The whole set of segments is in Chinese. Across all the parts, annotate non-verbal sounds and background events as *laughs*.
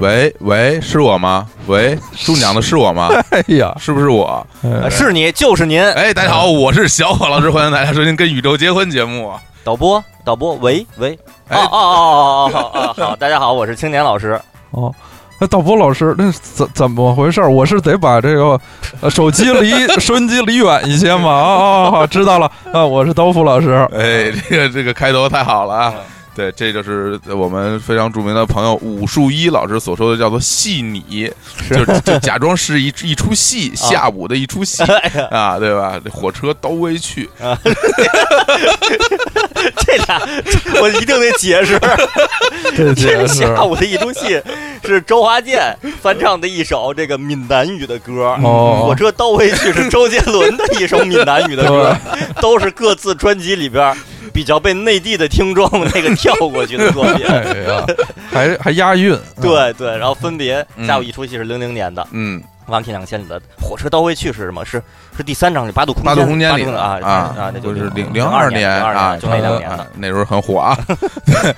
喂喂，是我吗？喂，中奖的是我 *laughs* 吗？哎呀，是不是我？哎呃是你就是您，哎，大家嗯好，我是小火老师，欢迎大家收听《跟宇宙结婚》节目。导播，导播，喂喂，哦哎哦哦哦哦哦，哦好，大家好，我是青年老师，哦，那导播老师，那怎怎么回事儿？我是得把这个呃手机离 *laughs* 收音机离远一些嘛？哦哦，好，知道了啊，我是刀夫老师。嗯哎，这个这个开头太好了啊！对，这就是我们非常著名的朋友武术一老师所说的，叫做“戏你”，就就假装是一一出啊戏，下午的一出 *laughs* 戏哎啊，对吧？这火车到位去，这俩这我一定得解释，这这解是释下午的一出戏是周华健翻唱的一首这个闽南语的歌。哦，火车到位去是周杰伦的一首闽南语的歌，都是各自专辑里边比较被内地的听众 *laughs* 那个跳过去的作 *laughs* 品。哎呀，还还 *laughs* 押韵，对对，然后分别嗯下午一出戏是零零年的嗯， 《万 K 两千》里的火车到位去是什么？是是第三章里八度空八间度空间里八度的啊啊啊，那，就就是零零二年零啊，二就那两年啊 *laughs* 的，那时候很火啊。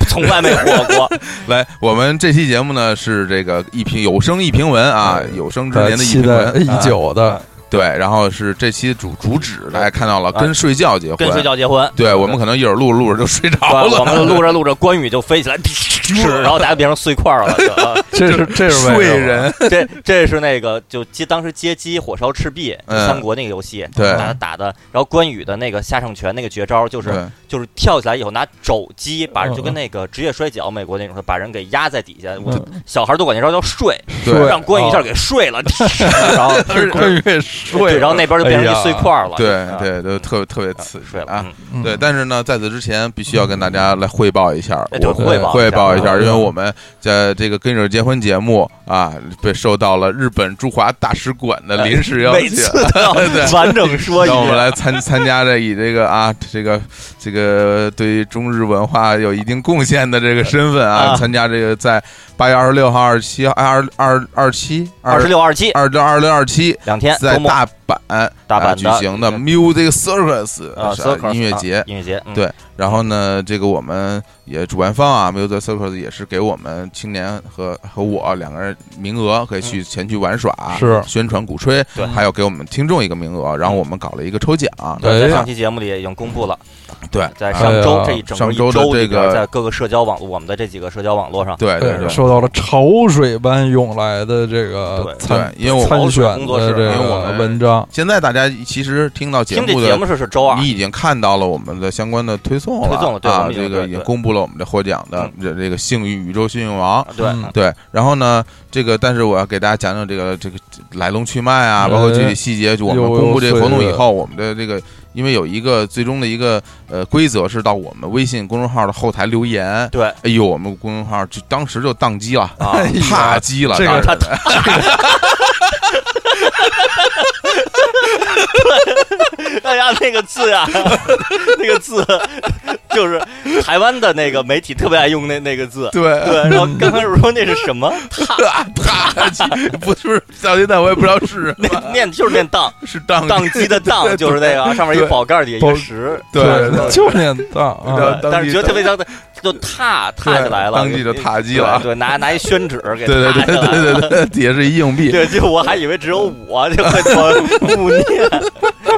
从来没火 *laughs* 过。来，我们这期节目呢是这个一评有声一评文啊，有生之呃年的一期评待文已啊，久的啊对，然后是这期主主旨，大家看到了，跟睡觉结婚，跟睡觉结婚，对我们可能一会儿录着录着就睡着对了，我 *laughs* 们录着录着，关羽就飞 *laughs* 起来，然后大家变成碎块了。就啊 *laughs* 这是这是为睡什么人，这这是那个就接当时接机火烧赤壁嗯三国那个游戏，对打打的，然后关羽的那个下上拳那个绝招就是对就是跳起来以后拿肘击把嗯人就跟那个职业摔跤美国那种的把人给压在底下，我嗯小孩都管那招叫睡，对对让关羽一下给睡了，哦 *laughs* 然后关于睡对，然后那边就变成哎一呀碎块了，对对对，都特别特别刺激啊睡了啊。嗯嗯对，但是呢，在此之前必须要跟大家来汇报一下哎，对我汇报一下汇报一下，嗯因为我们在这个《跟着结婚》节目啊，被受到了日本驻华大使馆的临时邀哎每请次，都要完整说一让我们遍。来参参加这以这个啊， *laughs* 这个这个对中日文化有一定贡献的这个身份啊，啊参加这个在八月二十六号、二十七、二二二七、二十、六、二十七二六、二六、二七。两天，在周末大阪大啊阪的举行的这个 Music Circus 啊是 circus，音乐啊节，音乐节，嗯对然后呢，这个我们也主办方啊，Music Circus 也是给我们青年和和我两个人名额，可以去前去玩耍，是宣传鼓吹，对还有给我们听众一个名额，然后我们搞了一个抽奖，哎对，呀在上期节目里已经公布了，对嗯在上哎周呀这一整上个一周的这里边个在各个社交网络，我们的这几个社交网络上，对对对，受到了潮水般涌来的这个对参对因为我参选工作室的这因为我个们文章，现在大家其实听到节听这目节的目，是是周二你，已经看到了我们的相关的推送了，啊推送了对我啊，们已经这个对嗯也对公布了我们的获奖的这这个幸运宇宙幸运王。啊对嗯对，然后呢，这个但是我要给大家讲讲这个这个来龙去脉啊，包括具哎体细节。就我们有公布这个活动以是后，我们的这个因为有一个最终的一个呃规则是到我们微信公众号的后台留言。对哎呦，我们公众号就当时就宕机了，啊，呀宕机了，这当个时他哎呀，那个字呀、 *laughs* 那个字 *laughs* 就是台湾的那个媒体特别爱用那那个字。 *laughs* 对对， *laughs* 然后刚开始说那是什么，啊，啪叽，不是到现在我也不知道是那念就是念当是当当机 *laughs* 的当，就是那个上面一个宝盖儿底下一个石，对对就念大啊，当机的但是觉得特别像，就踏踏起来了，当机就踏机了对，对，拿拿一宣纸给对对踏对下来对对对，底下是一硬币，对，就我还以为只有我就 *laughs* 会做默念，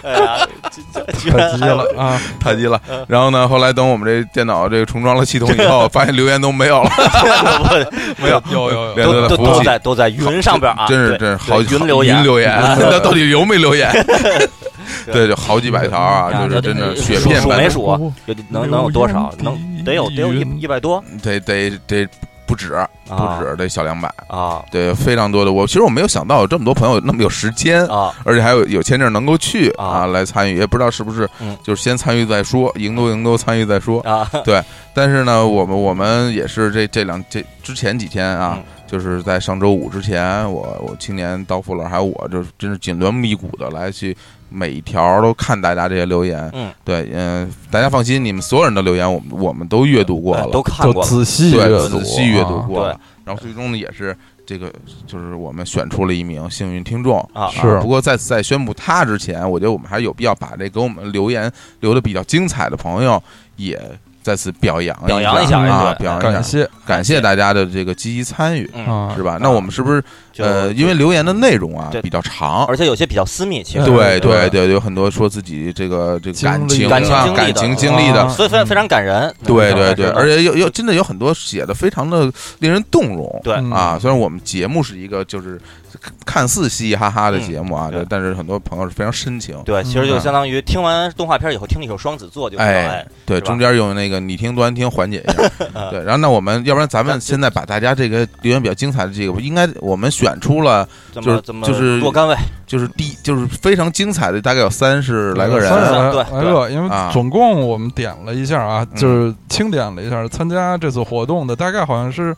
哎呀，这这居太然急还有了 *laughs* 啊！踏机了嗯。然后呢，后来等我们这电脑这个重装了系统以 *laughs* 后，发现留言都没有了，没有有 *laughs* 有连都着都服务都器在都在云上边啊，真是对真是对好几云留言云留 *laughs* 言，那到底留没留言？对对，就好几百条啊，啊就是真的数雪片数般没的，数啊，有能能有多少？能得有得有一一百多得得得不止，啊不止得小两百，啊对，非常多的。我其实我没有想到有这么多朋友那么有时间 *laughs* 啊！而且还有有签证能够去啊啊来参与，也不知道是不是嗯就是先参与再说，赢都赢都参与再说。啊，但是呢，我们我们也是这这两这之前几天啊嗯，就是在上周五之前，我我青年刀父老师还有我，就是真是紧锣密鼓的来去每一条都看大家这些留言。嗯，对，嗯，大家放心，你们所有人的留言我们我们都阅读过了，哎都看就过了，仔细阅对读，仔细阅读啊过了对。然后最终呢，也是这个就是我们选出了一名幸运听众啊是不过在在宣布他之前，我觉得我们还是有必要把这给我们留言留的比较精彩的朋友也再次表扬表扬一一下啊，对表扬一感下，谢感谢大家的这个积极参与，嗯，啊，是吧？那我们是不是就呃，因为留言的内容啊对比较长，而且有些比较私密，其实对对对对，有很多说自己这个这个感经情历啊感情经历的感情经历的啊，所以非常非常感人。对那个对对，小孩而是且有有真的有很多写的非常的令人动容。对嗯啊，虽然我们节目是一个就是看似嘻嘻哈哈的节目啊，嗯对但是很多朋友是非常深情。对，其实就嗯相当于听完动画片以后，听一首《双子座》就知道，哎哎，对，是吧中间用那个你听端听缓解一 *laughs* 下。嗯对，然后那我们要不然咱们现在把大家这个留言比较精彩的这个，应该我们选出了这就是么这么就是若干位，就是第就是非常精彩的，大概有三十来个人。三十啊对来嗯来个，因为啊总共我们点了一下啊，嗯就是清点了一下参加这次活动的，大概好像是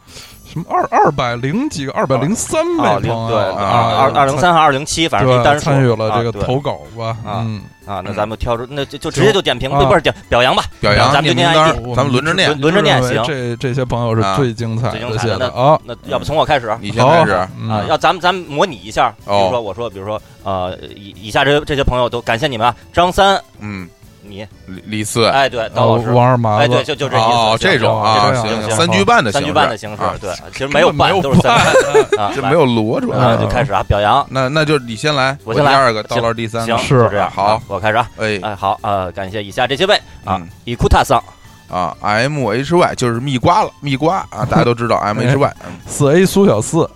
什么二二百零几个，二百零三位哦，朋零友对啊，二二零三和二零七，反正是一单对数参与了这个啊对投稿吧，啊嗯，啊，那咱们挑出那就就直接就点评，啊不是点表扬吧？表嗯咱扬们就念名念单 ID 儿我，们咱们轮着念轮。轮着念认为行。这这些朋友是啊最精彩最精的彩写的的啊，那要不从我开始啊？嗯你先好开始啊嗯啊，要咱们咱们模拟一下，比哦如说我说，比如说呃，以以下这这些朋友都感谢你们啊，张三，嗯，你，李李四，哎，对，呃刀老师，王二麻哎，子，对，就就这意思，哦，行这种啊，行行，行三句半的三形式句半的形式啊，对，其实没有根本没有半，都是三半啊，这来没有逻辑吧？啊，就开始啊，表扬，那那就你先来，我第先来二个，行刀老师第 *laughs* 三行，个，是就这样，好，我开始啊，哎哎，好，呃，感谢以下这些位啊嗯，伊库塔桑，啊，M H Y 就是蜜瓜了，蜜瓜啊，大家都知道 M H Y 四 A 苏小四，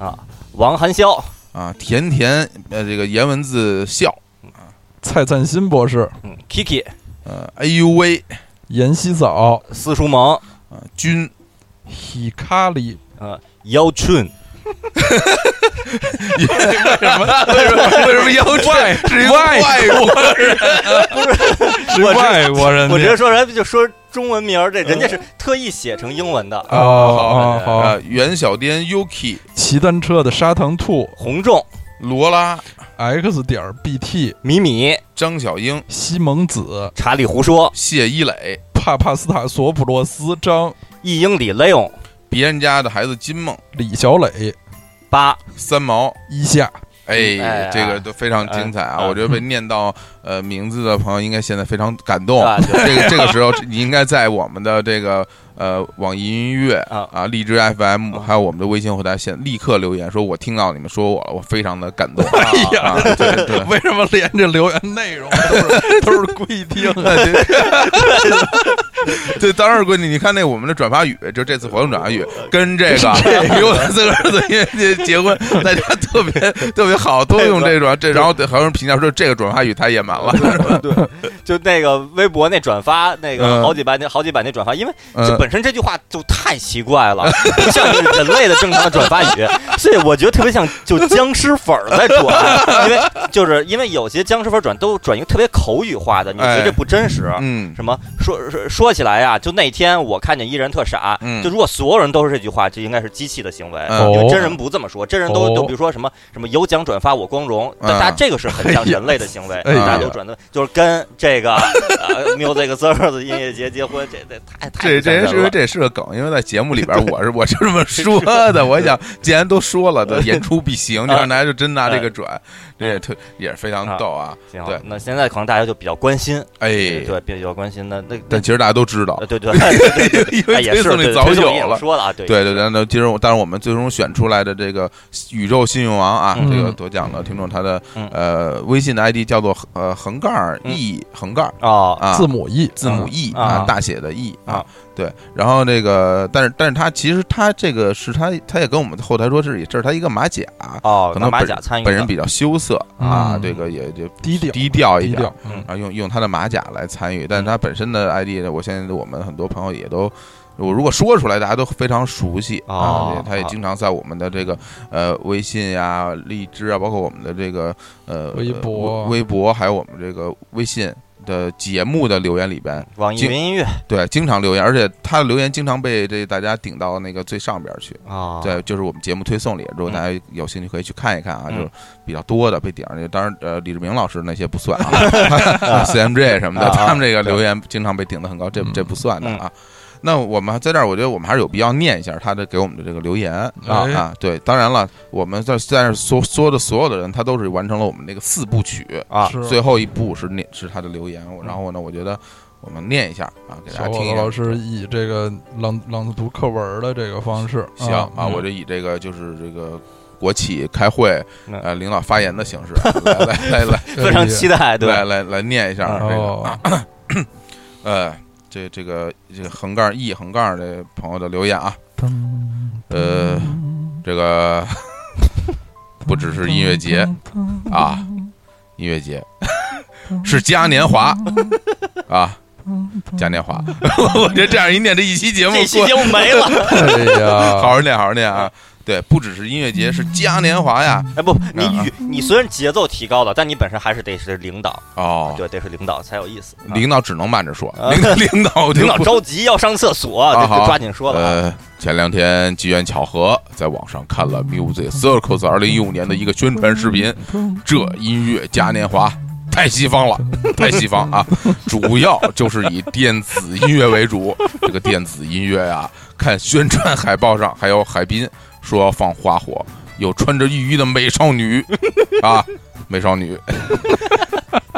王寒霄，啊，甜甜呃这个颜文字笑，蔡灿新博士，嗯，Kiki，呃，A U V 阎希早，司书萌，啊，君希卡里，呃，姚春， *laughs* 为什么为什么为什 *laughs* 么要外是一个外国人？ *laughs* 是我直外国嗯人我直念接说人家就说中文名儿，这人家是特意写成英文嗯的，哦哦好好，啊，袁小颠 Yuki 骑单车的砂糖兔红仲，罗拉 X 点儿 BT 米米，张小英西蒙子查理胡说，谢一磊，帕帕斯塔索普洛斯张一英里雷翁别人家的孩子金梦李小磊八，三毛。一夏哎哎，嗯这个都非常精彩啊！我觉得被念到呃名字的朋友，应该现在非常感动。 *laughs* 啊对这个这个时候，你应该在我们的这个呃网易音乐啊啊、荔枝 FM，啊还有我们的微信后台，现立刻留言说：“我听到你们说我了，我非常的感动。啊啊”对对对为什么连这留言内容都是 *laughs* 都是规定的？ *laughs* 对，当然闺女，你看那我们的转发语，就这次活动转发语，跟这个 *laughs* 比我自个儿的因为结婚，大家特别特别好，都用这种这，然后还有人评价说这个转发语太野蛮 *laughs* 了。就那个微博那转发那嗯个好几百那好几百那转发，因为嗯这本身这句话就太奇怪了， *laughs* 不像是人类的正常的转发语， *laughs* 所以我觉得特别像就僵尸粉儿在转，因为就是因为有些僵尸粉儿转都转一个特别口语化的，你觉得哎这不真实。嗯什么说说说起来呀、啊就那天我看见一人特傻，嗯就如果所有人都是这句话，这应该是机器的行为，嗯因哦为真人不这么说，真人都、哦都比如说什么什么有奖转发我光荣，嗯但大家这个是很像人类的行为， *laughs* 哎呀大家都转的，就是跟这个、呃、music service 音乐节结婚，这这太嗯这太不像这人是因为了这是个梗，因为在节目里边我是我是这么说的。我想，既然都说了的，演出必行，就让大家就真拿这个转，这也特也是非常逗啊。行对那现在可能大家就比较关心，哎，对，比较关心那那但其实大家都知道呃，*laughs* 对对对对因对，哎为也推是送对里早推送也有有了。说了啊，对对对，然后最终，但是我们最终选出来的这个宇宙幸运王啊，嗯这个得奖的听众，他的嗯呃微信的 ID 叫做呃横杠 e 横杠哦， *laughs* 啊嗯字母 E 字母 E 啊啊啊，大写的 E 啊啊，对。然后那个，但是但是他其实他这个是他他也跟我们后台说，这是这是他一个马甲，哦，可能马本甲参与本人的比较羞涩啊，嗯这个也就低调低调一低点调，嗯啊，用用他的马甲来参与，但是他本身的 ID，呢，我相信我们很多朋友也都。我如果说出来，大家都非常熟悉啊哦，也他也经常在我们的这个呃微信呀、荔枝啊，包括我们的这个呃微博微微博，还有我们这个微信的节目的留言里边，网易经云音乐对，经常留言，而且他的留言经常被这大家顶到那个最上边去。啊，对，就是我们节目推送里，如果嗯大家有兴趣可以去看一看啊，嗯就是比较多的被顶上去。当然，呃，李志明老师那些不算 *laughs* 啊，CMJ 什么的，啊啊他们这个留言经常被顶得很高，这嗯这不算的啊。那我们在这儿，我觉得我们还是有必要念一下他的给我们的这个留言啊哎啊，对，当然了，我们在在这儿说说的所有的人，他都是完成了我们那个四部曲，啊，是最后一部是念是他的留言，我然后呢，我觉得我们念一下啊，给大小家伙听一子下。老师以这个朗朗读课文的这个方式，行啊啊，我就以这个就是这个国企开会嗯呃领导发言的形式啊来来来来 *laughs* 非常期待，对来来来念一下啊这个哎哦， *laughs* 呃这这个这个横杠 e 横杠这朋友的留言啊，呃这个不只是音乐节啊，音乐节是嘉年华啊。嘉年华， *laughs* 我觉得这样一念，这一期节目这期过节目没 *laughs* 了。哎呀，好好念，好好念啊！对，不只是音乐节，是嘉年华呀！哎，不，你啊语你虽然节奏提高了，但你本身还是得是领导，哦，对，得是领导才有意思。啊领导只能慢着说，啊领领导领就导不着急要上厕所，啊得好得抓紧说了啊。呃，前两天机缘巧合，在网上看了 Music Circus 二零一五年的一个宣传视频，这音乐嘉年华。太西方了， *laughs* 太西方啊！主要就是以电子音乐为主。这个电子音乐啊，看宣传海报上还有海滨说要放花火，有穿着浴衣的美少女啊，美少女， *laughs*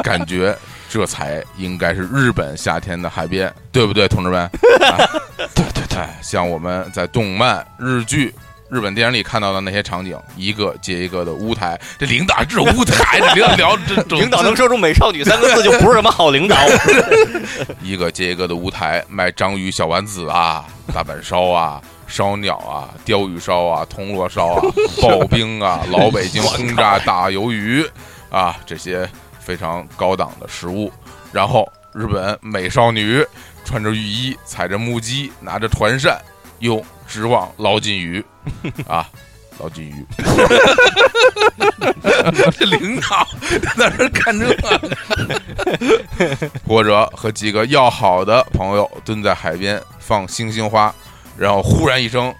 感觉这才应该是日本夏天的海边，对不对，同志们？啊对对对，像我们在动漫、日剧、日本电影里看到的那些场景，一个接一个的乌台，这领导这乌台，这领导聊这这领导能说出“美少女”三个字，就不是什么好领导。 *laughs* 一个接一个的乌台卖章鱼小丸子啊、大阪烧啊、烧鸟啊、鲷鱼烧啊、铜锣烧啊、刨冰啊、老北京轰炸大鱿鱼啊这些非常高档的食物。然后日本美少女穿着浴衣，踩着木屐，拿着团扇，用指望捞金 *laughs* 鱼啊。捞金鱼， *laughs* 这领导在那儿看这个，或者和几个要好的朋友蹲在海边放星星花，然后忽然一声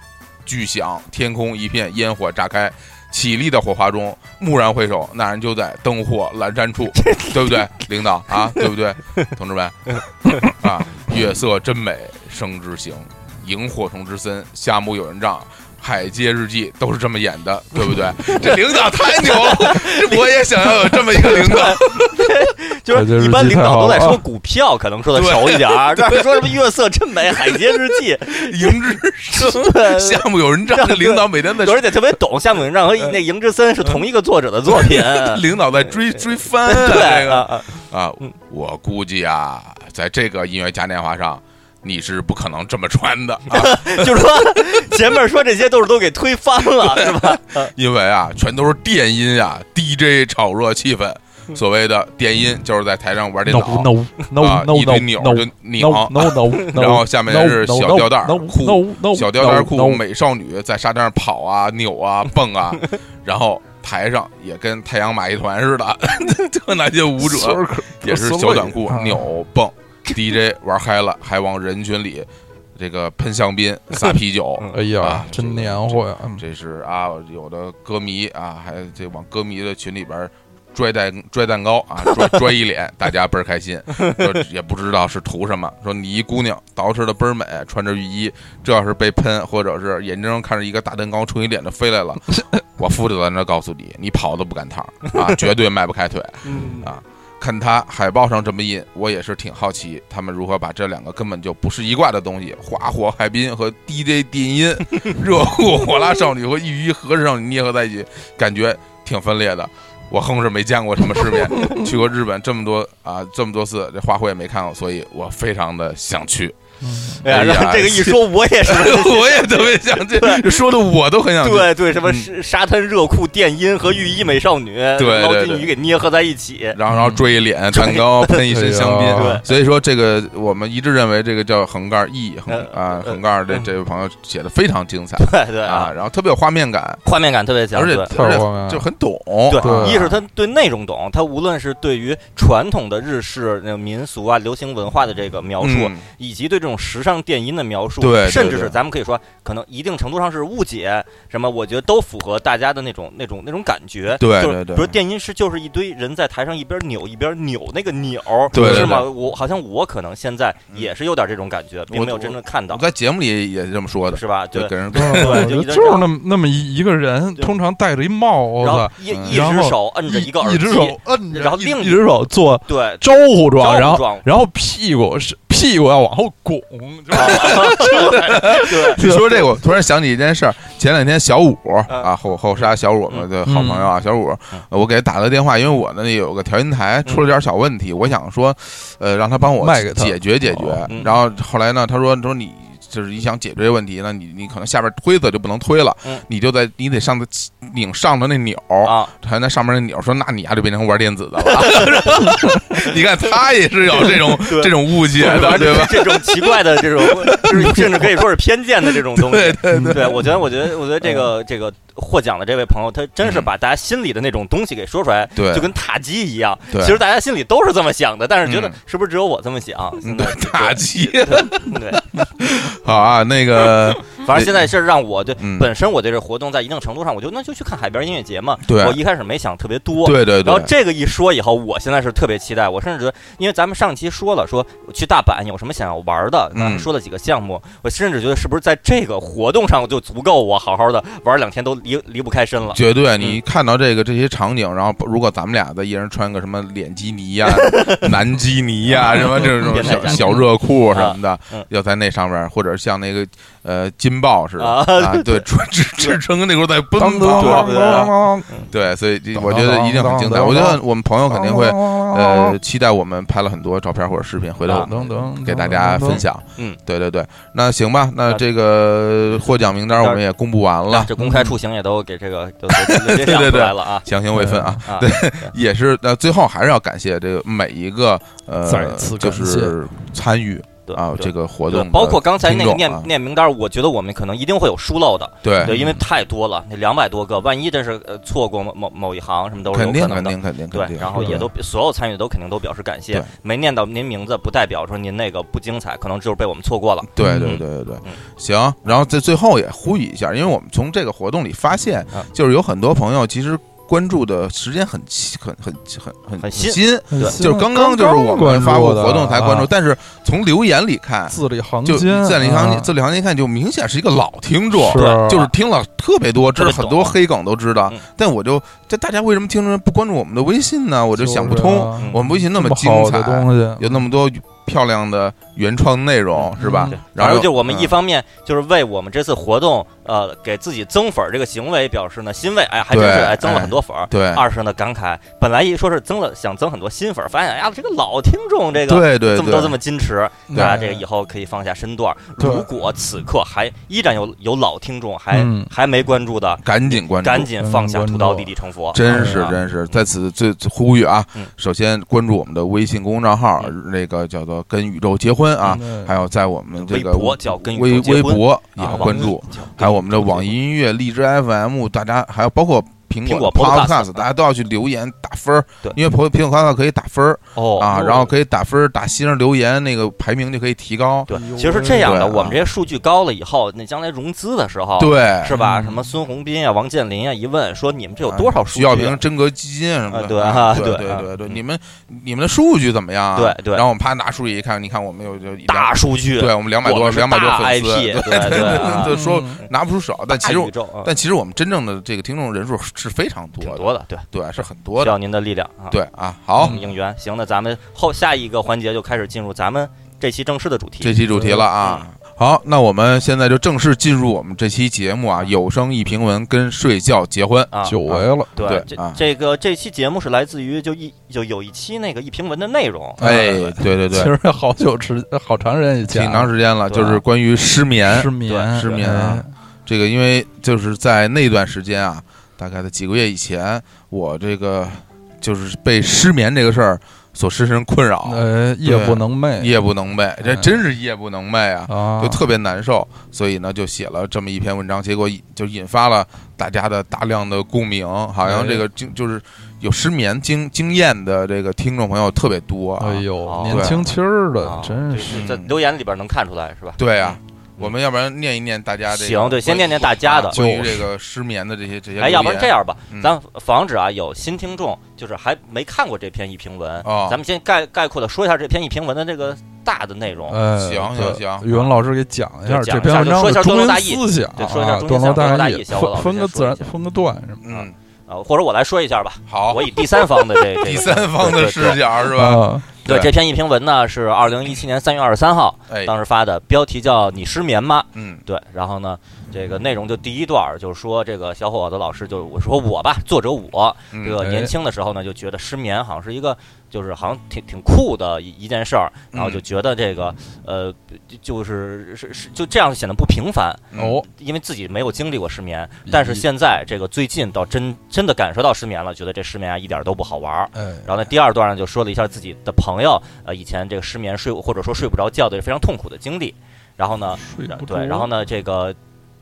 巨响，天空一片烟火炸开。起立的火花中，蓦然回首，那人就在灯火阑珊处，对不对，领导啊，对不对，同志们啊，月色真美，生之行，萤火虫之森，夏目友人帐。海街日记都是这么演的，对不对？这领导太牛了，我也想要有这么一个 *laughs* 领 *laughs* 导。就是一般领导都在说股票，可能说的少一点儿，但是说什么月色真美、海街日 *laughs* 记，营之生 *laughs* *laughs* 对项目有人账的领导每天在有人得特别懂夏目友章和那《营之森》是同一个作者的作品。嗯 *laughs* 领导在追追番啊这 *laughs* 对个啊，啊，我估计啊，在这个音乐嘉年华上，你是不可能这么穿 *laughs* 的啊，啊就是说前面说这些都是都给推翻 *laughs* 了，是吧？因为啊，全都是电音啊，DJ 炒热气氛。嗯所谓的电音就是在台上玩电 no 脑 no 啊 no，no 一堆钮 no 就 no 拧 no no，然后下面是小吊带儿 no, no, 裤 no, no, 啊小吊带儿 no, 裤 no, 美少女在沙滩上跑啊、扭 *laughs* 啊、蹦啊，然后台上也跟太阳马戏团似的， *laughs* 就那些舞者 circle， *laughs* 也是 circle 小短裤啊扭蹦，DJ 玩嗨了，还往人群里这个喷香槟、撒啤酒。嗯哎呀啊，真黏糊呀！嗯这是啊，有的歌迷啊，还这往歌迷的群里边拽蛋拽蛋糕啊，拽拽一脸，大家倍儿开心，说也不知道是图什么。说你一姑娘捯饬的倍儿美，穿着浴衣，这要是被喷，或者是眼睁睁看着一个大蛋糕冲你脸上飞来了，我夫子在那告诉你，你跑都不赶趟儿啊，绝对迈不开腿。啊嗯看他海报上这么印，我也是挺好奇，他们如何把这两个根本就不是一挂的东西——花火海滨和 DJ 电音、 *laughs* 热乎火辣少女和浴衣和尚少女捏合在一起，感觉挺分裂的。我横是没见过什么世 *laughs* 面，去过日本这么多啊，这么多次，这花火也没看过，所以我非常的想去。嗯哎呀，哎呀然后这个一说，我也是。我也特别想去，说的我都很想去。对对，什么嗯沙沙滩热裤、电音和浴衣美少女、对捞对金对鱼给捏合在一起， *laughs* 然后然后追一脸蛋糕，喷一身香槟哎呀，所以说这个我们一致认为这个叫横杠 E 横呃啊呃横杠这这位朋友写的非常精彩对对啊，，然后特别有画面感，画面感特别强，而且哦嗯对太而且荒谬了就很懂，啊对一是他对内容懂，他无论是对于传统的日式那种民俗啊、流行文化的这个描述，嗯以及对这种时尚电音的描述，对对甚至对是咱们可以说，可能一定程度上是误解，什么我觉得都符合大家的那种那种那种感觉。对就是对对比如电音是就是一堆人在台上一边扭一边扭那个钮，对对是吗？对我好像我可能现在也是有点这种感觉，并没有真正看我到，在节目里也是这么说的，是吧？ *laughs* 对对，。给人我觉就得一直就是那么那么一一个人，对通常戴着一帽然后子，一嗯一然只后手摁着一个耳一机只，手摁着，然后一另一只手做对，招呼状，然招呼后状然后屁股是屁股要往后拱，就是啊对，你说这个，我突然想起一件事儿。前两天小五嗯啊，后后沙小五嘛，嗯对，好朋友啊，小五嗯，呃我给他打了电话，因为我呢有个调音台出了点小问题，我想说，呃，让他帮我卖给他解决解决哦。嗯然后后来呢，他说说你就是你想解决这个问题，那你你可能下边推子就不能推了嗯，你就在你得上的拧上头那钮儿，啊，还那上面那钮儿说，那你呀就变成玩电子的了。 *laughs* 你看他也是有这种对这种误解的，对吧？ *laughs* 这种奇怪的这种，就是甚至可以说是偏见的这种东 *laughs* 西。对对嗯对，对，我觉得，我觉得，我觉得这个这个获奖的这位朋友，他真是把大家心里的那种东西给说出来，嗯对就跟塔基一样。对其实大家心里都是这么想的，但是觉得嗯是不是只有我这么想？ *laughs* 嗯现在打击对对， *laughs* 好啊，那 *laughs* 个反正现在是让我对嗯本身我对这活动在一定程度上，我就那就去看海边音乐节嘛。对我一开始没想特别多，对对然后对，这个一说以后，我现在是特别期待，我甚至觉得，因为咱们上期说了，说去大阪有什么想要玩的，那嗯说了几个项目，我甚至觉得是不是在这个活动上就足够我好好的玩两天都离离不开身了。嗯绝对！你看到这个这些场景，然后如果咱们俩再一人穿个什么脸基尼 *laughs* 呀、南基尼呀、什么这种变态小宅小热裤什么的嗯，要在那上面，或者像那个呃金豹似的啊 *laughs* 啊，对，穿支支撑那时候在奔当当跑，当对当当，对，所以这我觉得一定很精彩。我觉得我们朋友肯定会哦呃期待我们拍了很多照片或者视频，回头我等们等给大家分享。嗯，对对对，那行吧，那那这个获奖名单我们也公布完啊了，这公开处刑也都给这个都 *laughs* 都对给对想出对来了啊强行未分啊。嗯啊！也是，那最后还是要感谢这个每一个呃，再次就感谢是参与对啊对这个活对动的，包括刚才听那个众念啊念名单，我觉得我们可能一定会有疏漏的，对，对，嗯因为太多了，那两百多个，万一真是呃错过某某某一行什么都是有肯定可肯能的。定肯定肯对，定，然后对也都所有参与的都肯定都表示感谢对，没念到您名字，不代表说您那个不精彩，可能就是被我们错过了。对嗯对对对对嗯，行，然后在最后也呼吁一下，因为我们从这个活动里发现啊，就是有很多朋友其实关注的时间很很很很很很新新，对就是刚刚就是我们发布活动才关注，啊但是从留言里看，字里行就间，字里行啊间字里行间一看，就明显是一个老听众，是啊就是听了特别多，知特道别很懂多黑梗都知道嗯，但我就这大家为什么听着不关注我们的微信呢？我就想不就是通，啊我们微信那这么精好的彩，东西，有那么多漂亮的原创内容，是吧嗯？对，然然后后就我们嗯一方面就是为我们这次活动，呃，给自己增粉儿这个行为表示呢欣慰，哎，还真是对哎增了很多粉儿。对，二是呢感慨，本来一说是增了想增很多新粉儿，发现哎呀这个老听众这个。对对这么多这对，么矜持，对大家这个以后可以放下身段儿。对如果此刻还依然有有老听众还嗯还没关注的，赶紧关注。赶紧放下关注屠刀立地成佛。真是啊真是，在此最最呼吁啊嗯！首先关注我们的微信公众账号，那个叫做“跟宇宙结婚”啊，嗯还有在我们这微个博叫跟宇宙微结微婚博也啊要网关易注，叫跟还有我宇们宙的结网婚易音乐、荔枝 FM，大家还有包括苹苹果果的 Podcast，大家都要去留言打分儿对因为苹苹果 Podcast 可以打分儿哦啊，然后可以打分儿打新人留言，那个排名就可以提高。对哎呦，其实是这样的，对啊我们这些数据高了以后，那将来融资的时候，对，是吧？嗯什么孙宏斌啊、王健林啊，一问说你们这有多少数徐据小啊？平、真格基金什么啊对的，啊对对对啊对对，嗯你们你们的数据怎么样啊？对对然后我们啪拿数据一看，你看我们有有大，数据，对我们两百多我们是两百多大粉丝， IP，对 *laughs* 对对啊就说嗯拿不出手，但其实大我宇宙啊但其实我们真正的这个听众人数是非常多挺的，多的，对，对，是很多需的，要您的力量啊。对啊，好。嗯，应援。行，那咱们后下一个环节就开始进入咱们这期正式的主题。这期主题了啊。嗯好，那我们现在就正式进入我们这期节目啊，有声一评文跟睡觉结婚。嗯啊，久违了，对这啊这个这期节目是来自于就一就有一期那个一评文的内容，哎，对对其对，实好久之好长时间以前挺了，长时间了，对啊就是关于失眠失眠失眠啊啊，这个，因为就是在那段时间啊，大概在几个月以前，我这个就是被失眠这个事儿所深深困扰，呃，夜不能寐夜不能寐，这嗯真是夜不能寐啊。啊，就特别难受，所以呢，就写了这么一哎篇文章，结果引就引发了大家的大量的共鸣，好像这个就就是有失眠经经验的这个听众朋友特别多啊。哎哦呦，年轻轻儿的，真是。啊是在留言里边能看出来是吧？对啊，嗯我们要不然念一念大家这个行，对，先念念大家的。关于就这是个失眠的这些这些留言。哎，要不然这样吧，嗯咱防止啊有新听众就是还没看过这篇一评文，哦咱们先概概括的说一下这篇一评文的这个大的内容。哎，行行行对语文老师给讲一下啊对讲这一篇下文章说的一下中段落心大意思想对说一下啊，中心段落想段落大意意，小伙老分分个师先自说一然，下分个段什么嗯，呃，或者我来说一下吧，好我，以第三方的 *laughs* 这这第个三方的视角是的吧？啊，对对嗯这篇一评文呢是二零一七年三月二十三号哎，当时发的，标题叫“你失眠吗嗯”。对，然后呢，这个内容就第一段儿就是说这个小伙子老师就我说我吧，作者我嗯，这个哎年轻的时候呢就觉得失眠好像是一个就是好像挺挺酷的一一件事儿，嗯然后就觉得这个呃就就是是是就这样显得不平凡，嗯哦，因为自己没有经历过失眠，但是现在这个最近倒真真的感受到失眠了，觉得这失眠啊一点儿都不好玩儿。哎，然后呢，第二段呢就说了一下自己的朋友，呃，以前这个失眠睡或者说睡不着觉的非常痛苦的经历。然后呢，睡不着啊对，然后呢，这个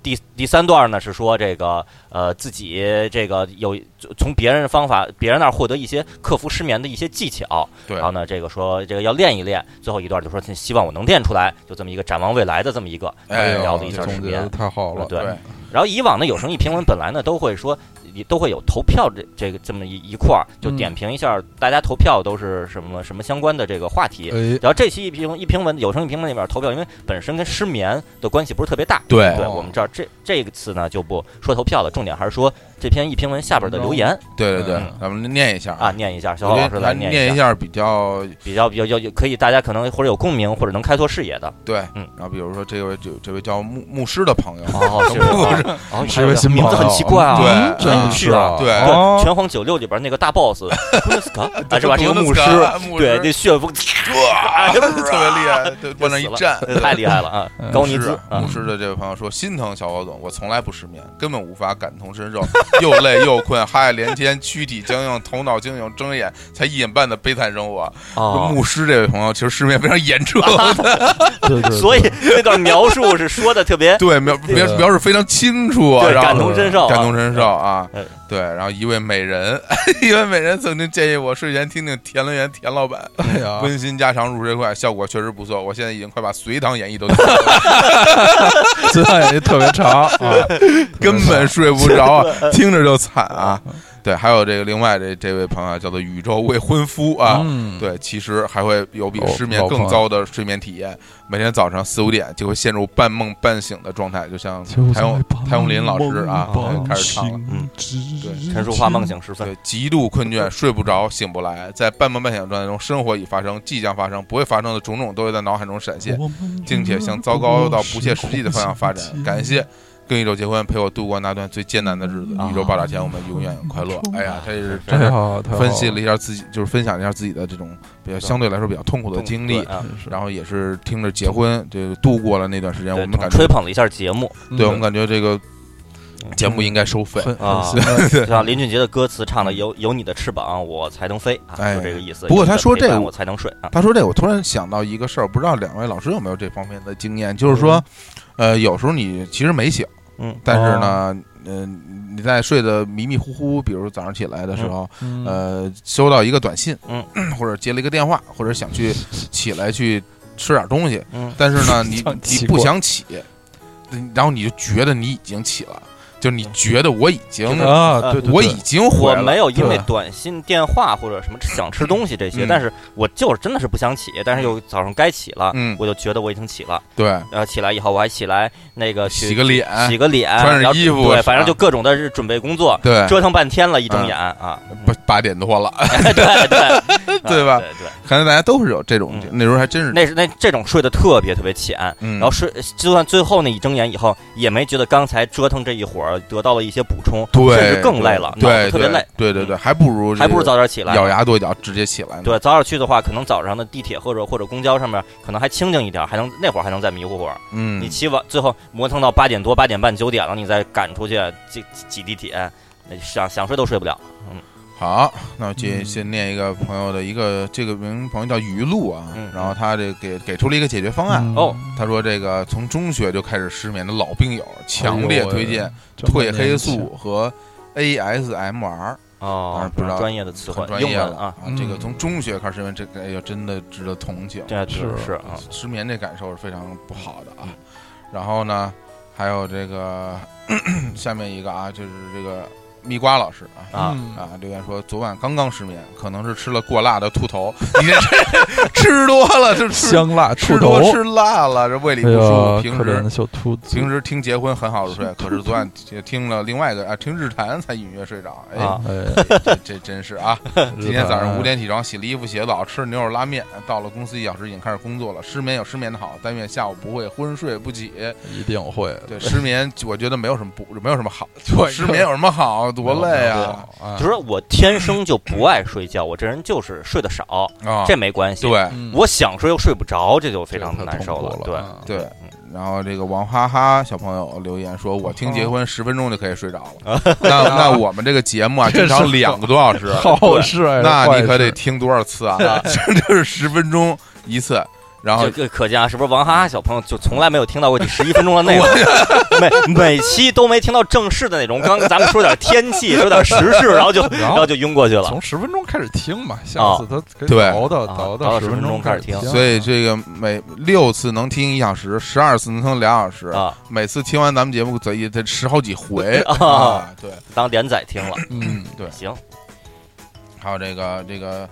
第第三段呢是说这个呃自己这个有从别人方法别人那儿获得一些克服失眠的一些技巧。对然后呢，这个说这个要练一练。最后一段就说希望我能练出来，就这么一个展望未来的这么一个呃哎呦聊了一下总失结眠得。太好了，啊哎对对，然后以往呢，有声一评文本来呢都会说，也都会有投票这这个这么一一块儿，就嗯点评一下大家投票都是什么什么相关的这个话题。哎，然后这期一评一评文有声一评文里面投票，因为本身跟失眠的关系不是特别大，对对哦我们这儿这这个次呢就不说投票了，重点还是说这篇一评文下边的留言对对对嗯，咱们念一下啊，。念一下，小我浩觉老师得来咱念念一下，下比较比较比较有可以大家可能或者有共鸣或者能开拓视野的。对，嗯然后比如说这位就这位叫牧牧师的朋友， *laughs* 哦，是哦哦，是位新名字朋很友奇怪啊，对嗯真是是啊对对，《哦拳皇九六》里边那个 *laughs* 大 boss，啊，是吧？这这个 *laughs* 牧师，师对，啊那旋风， *laughs* 哇，特别嗯厉害，对，往那一站，太厉害 *laughs* 了啊！高尼兹牧师啊牧，师的这位朋友说：“心疼小侯总，我从来不失眠，根本无法感同身受，又累又困，哈爱连天，躯体僵硬，头脑经营，睁眼才一眼半的悲惨生活。哦牧师这位朋友其实失眠非常严重，对对，对所以 *laughs* 那段描述是说的特 *laughs* 别对描描对描述非常清楚，对然后感同身受啊，感同身受啊哎。对，然后一位美人， *laughs* 一位美人曾经建议我睡前听听田伦元田老板啊哎啊 *laughs* 呀，温馨家常入睡快，效果确实不错。我现在已经快把《隋唐 *laughs* 演义》都 *laughs* 听完了，这段也特别长啊，*laughs* 根本睡不着啊，听着就惨啊。对，还有这个另外这这位朋友啊叫做宇宙未婚夫啊。嗯，对，其实还会有比哦老失眠更糟的睡眠体验。每天早上四五点就会陷入半梦半醒的状态，就像谭咏谭咏麟老师啊梦开始唱了。嗯对陈淑桦梦醒时分对，极度困倦，睡不着，醒不来，在半梦半醒的状态中，生活已发生，即将发生，不会发生的种种都会在脑海中闪哦现，并且向糟糕到不切实际的方向发嗯展。感谢跟宇宙结婚，陪我度过那段最艰难的日子。啊宇宙爆炸前，我们永远快乐。哎呀，这是真太是好，太好分析了一下自己，就是分享一下自己的这种比较相对来说比较痛苦的经历。啊，真是然后也是听着结婚，就度过了那段时间，我对们，感觉，吹捧了一下节目，对我们感觉这个节目应该收费。很啊很新就像林俊杰的歌词唱的“有有你的翅膀，我才能飞”啊，哎就这个意思。不过他说这有个你的陪伴我才能睡啊，他说这，我突然想到一个事儿，不知道两位老师有没有这方面的经验，就是说，呃，有时候你其实没醒，嗯，但是呢，嗯、你在睡得迷迷糊糊，比如早上起来的时候，嗯呃，收到一个短信，嗯， *clears throat* 或者接了一个电话，或者想 *laughs* 去起来去吃点东西，嗯，但是 *laughs* 呢，你像你奇不怪想起，嗯然后你就觉得你已经起了，就嗯你觉得我已经，啊，对对，对我已经回我来了，没有因为对短信、电话或者什么想吃东西这些，嗯但是我就是真的是不想起，但是又早上该起了，嗯我就觉得我已经起了，对，然后起来以后我还起来那个去洗个脸，洗个脸，穿上然后衣服对，反正啊就各种的准备工作，对，嗯折腾半天了，一睁眼啊，不八点多了。*laughs* 对对对吧对对，看来大家都是有这种嗯，那时候还真是，那是那这种睡得特别特别浅，嗯，然后睡，就算最后那一睁眼以后，也没觉得刚才折腾这一会儿得到了一些补充，对，甚至更累了，脑对，子特别对累，，嗯对对对，还不如还不如这个早点起来。咬牙跺脚直接起来呢。对，早点去的话，可能早上的地铁或者或者公交上面可能还清静一点，还能那会儿还能再迷糊会儿。嗯，你起晚，最后磨蹭到八点多、八点半、九点了，你再赶出去挤挤挤地铁，那想想睡都睡不了。好，那我接嗯先念一个朋友的一个，这个名朋友叫于露啊嗯，然后他这给给出了一个解决方案。嗯哦他说：“这个从中学就开始失眠的老病友，强烈推荐哎这么啊褪黑年轻素和 ASMR。当哦然，不知道专业的词汇很，专英业文了啊，嗯这个从中学开始，问这个，哎呦，真的值得同情。这是是是啊，失眠这感受是非常不好的啊。嗯然后呢，还有这个下面一个啊，就是这个蜜瓜老师啊。啊嗯啊，留言说昨晚刚刚失眠，可能是吃了过辣的兔头。 *laughs* 你这 *laughs* 是吃多了，这吃香辣吃兔多头，吃辣了，这胃里不哎舒呦服。，平可怜时的小兔子，平时听结婚很好入睡，可是昨晚听了另外一个啊，听日谈才隐约睡着。哎，啊哎，这这真是啊！ *laughs* 今天早上五点点起床，洗了衣服、洗了澡，吃了牛肉拉面。到了公司一小时，已经开始工作了。失眠有失眠的好，但愿下午不会昏睡不起。一定会的，对， *laughs* 失眠我觉得没有什么不，没有什么好。*laughs* 对失眠有什么好？多累啊！啊就是说我天生就不爱睡觉，我这人就是睡得少，啊，这没关系。， *laughs* 对我想睡又睡不着，这就非常这太难受痛苦了对，嗯啊对。然后这个王哈哈小朋友留言说：“我听结哦婚十分钟就可以睡着 *laughs* 了。那”那我们这个节目啊，这经是常两个多小时， *laughs* 好事哎，那坏你可得事听多少次 *laughs* 啊？啊就是十分钟一次，然后这个可见啊，是不是王哈哈小朋友就从来没有听到过你十一分钟的内容，每每期都没听到正式的内容。刚刚咱们说点天气，说点时事，然后就然后然后就晕过去了。从十分钟开始听嘛，下啊次他给哦对倒到啊倒倒到十10分钟钟开始始听所以这个每六次能听一小时，十二次能听俩小时，啊，每次听完咱们节目得也得十好几回 *laughs* 啊。对，当连载听了，嗯，对，行，还有这个这个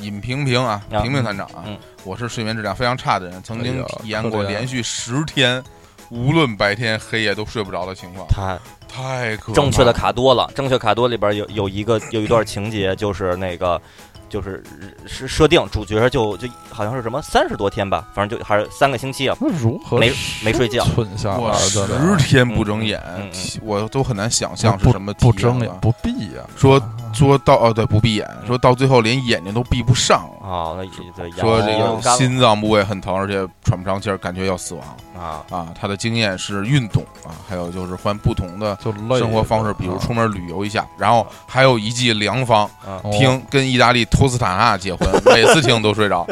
尹平平啊，啊平平团长啊嗯，我是睡眠质量非常差的人，曾哎经呀体验可过啊怜连续十天。无论白天黑夜都睡不着的情况，他太可怕了正确的卡多了，正确卡多里边有有一个有一段情节，就是那个就是是设定主角就就好像是什么三十多天吧，反正就还是三个星期啊，那如何没没睡觉存下我来十的呢？天不睁眼啊嗯嗯嗯，我都很难想象是不什么不体验睁了眼不闭呀，啊说说到哦，对，不闭眼，说到最后连眼睛都闭不上了。啊，那对说这哦个心脏部位很疼，而且喘不上气儿，感觉要死亡啊啊。他的经验是运动啊，还有就是换不同的就累生活方式，了比如啊出门旅游一下。然后还有一剂良方，啊，哦听跟意大利托斯塔纳 *laughs* 结婚，每次听都睡着。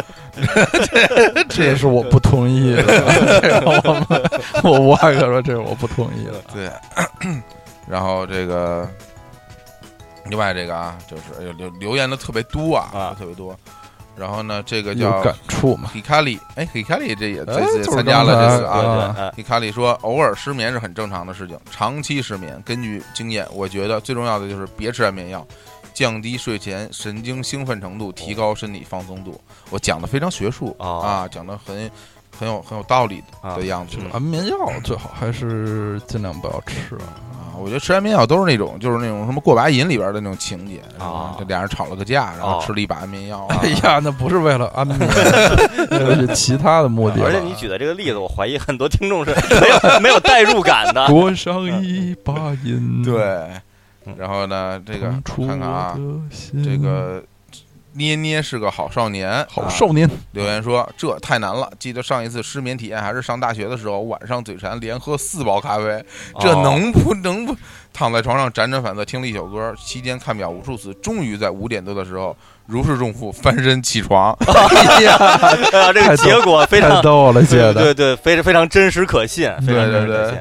这是我不同意的，这个我们我我可说这是我不同意的。对，然后这个，另外这个啊，就是哎呦留留言的特别多啊啊，特别多。然后呢，这个有叫感触嘛？ h 卡里，哎，h 卡里这也哎这次也就是参加了刚才这次啊对，啊对，哎你卡里说，偶尔失眠是很正常的事情，长期失眠，根据经验，我觉得最重要的就是别吃安眠药，降低睡前神经兴奋程度，提高身体放松度。我讲的非常学术、哦啊，讲的很很有很有道理啊的样子嗯安眠药最好还是尽量不要吃啊。啊。我觉得吃安眠药都是那种就是那种什么过把瘾里边的那种情节，是吧哦这俩人吵了个架，然后哦吃了一把安眠药、啊哎。呀，那不是为了安眠， *laughs* 那是其他的啊 *laughs* 目的了。而且你举的这个例子，我怀疑很多听众是 *laughs* 没有没有代入感的。多上一把瘾， *laughs* 对，嗯然后呢，这个腾出我看看啊，的心，这个捏捏是个好少年，好啊少 *laughs* 年，留言说：“这太难了，记得上一次失眠体验还是上大学的时候，晚上嘴馋，连喝四包咖啡， *laughs* 这哦能不能不？躺在床上辗转反侧，听了一宿歌，期间看表无数次，终于在五点多的时候如释重负，翻身起床。 *laughs* 哎 *laughs* 呀， *laughs* 啊这太个逗结果非太常逗了，姐对的，对对，非常非常真实可信，非常对真实对可对信。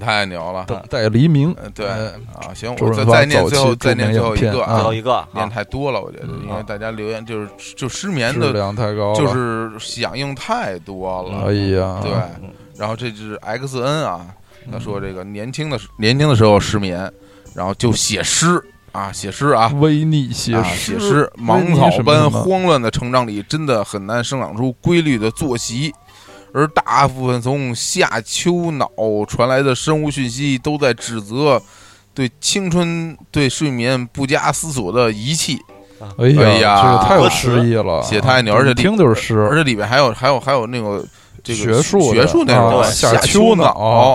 太牛了！等待黎明。嗯，对呃啊，行，周我润再发再念早最期后，著再念名最影后一片个最啊嗯啊后，一个啊念太多了，我觉得，因为大家留言就是就失眠质的，量太高了，就是响应太多了。哎呀，对嗯然后这是 X N 啊，他说这个年轻的时年轻的时候失眠，然后就写诗啊，写诗啊。为你写啊，诗，写诗，为芒你草什么般什么慌乱的成长里，真的很难生长出规律的作息，而大部分从下丘脑传来的生物讯息都在指责对青春、对睡眠不加思索的遗弃，哎哎呀这个太有诗意了，啊写太牛而且一听就是而诗，且里面还有还有还有那个这个学术学术内容啊啊，对夏丘秋脑，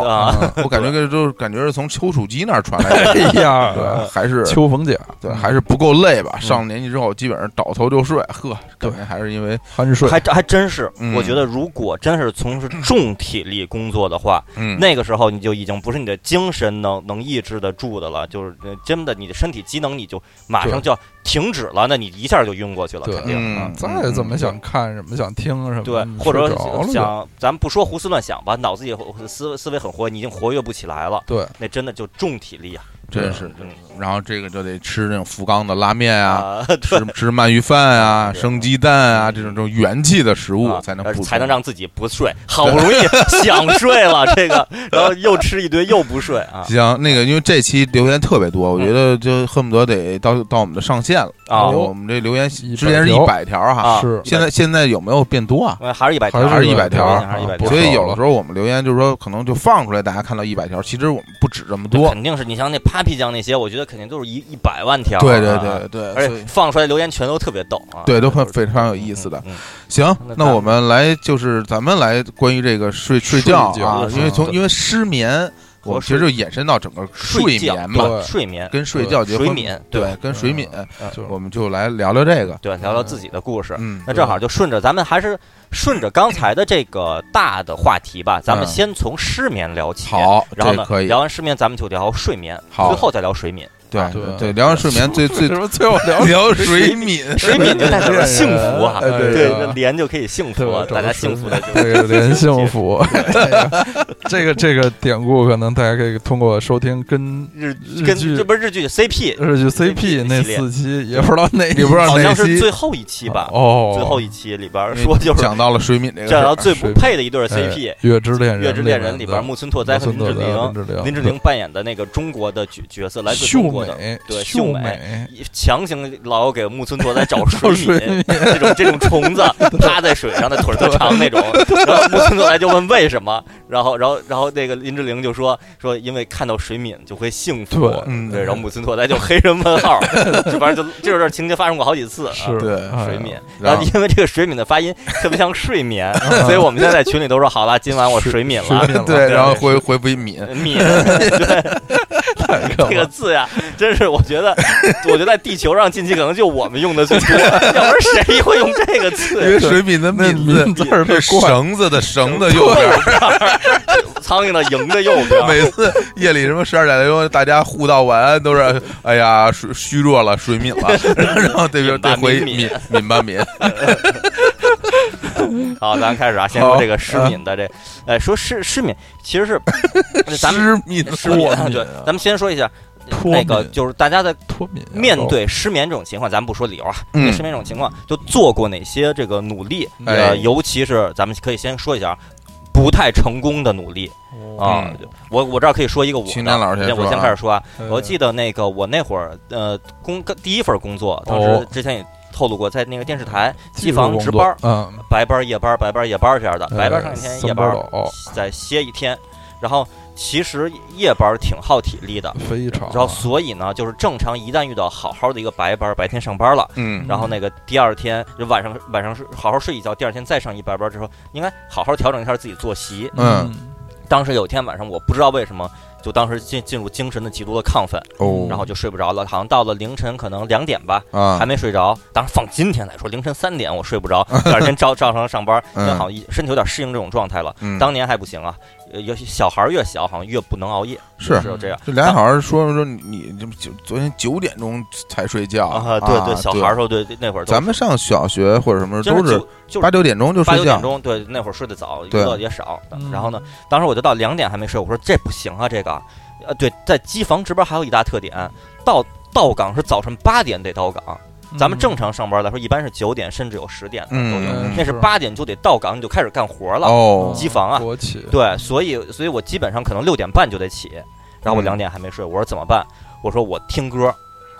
啊， *laughs* 我感觉跟就是感觉是从丘处机那儿传来的，哎 *laughs* 呀，对，还是秋逢甲，对还是不够累嗯吧？上了年纪之后，基本上倒头就睡，呵，可能还是因为酣睡，还还真是嗯，我觉得如果真是从事重体力工作的话，嗯，那个时候你就已经不是你的精神能能抑制得住的了，就是呃真的你的身体机能你就马上就要停止了，那你一下就晕过去了，对肯定。嗯啊再怎么想看什么想听什么，对，你或者睡着了就想，咱们不说胡思乱想吧，脑子也思思维很活跃，你已经活跃不起来了，对，那真的就重体力啊！真是嗯，然后这个就得吃那种福冈的拉面啊，啊，吃吃鳗鱼饭啊，对嗯生鸡蛋啊，这种这种元气的食物啊才能呃补充才能让自己不睡，好不容易想 *laughs* 睡了，这个，然后又吃一堆又不睡啊行，那个因为这期留言特别多，我觉得就恨不得得到到我们的上限了啊我们这留言100之前是一条百条哈，啊！是现在现在有没有变多啊？呃还是一百条，还是100条啊还是一百不条，所以少有的了时候我们留言就是说，可能就放出来，大家看到一百条，其实我们不止这么多。肯定是你像那 Papi 酱那些，我觉得肯定都是一一百万条，对对啊，对对，而所以且放出来留言全都特别逗啊，对都很是非常有意思的。嗯嗯嗯行那，那咱我们来就是咱们来关于这个睡睡觉睡啊觉，因为从对因为失眠，我们嗯和其实就延伸到整个睡睡觉眠嘛，对对睡眠跟睡觉结水合敏对嗯吧对，跟水敏，就是我们就来聊聊这个。对，聊聊自己的故事。嗯，那正好就顺着咱们还是顺着刚才的这个大的话题吧，咱们嗯先从失眠聊起。啊好，然后这呢可，以。聊完失眠，咱们就聊睡眠，好最后再聊水敏。对对对，聊完睡眠最最 *laughs* 为什么最后聊聊水敏，水敏就代表着幸福啊，哎对对，啊那连就可以幸福啊，对大家幸福的就对，有 *laughs* 点幸福。这个这个典故，可能大家可以通过收听跟呃日日跟剧这不是日剧 CP，日剧这系 CP 那列四期，也不知道哪也不知道好哪像期是最后一期吧，哦，最后一期里边说就是讲到了水敏这个事讲到儿。最不配的一对哎 CP， 《月之恋人》 《月之恋人》里边木村拓哉和林志林玲，志玲，林志玲扮演的那个中国的角角色，来自中秀国的。美，对秀秀美美，强行老给木村拓哉 *laughs* 找找水水米，这种这种虫 *laughs* 子趴在水上的腿儿特长那种，然后木村拓哉就问为什么，然后然后然后那个林志玲就说说因为看到水敏就会幸福，对嗯对，然后木村拓哉就黑人问 *laughs* 号，就反正就这种情节发生过好几次，啊是对哎水敏，然然后后因为这个水敏的发音特别像 *laughs* 睡眠，所以我们现在在群里都说好了，今晚我水敏水了敏。了对，然后回回复一敏，敏太这个字呀，真是我觉得， *laughs* 我觉得在地球上近期可能就我们用的最多，要不然谁会用这个因字呀？为水敏的那敏名字字儿是特怪，绳子的绳的右边儿，苍蝇的蝇的右边，每次夜里什么十二点钟，大家互道晚安都是，哎呀，虚虚弱了，水敏了， *laughs* 然后对边敏吧对回敏敏敏吧敏，好，咱开始啊，先好说这个失敏的这，哎，说失失敏其实 *laughs* 是咱们失敏失敏过，啊，对，咱们先说一下脱那个，敏就是大家在脱敏，啊面对失眠这种情况，咱们不说理由啊，嗯失眠这种情况就做过哪些这个努力？哎呃，尤其是咱们可以先说一下啊，不太成功的努力哦，啊嗯。就我我这儿可以说一个我的，青年老师先说啊我先开始说啊。哎我记得那个我那会儿呃工第一份工作，当时哦之前也透露过，在那个电视台技机术房工值作班儿，嗯，白班儿夜班儿，白班儿夜班儿这样哎的，白班儿上一天，夜班班儿再歇一天，然后其实夜班儿挺耗体力的。非嗯常，然后，所以呢，就是正常，一旦遇到好好的一个白班儿，白天上班了，嗯，然后那个第二天就晚上晚上睡好好睡一觉，第二天再上一白班之后，应该好好调整一下自己作息。嗯，当时有一天晚上，我不知道为什么，就当时进进入精神的极度的亢奋，哦，然后就睡不着了。好像到了凌晨可能两点吧，还啊，没睡着。当时放今天来说，凌晨三点我睡 *laughs* 不着，第二天照照常上班，嗯因为好像一身体有点适应这种状态了。嗯当年还不行啊，呃尤其小孩儿越小好像越不能熬夜，是是有这样。这俩好像说说你你这九昨天九点钟才睡觉啊，对对，小孩儿时候对那会儿都咱们上小学或者什么真都是就就是八九点钟就八睡九点觉，钟，对，那会儿睡得早，娱对乐也少嗯。然后呢，当时我就到两点还没睡，我说这不行啊，这个，呃，对，在机房值班还有一大特点，到到岗是早晨八点得到岗，嗯咱们正常上班来说一般是九点甚至有十点的都有，嗯那是八点就得到岗，你就开始干活了。哦，机房啊嗯国企，对，所以所以我基本上可能六点半就得起，然后我嗯两点还没睡，我说怎么办？我说我听歌。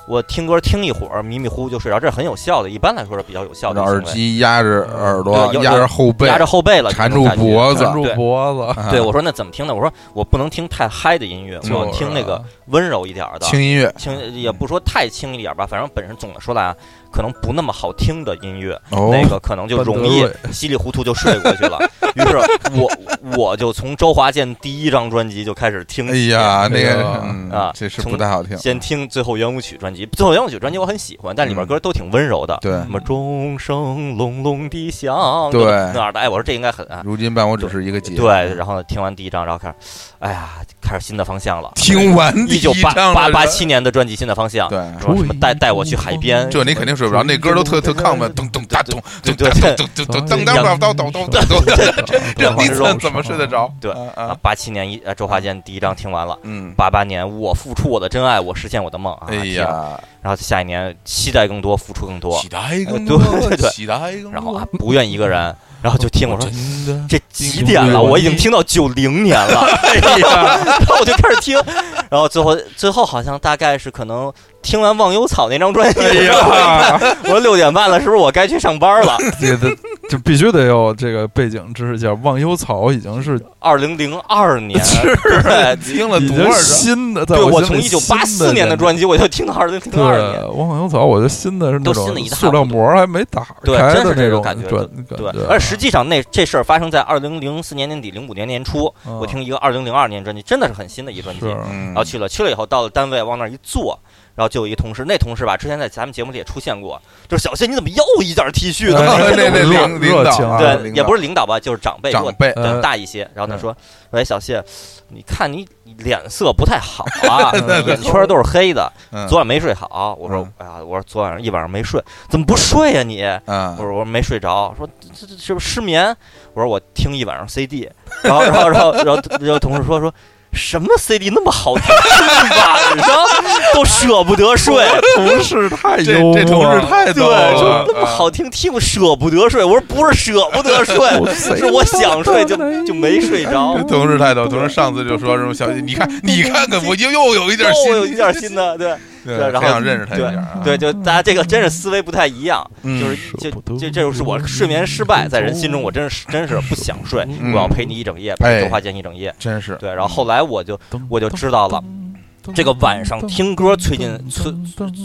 我听歌听一会儿，迷迷糊糊就睡着，这是很有效的。一般来说是比较有效的这行为耳机压着耳朵对，有压着后背，压着后背了，缠这种住感觉脖子缠住脖子，啊对，我说那怎么听呢？我说我不能听太嗨的音乐，我要就是听那个温柔一点儿的，轻音乐，轻也不说太轻一点儿吧，反正本身总的说来啊，可能不那么好听的音乐，哦，那个可能就容易班德稀里糊涂就睡过去 *laughs* 了。于是我我就从周华健第一张专辑就开始听，哎呀，那那个个嗯啊这是从不太好听，先听《最后圆舞曲》专辑，最后摇滚曲专辑我很喜欢，但里面歌都挺温柔的，对什么钟声隆隆地响，对那样的，哎，我说这应该很爱。如今伴我只是一个结。对，然后听完第一张，然后开始，哎呀，开始新的方向了。听完第一九八张八了八七年的专辑《新的方向》，对说什么带带我去海边，嗯这你肯定睡不着，那歌都特特亢奋，咚咚哒咚对咚对哒对咚咚咚咚嗯当当咚 *laughs* 咚咚咚咚，让你怎怎么睡得着？对啊啊啊，，八七年一呃周华健第一张听完了，嗯，八八年我付出我的真爱，我实现我的梦啊！哎天啊，呀，然后下一年期待更多，付出更多期，待更对对对期待更多。然后啊不愿一个人，然后就听嗯我说真的，这几点了？我已经听到九零年了，哎然后我就开始听，然后最后最后好像大概是可能听完《忘忧草》那张专辑，哎呀，我说六点半了，是不是我该去上班了？这个就必须得有这个背景知识，叫忘忧草已经是二零零二年，是对听了已多经少是张？新的，在对，我心从里一九八新的四年的人专辑我就听到二零零二对年。，忘忧草，我觉得新的是那都新种的一塌糊涂塑料膜还没打对开真是的这那种种感觉转感对觉，而实际上那这事儿发生在二零零四年年底、零五年年初，嗯我听一个二零零二年专辑，真的是很新的一专辑。是嗯 *laughs* 然后去了，去了以后到了单位往那儿一坐，然后就有一同事，那同事吧，之前在咱们节目里也出现过，就是小谢你怎么又一件 T 恤呢？那那那 *laughs* 热领领热导情啊，对，领也导不是领导吧，就是长辈，长比我辈对呃大一些。然后他说：“喂，小谢，你看你脸色不太好啊嗯，眼圈都是黑的，嗯昨晚没睡好。”我说嗯：“哎呀，我说昨晚上一晚上没睡，怎么不睡呀、你？”啊我，说我没睡着，说这这是不是失眠？我说我听一晚上 CD，然后然 *laughs* 后然后然后然后同事说说什么 CD 那么好听，晚上都舍不得睡，同事太这幽默了，这同事太对，逗了嗯说，那么好听听我舍不得睡，我说不是舍不 *laughs* 得我睡，谁 *laughs* 是我想睡就能就没睡着这。同事太逗，同事上次就说什么小姐，你看你看看，我又又有一件新，又哦有一件新的，对对，对然后非想认识他一对点啊，对，就大家这个真是思维不太一样，嗯就是舍就不得就这就是我睡眠失败，在人心中我真是真是不想睡，嗯我要陪你一整夜，哎陪周华健一整夜。真是对，然后后来我就我就知道了，这个晚上听歌催进催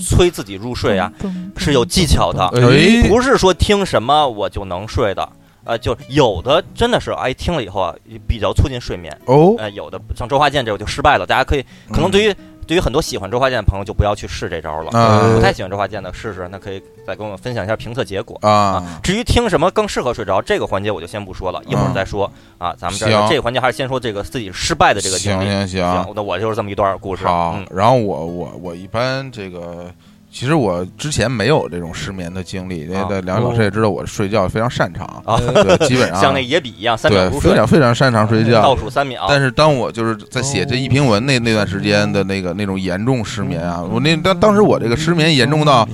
催自己入睡啊，是有技巧的，哎不是说听什么我就能睡的。呃，就有的真的是哎，听了以后啊，比较促进睡眠。哦，嗯呃，有的像周华健这个就失败了，大家可以可能对于、对于很多喜欢周华健的朋友就不要去试这招了。啊不太喜欢周华健的试试，那可以再跟我们分享一下评测结果。啊，至于听什么更适合睡着，这个环节我就先不说了，一会儿再说啊。咱们这嗯行这个环节还是先说这个自己失败的这个经行历。行行，那我就是这么一段故事。好嗯，然后我我我一般这个，其实我之前没有这种失眠的经历，那啊个梁毅老师也知道我睡觉非常擅长，啊，对，基本上 *laughs* 像那野比一样，三秒对入非睡，嗯常非常擅长睡倒哦觉。数三秒。但是当我就是在写这一篇文那那段时间的那个那种严重失眠啊，我那当当时我这个失眠严重到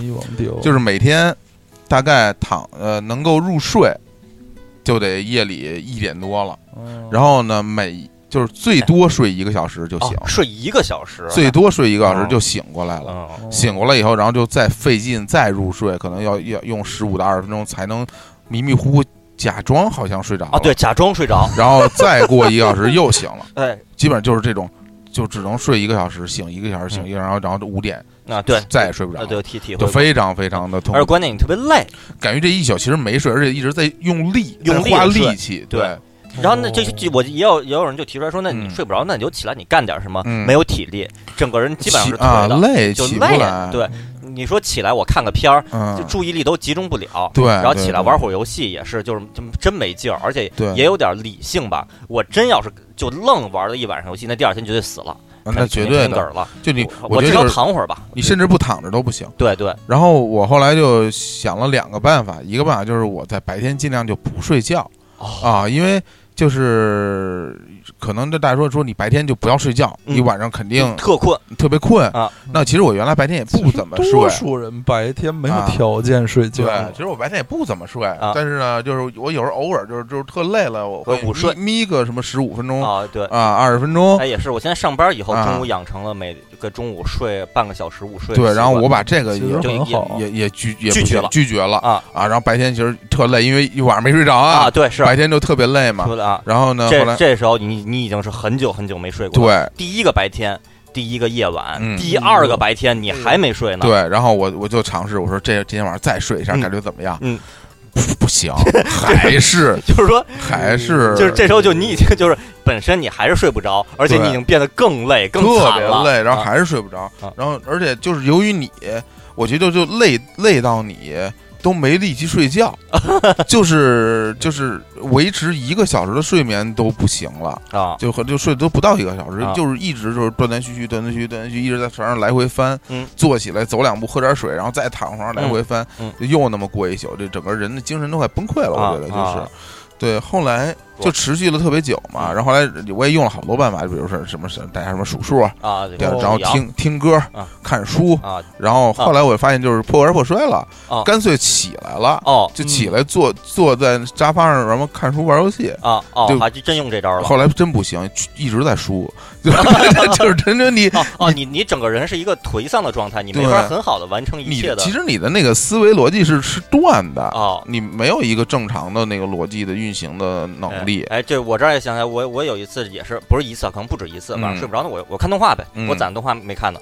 就是是每天大概躺呃能够入睡，就得夜里一点多了。哦嗯然后呢，每就是最多睡一个小时就哦醒，睡一个小时，最多睡一个小时就哦醒过来了。嗯，啊醒过来以后，然后就再费劲再入睡，可能要要用十五到二十分钟才能迷迷糊糊假装好像睡着了啊，对，，假装睡着，然后再过一个小时又醒了， *laughs* 哎，基本上就是这种，就只能睡一个小时，醒一个小时，嗯醒一个，然后然后五点啊，对，再也睡不着啊，了，对，体体就会过。非常非常的痛而且苦，关键你特别累，感觉这一宿其实没睡，而且一直在用力，用在力花地睡力气，对对，然后那这这我也有也有人就提出来说，那你哦嗯睡不着，那你就起来，你干点什么？嗯没有体力，整个人基本上起是啊颓的，累就起不累来，。对，嗯你说起来我看个片儿，就嗯，注意力都集中不了。对，然后对起来对玩会儿游戏也是，就是就真没劲儿，而且对也有点理性吧。我真要是就愣玩了一晚上游戏，那第二天绝对死了，啊那绝对肯定的，梗了。就你，我我我觉至得少就是躺会儿吧。你甚至不躺着都不行。对对，然后我后来就想了两个办法，一个办法就是我在白天尽量就不睡觉哦，啊，因为就是可能这大家说说你白天就不要睡觉，嗯你晚上肯定特困，特别困啊那其实我原来白天也不怎么多睡。数人白天没有啊条件睡觉，对，其实我白天也不怎么睡，啊但是呢，就是我有时候偶尔就是就是特累了，我会会午睡眯眯个什么十五分钟啊，对。啊二十分钟哎，，也是，我现在上班以后，啊中午养成了每个中午睡半个小时午睡的习对，惯。然后我把这个其也实就很好。也也拒也拒绝了拒绝了啊啊，然后白天其实特累，因为一晚上没睡着啊，对，是白天就特别累嘛，说的啊。然后呢，后这来这时候你你已经是很久很久没睡过了。对对，第一个白天，第一个夜晚，嗯第二个白天你还没睡呢。对，然后我我就尝试，我说这今天晚上再睡一下，嗯感觉怎么样？嗯 *laughs* *laughs* 不，不行，还是就是说，还是就是这时候就你已经就是 *laughs* 本身你还是睡不着，而且对你已经变得更累、更特惨别了。累，然后啊还是睡不着啊，然后而且就是由于你，我觉得就累累到你都没力气睡觉， *laughs* 就是就是维持一个小时的睡眠都不行了，啊，就和就睡都不到一个小时啊，就是一直就是断断续续、断断续续、断断续续，一直在床上来回翻嗯，坐起来走两步，喝点水，然后再躺床上来回翻嗯，就又那么过一宿，这整个人的精神都快崩溃了，啊我觉得就啊是，对，后来。就我持续了特别久嘛，嗯然后后来我也用了好多办法，比如说什么什么大家什么数数啊，啊，对，这个然后后摇听听歌啊、看书，啊，然后后来我发现就是破罐破摔了啊，干脆起来了，哦就起来坐坐在沙发上，然后看书玩游戏。啊哦，就还真用这招了。后来真不行，一直在 *laughs* 输， *laughs* 就是就是真真你哦哦，你你整个人是一个颓丧的状态，你没对法很好的完成一你切的其实你的那个思维逻辑是是断的，哦。你没有一个正常的那个逻辑的运行的能力。哎，哎对我这儿也想起来，我我有一次也是，不是一次啊，可能不止一次，晚上嗯睡不着呢，我我看动画呗，嗯我攒动画没看呢，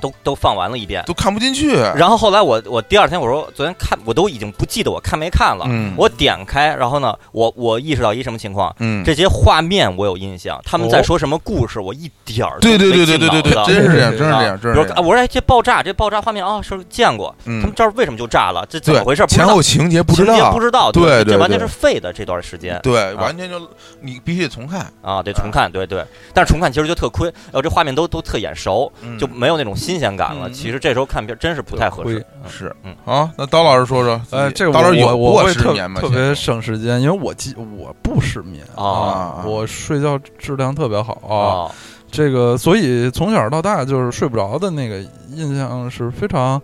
都都放完了一遍。都看不进去，然后后来我我第二天我说昨天看我都已经不记得我看没看了，嗯我点开，然后呢，我我意识到一什么情况，嗯，这些画面我有印象，他们在哦说什么故事，我一点儿都对对没对进对对对脑对，子真是这样，对真是这样，比真是如这啊样。我说哎，这爆炸，这爆炸画面啊，是不是见过，他嗯们，这儿为什么就炸了？这怎么对回事？，不知前道后情节不知情节道不，知道，对对这完全是对废的这段时间对，啊完全就你必须得重看，啊，得重看，对对。但是重看其实就特亏，呃，这画面都都特眼熟，嗯就没有那种新鲜感了。嗯其实这时候看片真是不太合适是，嗯啊，那刀老师说说，呃，这刀老我师有我我过会失特眠吗？特别省时间，因为我记我不失眠哦啊我睡觉质量特别好啊。哦这个所以从小到大就是睡不着的那个印象是非常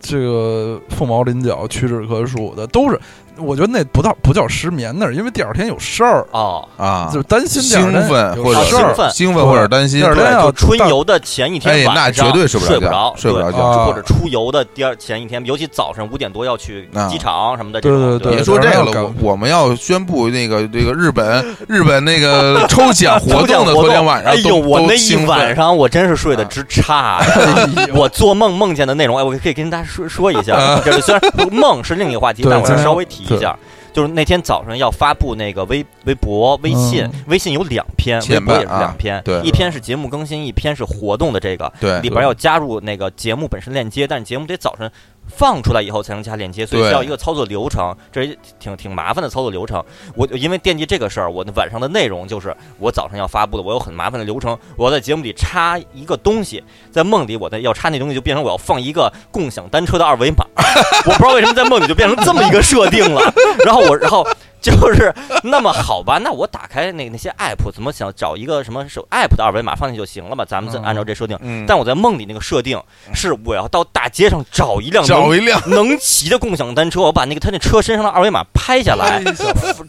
这个凤毛麟角、屈指可数的，都是我觉得那不到不叫失眠，那是因为第二天有事儿，哦，啊，就是担心第兴二天奋有或者事儿兴奋兴奋或者担心，对对对哎呀就春游的前一哎天晚上那绝对睡不着睡不觉睡不着着，对觉就或者出游的第二前一天，尤其早上五点多要去啊机场什么的，这对种对别对说这个对了，对我我们要宣布那个这个日 *laughs* 本日本那个抽奖活抽奖动的昨天晚上哎都，呦，我都那兴一奋啊晚上我真是睡得直差 *laughs* 啊呀、我做梦梦见的内容，哎，我可以跟大家说说一啊下，就是虽 *laughs* 然梦是另一个话题，对但我咱是们稍微提一下。就是那天早上要发布那个微微博、微信，嗯微信有两篇，微前博半也是两啊篇，对一篇是节目更新，一篇是活动的这个对里边要加入那个节目本身链接，但是节目得早晨放出来以后才能加链接，所以对需要一个操作流程，这也挺挺麻烦的操作流程。我因为惦记这个事儿，我的晚上的内容就是我早上要发布的，我有很麻烦的流程，我要在节目里插一个东西，在梦里我的要插那东西就变成我要放一个共享单车的二维码， *laughs* 我不知道为什么在梦里就变成这么一个设定了。然后我，然后就是那么好吧，那我打开那那些 app，怎么想找一个什么手 app 的二维码放进去就行了嘛？咱们再按照这设定。嗯，但我在梦里那个设定嗯是我要到大街上找一辆找能一辆 *laughs* 能骑的共享单车，我把那个他那车身上的二维码拍下来，哎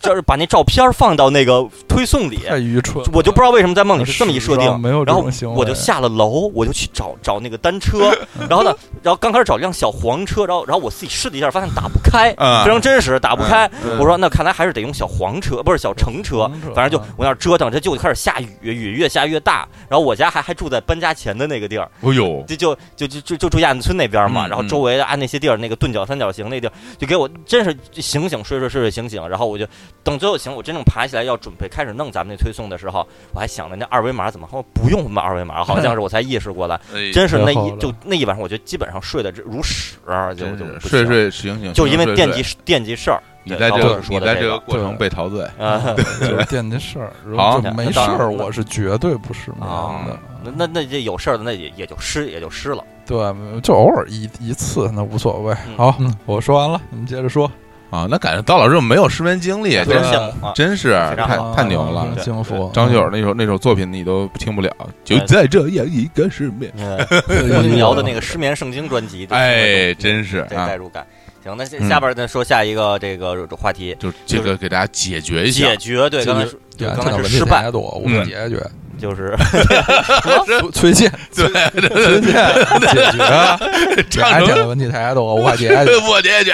就是把那照片放到那个推送里。太愚蠢了，我就不知道为什么在梦里是这么一设史上定，没哎有这然后种行为，我就下了楼，我就去找找那个单 *laughs* 车，然后呢，然后刚开始找一辆小黄车，然后然后我自己试了一下，发现打不开，啊非常真实，打不啊开。嗯我说那看来还是得用小黄车，不是小乘车黄车，反正就啊我那儿折腾，这就开始下雨，雨越下越大。然后我家还还住在搬家前的那个地儿，哎呦，就就就就就就住亚运村那边嘛，嗯然后周围的啊那些地儿，那个钝角三角形那地儿，就给我真是醒醒睡睡睡睡醒醒，然后我就等最后醒，我真正爬起来要准备开始弄咱们那推送的时候，我还想着那二维码怎么，我不用码二维码，好像是我才意识 *laughs* 过来，哎真是那太好一了就那一晚上，我觉得基本上睡得如屎，啊就真就是不睡行，睡醒醒，就因为睡惦睡记惦记事儿，你对在高这老个师说你的在这这个个过程对被淘汰，啊。就是惦记事儿，然好后就没事那当儿，然哦我是绝对不失眠的。 *laughs* 那那那这有事儿的那也也就失也就失了，对，就偶尔一一次那无所谓嗯。好，我说完了，你们接着说。啊，那感觉刀老师没有失眠经历，也真真对是羡慕啊！真是常太好啊太牛了真。幸福。张学友那首那首作品你都听不了，就对在这样一个失眠。 *laughs* 嗯郭郭 *laughs* 靖瑶的那个《失眠圣经》专辑，嗯哎，真是这啊代！入感。行，那这嗯下边再说下一个这个话题，就这个给大家解决一下解，决对这刚才个说对，刚这才个是问失题败，太多，无嗯法解 *laughs* 决。就是 *laughs* *laughs* 崔健，对，崔健解决， *laughs* 张还成讲的问题太多，无法解决。我解决，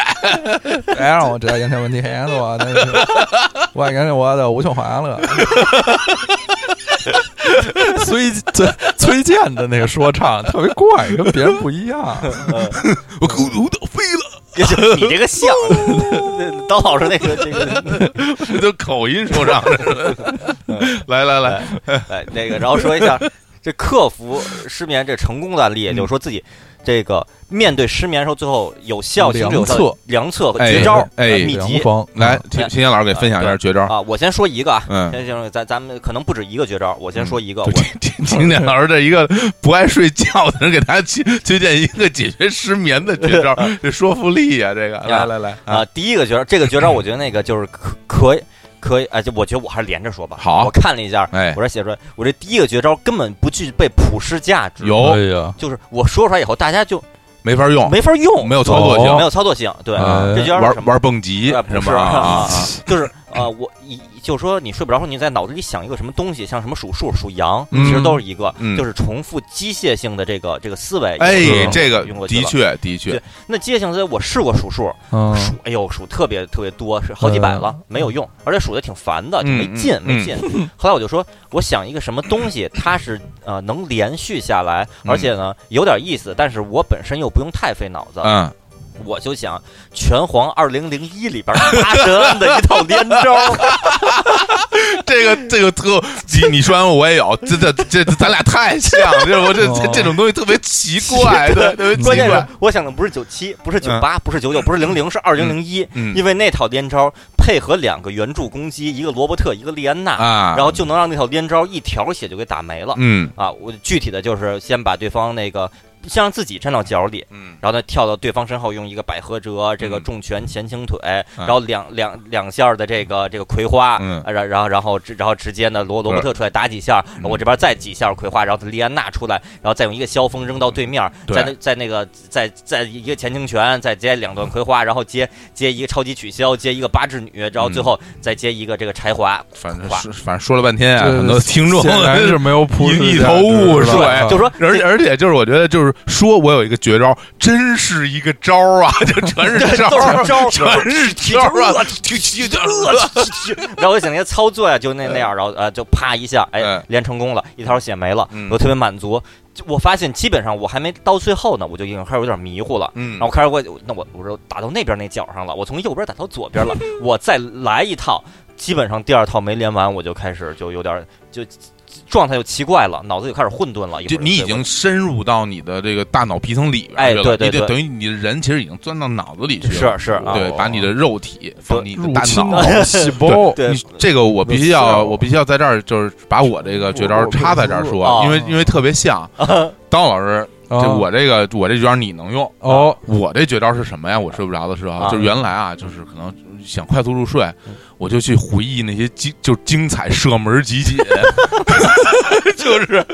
别让我知道眼前问题太 *laughs* 多，真啊是我感觉我的无穷欢乐。崔崔崔健的那个说唱特别怪，跟别人不一样。我孤独的飞了。就你这个像， *laughs* 刀老师那个这个，这都口音说唱的。 *laughs* 来来来，哎，那个，然后说一下这克服失眠这成功的案嗯例，也就是说自己这个面对失眠的时候，最后有效行之有良效策良策和哎绝招儿哎呃秘良籍方来，嗯秦秦岩老师给分享一下绝招。啊！我先说一个啊，嗯，先先咱咱们可能不止一个绝招，我先说一个，就我这这秦岩老师这一个不爱睡觉的人，给大家推推荐一个解决失眠的绝招， *laughs* 这说服力呀，这个来来来啊，，第一个绝招，这个绝招，我觉得那个就是可可以可以，哎，就我觉得我还是连着说吧。好我看了一下，哎我，这写出来，我这第一个绝招根本不具备普世价值，哎有呀，就是我说出来以后，大家就没法用，没法用，哦没有操作性没有操作性。对，啊哎这绝招是什玩么？玩蹦极哎不什是么啊啊啊就是呃，我一就说你睡不着时候，你在脑子里想一个什么东西，像什么数数、数羊，嗯其实都是一个，嗯就是重复机械性的这个这个思维。哎，嗯这个用过去的了确的确对，那机械性思维，我试过数数，嗯，数，哎呦，数特别特别多，是好几百了，没有用，而且数的挺烦的，就没劲，嗯嗯嗯没劲。后来我就说，我想一个什么东西，它是呃能连续下来，嗯而且呢有点意思，但是我本身又不用太费脑子，嗯，我就想《拳皇二零零一》里边八神恩的一套 *laughs* 连招，这个这个特，你你说完我也有，这这这这咱俩太像了，就是我这这这种东西特别奇怪，对，特别嗯关奇键是怪，我想的不是九七，不是九八，不是九九，不是零零，是二零零一，嗯因为那套连招配合两个援助攻击，一个罗伯特，一个莉安娜，啊，然后就能让那套连招一条血就给打没了。嗯啊，我具体的就是先把对方那个先让自己站到角里，嗯然后呢跳到对方身后，用一个百合折，这个嗯重拳前倾腿，然后两两两下儿的这个这个葵花，嗯啊然然后然后直然后直接呢罗罗伯特出来打几下，然后我这边再几下葵花，然后莉安娜出来，然后再用一个萧峰扔到对面，嗯对在那在那个在在一个前倾拳，再接两段葵花，然后接接一个超级取消，接一个八智女，然后嗯最后再接一个这个 *laughs* 柴华，反正是反正说了半天啊，这很多听众显然是没有普世价值 *laughs* 一一头雾水是吧就说而且而且就是我觉得就是说我有一个绝招，真是一个招儿啊，就全是招都儿是，招儿全是招儿啊，就就就 *laughs* 然后我想那些操作呀、就那那样，然后呃，就啪一下，哎哎，连成功了，一条血没了嗯，我特别满足。就我发现基本上我还没到最后呢，我就已经开始有点迷糊了。嗯然后开始我那我我说打到那边那角上了，我从右边打到 *laughs* 左边了，我再来一套，基本上第二套没连完，我就开始就有点就状态就奇怪了，脑子就开始混沌了。一会就儿你已经深入到你的这个大脑皮层里边去了，哎对对你就对等于你的人其实已经钻到脑子里去了，是是啊，对，把你的肉体放你的入大侵脑。 *laughs* 脑 *laughs* 细胞，对你这个我必须入侵要，了我必须要在这儿，就是把我这个绝招插在这儿说，哦因为因为特别像刀老师，啊这我这个我这绝招你能用，哦，我这绝招是什么呀？我睡不着的时候，啊就是原来啊，就是可能想快速入睡嗯，我就去回忆那些精，就精彩射门集锦， *laughs* 就是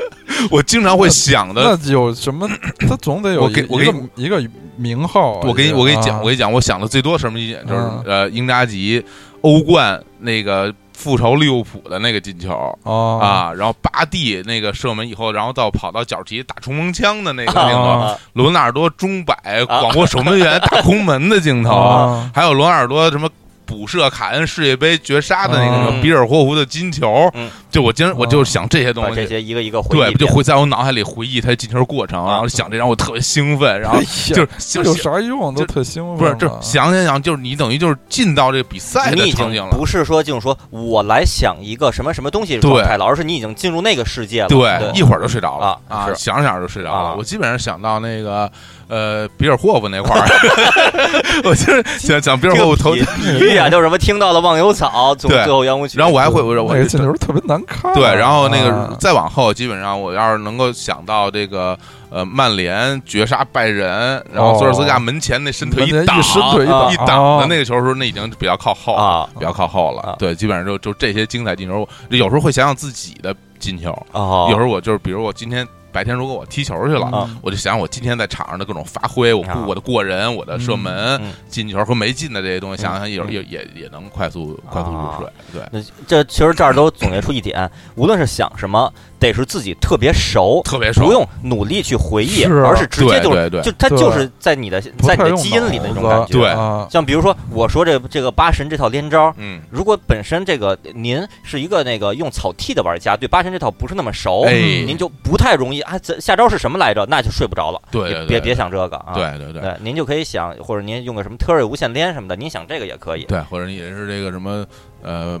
我经常会想那的。有什么？他总得有我给一我给一个一个名号啊。我给你，这我个给你讲，啊我给你讲，我想的最多什么集锦就是嗯呃，英扎吉欧冠那个复仇利物浦的那个进球，哦，啊，然后巴蒂那个射门以后，然后到跑到角旗打冲锋枪的那个镜头，啊罗纳尔多中摆广播守门员打空门的镜头，啊还有罗纳尔多什么。补射卡恩世界杯绝杀的那个什么嗯比尔霍胡的金球嗯，就我经我就想这些把东这西，些一个一个回忆对，一遍，就回在我脑海里回忆他进球过程，啊然后想这让我特别兴奋，然后哎呀就是这就有是啥用？就都特兴奋了。啊不是就是 *laughs* 想想想，就是你等于就是进到这个比赛你的已场景经了，不是说就是说我来想一个什么什么东西的对状态了，而是你已经进入那个世界了。对，一对，会儿就睡着了啊，啊是想着想着就睡着了。啊我基本上想到那个呃比尔霍夫那块儿， *laughs* 我就是想想比尔这霍夫个头比，比喻啊，就是什么听到了忘忧草，从对最后圆舞曲，然后我还会我那我个进球特别难看啊。对，然后那个啊再往后，基本上我要是能够想到这个呃曼联绝杀拜仁，然后哦索尔斯克亚门前那身腿门前挡一伸腿一啊挡一挡的哦那个球的时候，那已经比较靠后了，啊比较靠后啊了。对，基本上就就这些精彩进球，有时候会想想自己的进球，有时哦，候我就是比如我今天白天如果我踢球去了。嗯啊我就想我今天在场上的各种发挥，我啊我的过人、我的射门、嗯进球和没进的这些东西，想想也嗯也也也能快速快速入啊睡。对，那这其实这儿都总结出一点，无论是想什么，得是自己特别熟，特别不爽。用努力去回忆，是啊而是直接对就对是对就它对就是在你的不在太你的用基因里的脑那种子感觉。对 *laughs* 啊像比如说我说这这个八神这套连招，嗯，如果本身这哦嗯个您是一个那个用草剃的玩家，对八神这套不是那么熟，哎您就不太容易啊这下招是什么来着，那就睡不着了。对也对别别对想这个啊。对对对对，您就可以想，或者您用个什么特瑞无线连什么的，您想这个也可以。对，或者你也是这个什么呃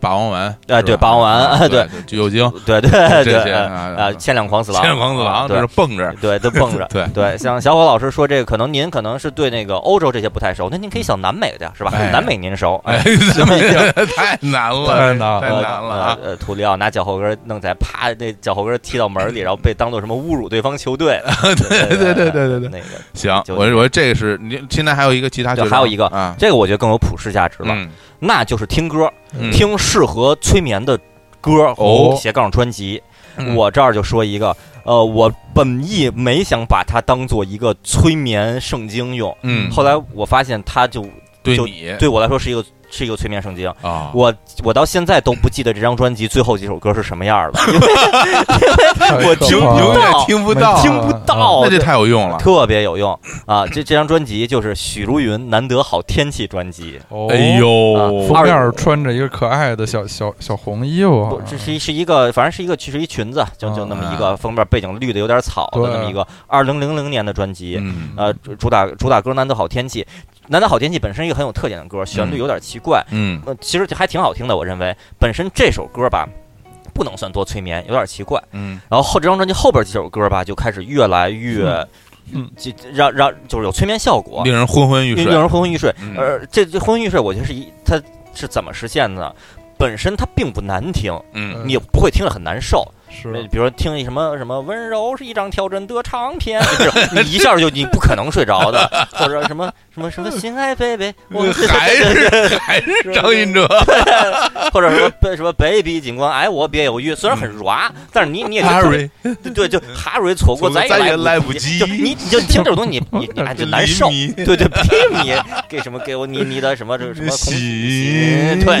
霸王丸，哎是吧对霸王丸啊哎对，橘右京 *laughs* 对对 *laughs* 这对，些啊，啊啊限量狂死千狼，年王子啊郎这对是蹦着，。对，都蹦着 *laughs* 对对，像小伙老师说这个，可能您可能是对那个欧洲这些不太熟，那您可以想南美的呀，是吧？哎南美您熟，哎，哎， *laughs* 这么 *laughs* 太难了，太难 *laughs* 了太难了呃啊！呃，图利奥拿脚后跟儿弄在，啪，那脚后跟儿踢到门里，然后被当做什么侮辱对方球队？对 *laughs* 对对对对对那个行，就我我说这个是你现在还有一个其他就角色吗，还有一个啊，这个我觉得更有普世价值了，嗯，那就是听歌，嗯听适合催眠的歌哦和斜杠专辑。嗯我这儿就说一个，呃，我本意没想把它当做一个催眠圣经用，嗯后来我发现它就对就你对我来说是一个是一个催眠圣经。哎啊，我我到现在都不记得这张专辑最后几首歌是什 *laughs* 么样了，因为我听听不永 *laughs* 到远听不没到，听不哦到，那这太有用了。特别有用啊！这这张专辑就是许茹芸难得好天气专辑，哎，哦呦啊，封面穿着一个可爱的小小小红衣服啊不哦好，这像，嗯是一是一个，反正是一个其实一裙子，就就那哎么一个封面背景绿的有点草的对那么一个二零零零年的专辑，嗯呃，主主打主打歌《难得好天气》，《难得好天气》本身一个很有特点的歌，旋律有点奇怪，嗯呃，其实还挺好听的，我认为本身这首歌吧。不能算多催眠，有点奇怪。嗯然后后这张专辑后边几首歌吧，就开始越来越，嗯就让让就是有催眠效果，令人昏昏欲令睡令。人昏昏欲睡。嗯而这这昏昏欲睡，我觉得是一它是怎么实现的呢？本身它并不难听，嗯嗯你也不会听着很难受。呃是比如说听一什么什么温柔是一张挑针的长篇，就这种你一下就你不可能睡着的，或者什么什么什么心爱 baby，我还是还是张信哲， *laughs* 或者什么被什么 baby 警官，哎，我别犹豫，虽然很软，但是你你也觉得 Harry，对，就哈瑞错错过过咱咱也也来不不及就你你就听这种东西，你你你哎就难受，黎明对对，比你给什么给我你你的什么这个什么空喜对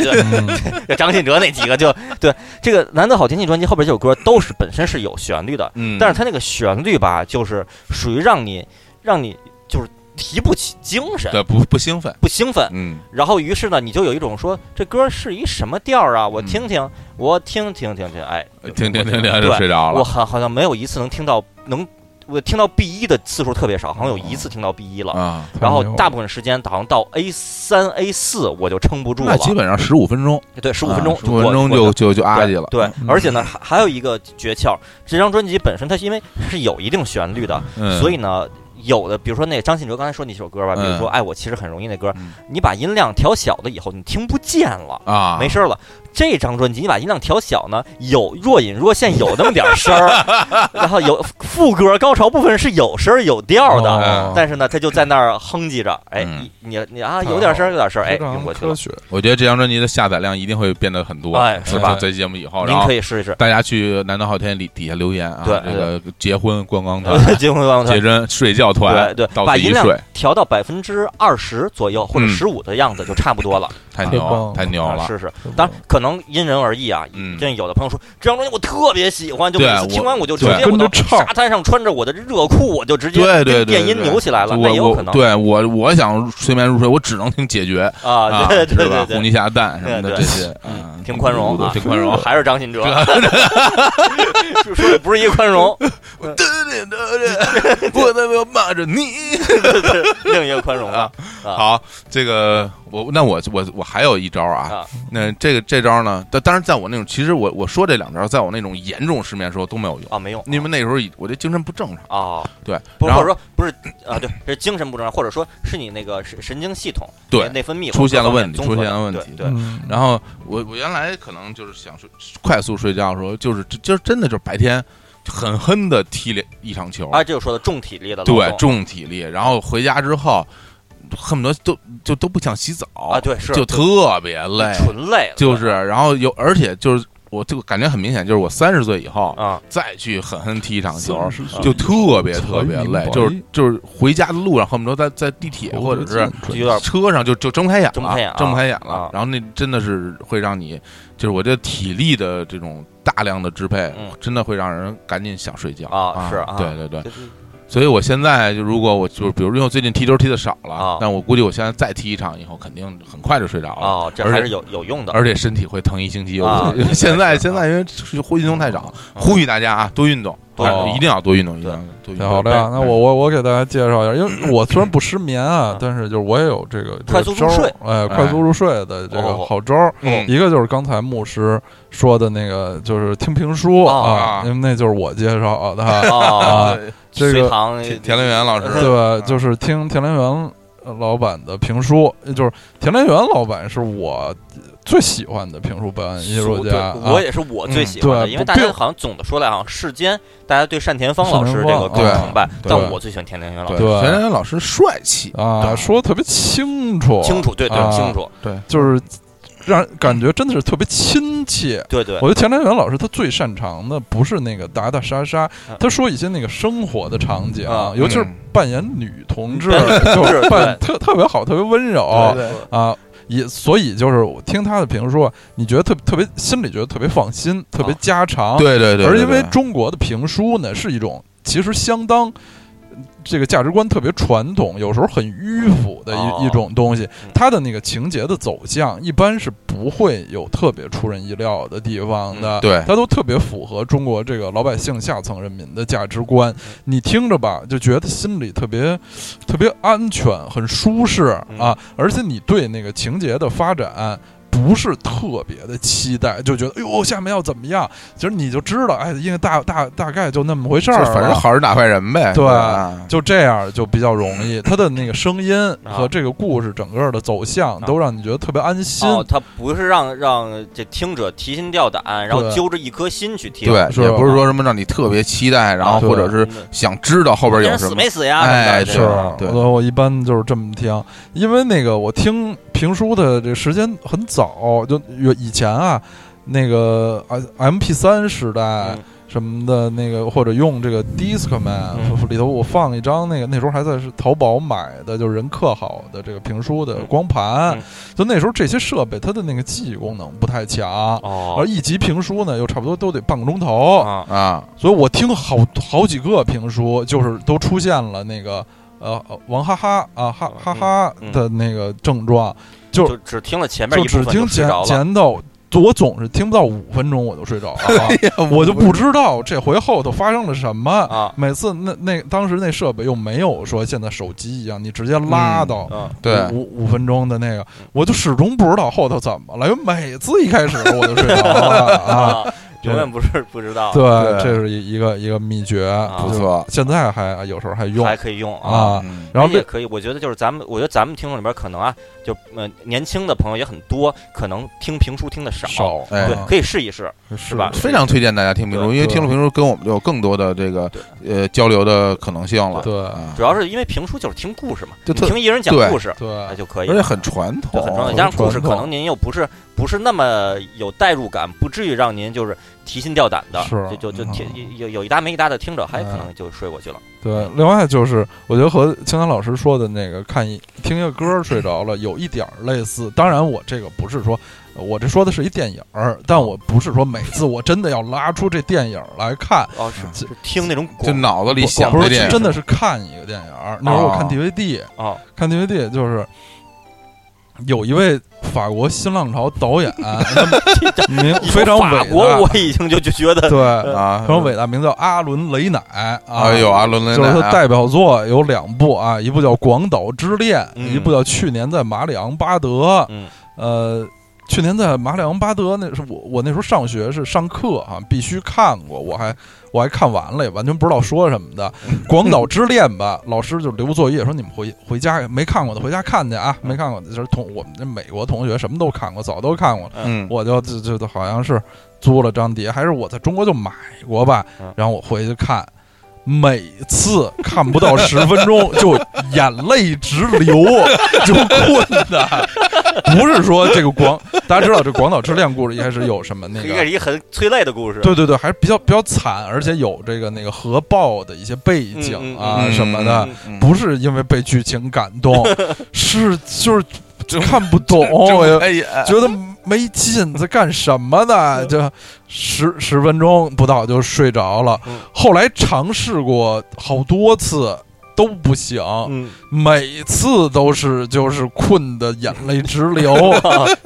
*laughs* 对，嗯就张信哲那几个就对这个《难得好天气》专辑后边这首歌都是本身是有旋律的，嗯，但是它那个旋律吧，就是属于让你让你就是提不起精神，对不不兴奋，不兴奋。嗯然后于是呢，你就有一种说这歌是一什么调儿啊？我嗯听听，我听听听听，哎，听听听听就对睡着我了，好好像没有一次能听到能我听到 B 一的次数特别少，好像有一次听到 B 一了。啊， *laughs* 然后大部分时间好像到 A 三 A 四我就撑不住那了，基本上十五分钟，啊对，十五分钟，十五分钟就就就阿对去了，对，嗯而且呢，还还有一个诀窍，这张专辑本身它是因为是有一定旋律的，嗯，所以呢，有的比如说那张信哲刚才说那首歌吧，比如嗯说《爱我其实很容易》那歌嗯，你把音量调小了以后，你听不见了。啊，没事儿了，这张专辑你把音量调小呢，有若隐若现，有那么点儿声儿， *laughs* 然后有副歌高潮部分是有声儿有调儿的，啊哦但是呢，他就在那儿哼唧着，哎，嗯你你你啊，有点声儿，有点声儿，哎，非晕常过去科了，学，我觉得这张专辑的下载量一定会变得很多，哎是吧就在节目以后，您然后可以试一试。大家去南岛好天里底下留言啊，对这个结婚观光团、 *laughs* 结婚观光结团真睡觉团，对对到把此啊一音量睡，调到百分之二十左右或者嗯十五的样子就差不多了。太牛太棒了，了太牛啊了。试试。当然，可能因人而异啊。嗯真有的朋友说这张专辑我特别喜欢，就对每次听完我就直对接跟我着到唱沙滩上穿着我的热裤，我就直接对对对跟电音对扭起来了，那也我有可我能对我我想催眠入睡，我只能听解决啊，对是对吧？对红对，泥下蛋什么的对对这些，嗯啊挺宽容啊挺宽 *laughs* 容。还是张信哲， *laughs* 说说的不是一个宽容，我的要骂着 *laughs* 你。另一个宽 *laughs* 容啊。啊好，这个我那我我我还有一招啊啊，那这个这招呢，但当然在我那种，其实我我说这两招，在我那种严重失眠的时候都没有用。啊，没用，因为那时候已我这精神不正常，啊，对，不是然或后者说不是啊，对，是精神不正常，或者说是你那个神神经系统对内分泌出现了问题各方出面现了问综合题的对对，嗯，然后我我原来可能就是想睡快速睡觉的时候，就是就就真的就是白天狠狠的踢了一场球，啊，这就说的重体力的劳对动重体力，然后回家之后恨不得都就都不想洗澡啊，对是就特别累，纯累了，就是然后有而且就是我这个感觉很明显，就是我三十岁以后啊，再去狠狠踢一场球三。十岁就特别特别累才明白，嗯就是就是回家的路上恨不得在在地铁或者是就有点车上就就睁不开眼了，哦睁不开眼啊不开眼了啊然后那真的是会让你，就是我这体力的这种大量的支配，嗯真的会让人赶紧想睡觉啊是啊对对对。就是所以我现在就如果我就是比如因为我最近踢球踢的少了，啊但我估计我现在再踢一场以后，肯定很快就睡着了。哦，这而还且是有有用的。而且身体会疼一星期。有啊 *laughs* 现这在个是现在因为运动太少，呼吁大家啊，多运动，多哎运动一定要多运动，一定要多运太动。好了呀！那我我我给大家介绍一下，因为我虽然不失眠啊嗯，但是就是我也有这个这个快速入招儿睡哎，快速入睡的这个哦好招儿。嗯一个就是刚才牧师说的那个，就是听评书哦啊，因为那就是我介绍 *laughs* 的啊，*laughs* 哦，啊这个隋唐田田连元老师，对吧？就是听田连元老板的评书，呃就是田连元老板是我最喜欢的评书表演艺术家啊。我也是我最喜欢的，嗯对因为大家并好像总的说来，好像世间大家对单田芳老师这个单啊更田芳崇拜，对但对我最喜欢田连元老嗯对，师，对田连元老师帅气，啊，说的特别清楚，清楚，对对啊，清楚，对，就是让感觉真的是特别亲切。对对我觉得田连元老师他最擅长的不是那个打打杀杀嗯，他说一些那个生活的场景啊，尤其是嗯扮演女同志，对就是对扮特特别好，特别温柔对啊。也所以就是我听他的评说，你觉得特特别心里觉得特别放心，特别家常。，对对对，啊而对因为对中国的评书呢是一种其实相当。这个价值观特别传统，有时候很迂腐的一、哦一种东西嗯，它的那个情节的走向一般是不会有特别出人意料的地方的，嗯对它都特别符合中国这个老百姓下层人民的价值嗯观。你听着吧，就觉得心里特别特别安全，很舒适嗯啊，而且你对那个情节的发展。不是特别的期待，就觉得哎呦，下面要怎么样？其实你就知道，哎，因为大大大概就那么回事就儿是了，反正好人打坏人呗，对吧就这样就比较容易。他的那个声音啊和这个故事整个的走向啊都让你觉得特别安心，哦，他不是让让这听者提心吊胆，然后对揪着一颗心去听，对，是也不是说什么让你特别期待，然后对或者是嗯想知道后边有别人什死么没，死呀？哎什是啊么的吧对我我一般就是这么听，因为那个我听评书的这个时间很早，就有以前啊，那个啊 M P 三时代嗯什么的，那个或者用这个 Discman、嗯里头，我放一张那个那时候还在是淘宝买的，就是人刻好的这个评书的嗯光盘，嗯就那时候这些设备它的那个记忆功能不太强。而哦一集评书呢，又差不多都得半个钟头，啊啊，所以我听好好几个评书，就是都出现了那个呃王哈哈啊哈哈哈嗯嗯的那个症状，就就只听了前面就一部只分听睡前着了，前头，我总是听不到五分钟我就睡 *laughs* 着了，我就不知道这回后头发生了什么。啊每次那那当时那设备又没有说现在手机一样，你直接拉到嗯对，五五分钟的那个，我就始终不知道后头怎么了，因为每次一开始我就睡着 *laughs* 了啊。啊，永远不是不知道，对，对这是一一个一个秘诀，啊不就是错，现在还有时候还用还可以用啊。啊。嗯然后也这可以，我觉得就是咱们，我觉得咱们听众里边可能啊，就呃年轻的朋友也很多，可能听评书听的少，少嗯哎对，可以试一试，以是吧？非常推荐大家听评书，对因为对听了评书跟我们就有更多的这个呃交流的可能性了，对啊主要是因为评书就是听故事嘛，就你特听一人讲对故事那对，就可以，而且很传统对，很重要。很加上故事，传统可能您又不是不是那么有代入感，不至于让您就是提心吊胆的，是就就就嗯听有有一搭没一搭的听着，还哎可能就睡过去了。对。另外就是，我觉得和青山老师说的那个看一听一个歌儿睡着了，有一点儿类似。当然，我这个不是说。我这说的是一电影儿，但我不是说每次我真的要拉出这电影儿来看，哦，是嗯是听那种就广脑子里我想不的是电真影，的是看一个电影儿。那时候我看哦 DVD，、哦看 DVD 就是有一位法国新浪潮导 *laughs* 演，他名你说非常法伟国，大，我已经就就觉得对，啊非，常伟大，名叫阿伦雷乃啊，哎呦，阿伦雷就是奈他啊，代表作有两部啊，一部叫《广岛之恋》，嗯一部叫《去年在马里昂巴德》。嗯，呃，去年在马里昂巴德那是我我那时候上学是上课哈、必须看过，我还我还看完了，也完全不知道说什么的。嗯《广岛之恋》吧，老师就留作业说你们回回家没看过的回家看去嗯啊，没看过的就是同我们这美国同学什么都看过，早都看过了。嗯，我就就就就好像是租了张碟，还是我在中国就买过吧嗯，然后我回去看，每次看不到十分钟就眼泪直流，啊就困的。不是说这个广，大家知道这广岛之恋故事一开始有什么那应该个。是一个很催泪的故事。对对对，还是比较比较惨，而且有这个那个核爆的一些背景啊嗯嗯嗯什么的，嗯嗯不是因为被剧情感 *laughs* 动，是就是看不懂，哦我也哎呀， *laughs* 觉得没劲，在干什么嗯呢？就十十分钟不到就睡着了嗯。后来尝试过好多次，都都不行，嗯，每次都是就是困的眼泪直 *laughs* 流，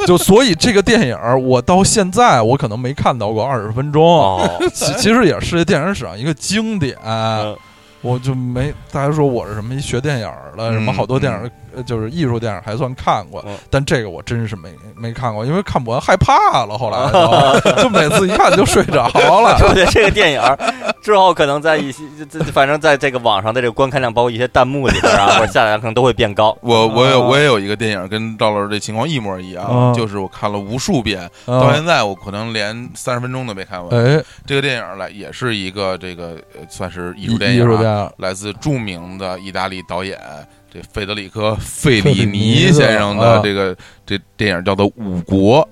就所以这个电影儿我到现在我可能没看到过二十分 *laughs* 钟， *laughs* 哦，其其实也是电影史上一个经典。嗯我就没大家说我是什么一学电影儿的，嗯什么好多电影儿、呃就是艺术电影儿还算看过，嗯但这个我真是没没看过，因为看不完害怕了，后来就就每次一看就睡着 *laughs* 了。我觉得这个电影儿之后，可能在一些，这这反正在这个网上的这个观看量，包括一些弹幕里边 *laughs* 啊，或者下载量，可能都会变高。我我有啊我也有一个电影跟赵老师这情况一模一啊样，就是我看了无数遍，到嗯现在我可能连三十分钟都没看完。哎，这个电影来也是一个这个呃算是艺艺术电艺影术啊，电影，来自著名的意大利导演这费德里科·费费里里尼尼的先生啊的这个这电影叫做《五国》，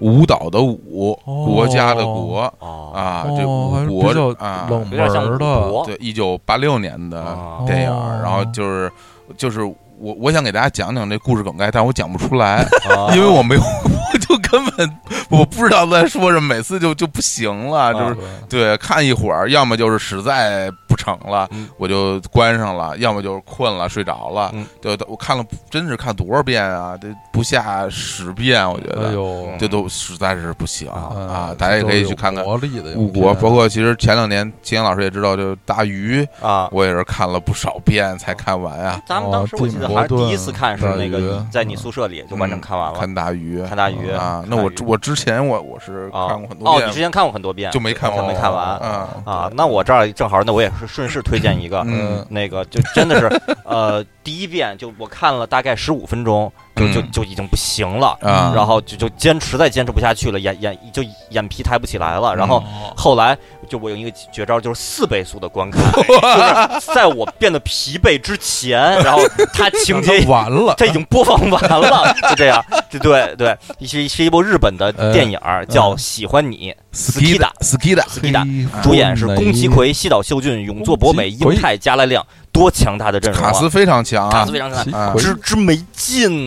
舞蹈的舞，哦国家的国哦，啊，这哦，还五是比国较啊，冷有门点像儿赌的。博对，一九八六年的啊电影，哦然后就是就是我我想给大家讲讲这故事梗概，但我讲不出 *laughs* 来， *laughs* 因为我我没有，我就根本我不知道在说什么，每次就就不行了，就是对对，看一会儿，要么就是实在不成了，嗯我就关上了；要么就是困了，睡着了。嗯对，我看了，真是看多少遍啊？这不下十遍，我觉哎得，呦，这都实在是不行啊嗯啊！大家也可以去看看这《都是有魔力的误影片国》，包括其实前两年秦岩老师也知道，就《大鱼》，啊，我也是看了不少遍才看完啊。咱们当时我记得还是第一次看是那哦蒂姆伯个顿在你宿舍里就完整看完嗯了，看《大鱼》看大鱼啊，那我看大鱼我之前我我是啊，看过很多哦，你之遍，前看过很多遍就没看就完，没看完啊啊？那我这儿正好，那我也是顺势推荐一个，嗯嗯， *laughs* 那个就真的是呃，第一遍就我看了大概十五分钟，就就嗯就已经不行了，啊，然后就就坚持再坚持不下去了，眼眼就眼皮抬不起来了，然嗯后。后来就我有一个绝招，就是四倍速的观看，就是在我变得疲惫之前，然后它情 *laughs* 节那完了，它已经播放完了，就这样，就对对，是是一部日本的电影儿叫《喜欢你》，Skida *laughs* Skida， Skida，主演是宫崎葵、西岛秀俊、永作博美、嗯宫崎葵英泰加莱亮，多强大的阵容啊！卡斯非常强卡啊斯，非常强崎啊葵之之没 劲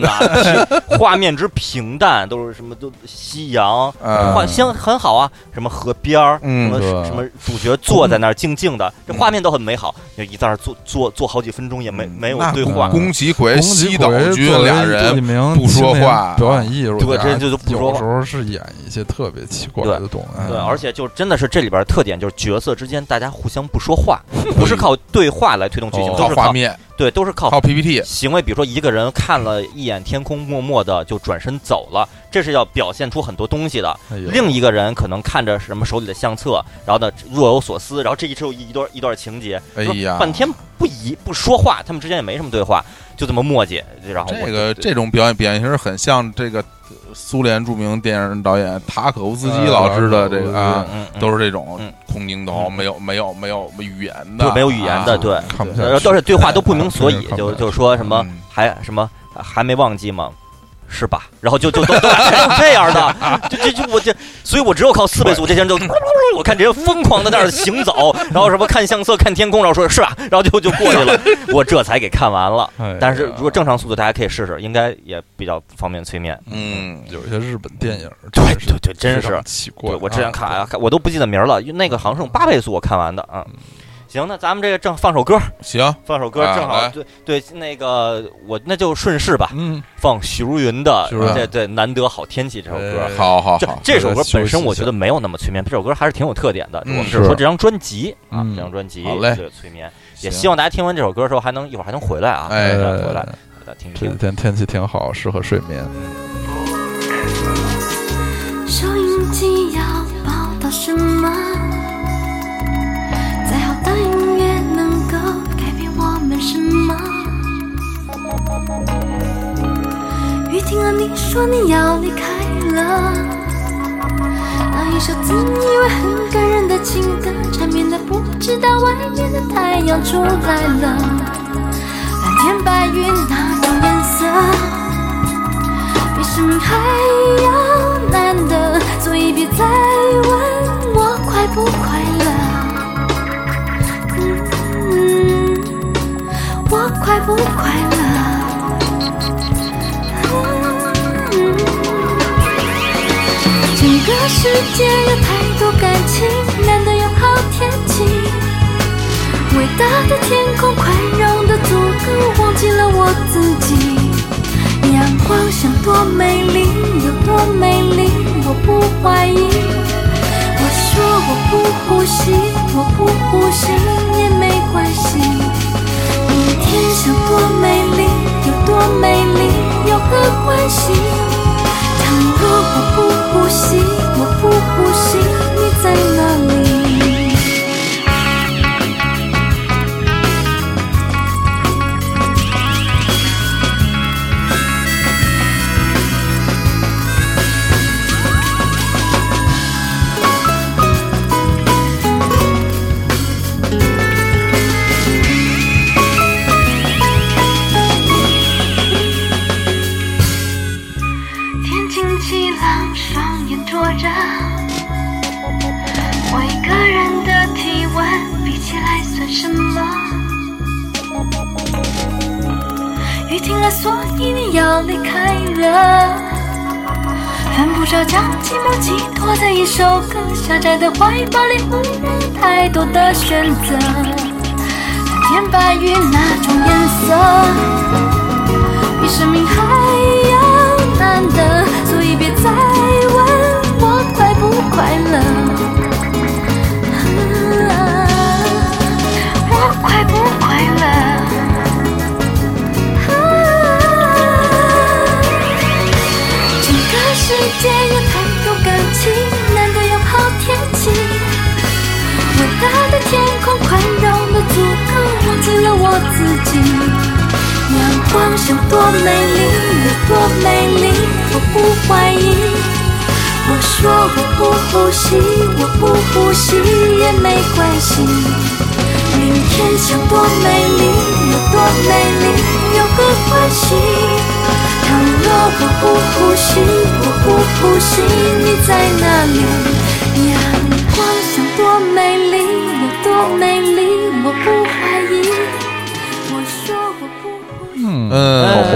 *laughs* 呐、是画面之平淡，都是什么都夕阳，嗯画相很好啊，什么河边儿，什嗯么对什么主角坐在那儿静静的，这画面都很美好，就一在那儿坐坐坐好几分钟也没嗯没有那对话，宫崎葵、哎宫崎西岛葵君作为俩人，一名不说青年话表演艺术家，对这就就不说有话时候是演一些特别奇怪的东西，哎对，而且就真的是这里边特点就是角色之间大家互相不说话，不是靠对话来推动剧情，哦都靠是啊画靠面，对，都是靠靠 PPT，行为，比如说一个人看了一眼天空，默默的就转身走了，这是要表现出很多东西的。哎呦另一个人可能看着什么手里的相册，然后呢若有所思，然后这一周一一段一段情节，哎说呀半天不一不说话，他们之间也没什么对话，就这么磨叽，然后我啊这个这种表演表演形式很像这个呃苏联著名电影导演塔可夫斯呃基老师的这个啊，嗯嗯都是这种嗯空镜头，没有没有没有语言的，对没有语言的啊对， *laughs* 看不下然后去，呃都是对话都不明所以看，不就下去就说什么嗯还什么还没忘记吗？是吧？然后就就都都这样的，就就就我这，所以我只有靠四倍速，这些人就我看这些疯狂的在那儿行走，然后什么看相册、看天空，然后说是吧，然后就就过去了，我这才给看完了。哎呀但是如果正常速度，大家可以试试，应该也比较方便催眠。嗯，有一些日本电影，对真是对对真是非常奇怪对，啊。我之前看啊，看我都不记得名儿了，因为那个好像是用八倍速我看完的啊。行，那咱们这个正放首歌，行，放首歌，啊正好来对对，那个我那就顺势吧，嗯，放许茹芸的许茹芸这这难得好天气这首歌。哎好好这好，这首歌休息本身一我觉下得没有那么催眠，这首歌还是挺有特点的。嗯我们只是说是这张专辑啊嗯，这张专辑好嘞这个催眠，也行希望大家听完这首歌的时候还能一会儿还能回来啊，哎回来大家听一这几听。天天气挺好，适合睡眠。收音机要报道什么？再好的音乐能够改变我们什么？雨停了，你说你要离开了。那一首自以为很感人的情歌，缠绵的不知道外面的太阳出来了。蓝天白云那种颜色。比什么还要难得，所以别再问我快不快乐。嗯，我快不快乐？嗯，整个世界有太多感情，难得有好天气。伟大的天空，宽容的土怀疑。我说我不呼吸，我不呼吸也没关系。明天想多美丽有多美丽有何关系？倘若我不呼吸，我不呼吸，你在哪里？天晴气朗，双眼灼热。我一个人的体温比起来算什么？雨停了，所以你要离开了。犯不着将寂寞寄托在一首歌狭窄的怀抱里，无人太多的选择。蓝天白云哪种颜色？比生命还要难得，所以别再问我快不快乐。啊我快不快乐？啊整个世界有太多感情，难得有好天气。伟大的天空宽容的足够，忘记了我自己。阳光想多美丽有多美丽，我不怀疑。我说我不呼吸，我不呼吸也没关系。明天想多美丽有多美丽有何关系？倘若我不呼吸，我不呼吸，你在哪里？阳光想多美丽有多美丽，我不怀疑。我说我不呼吸。嗯，嗯，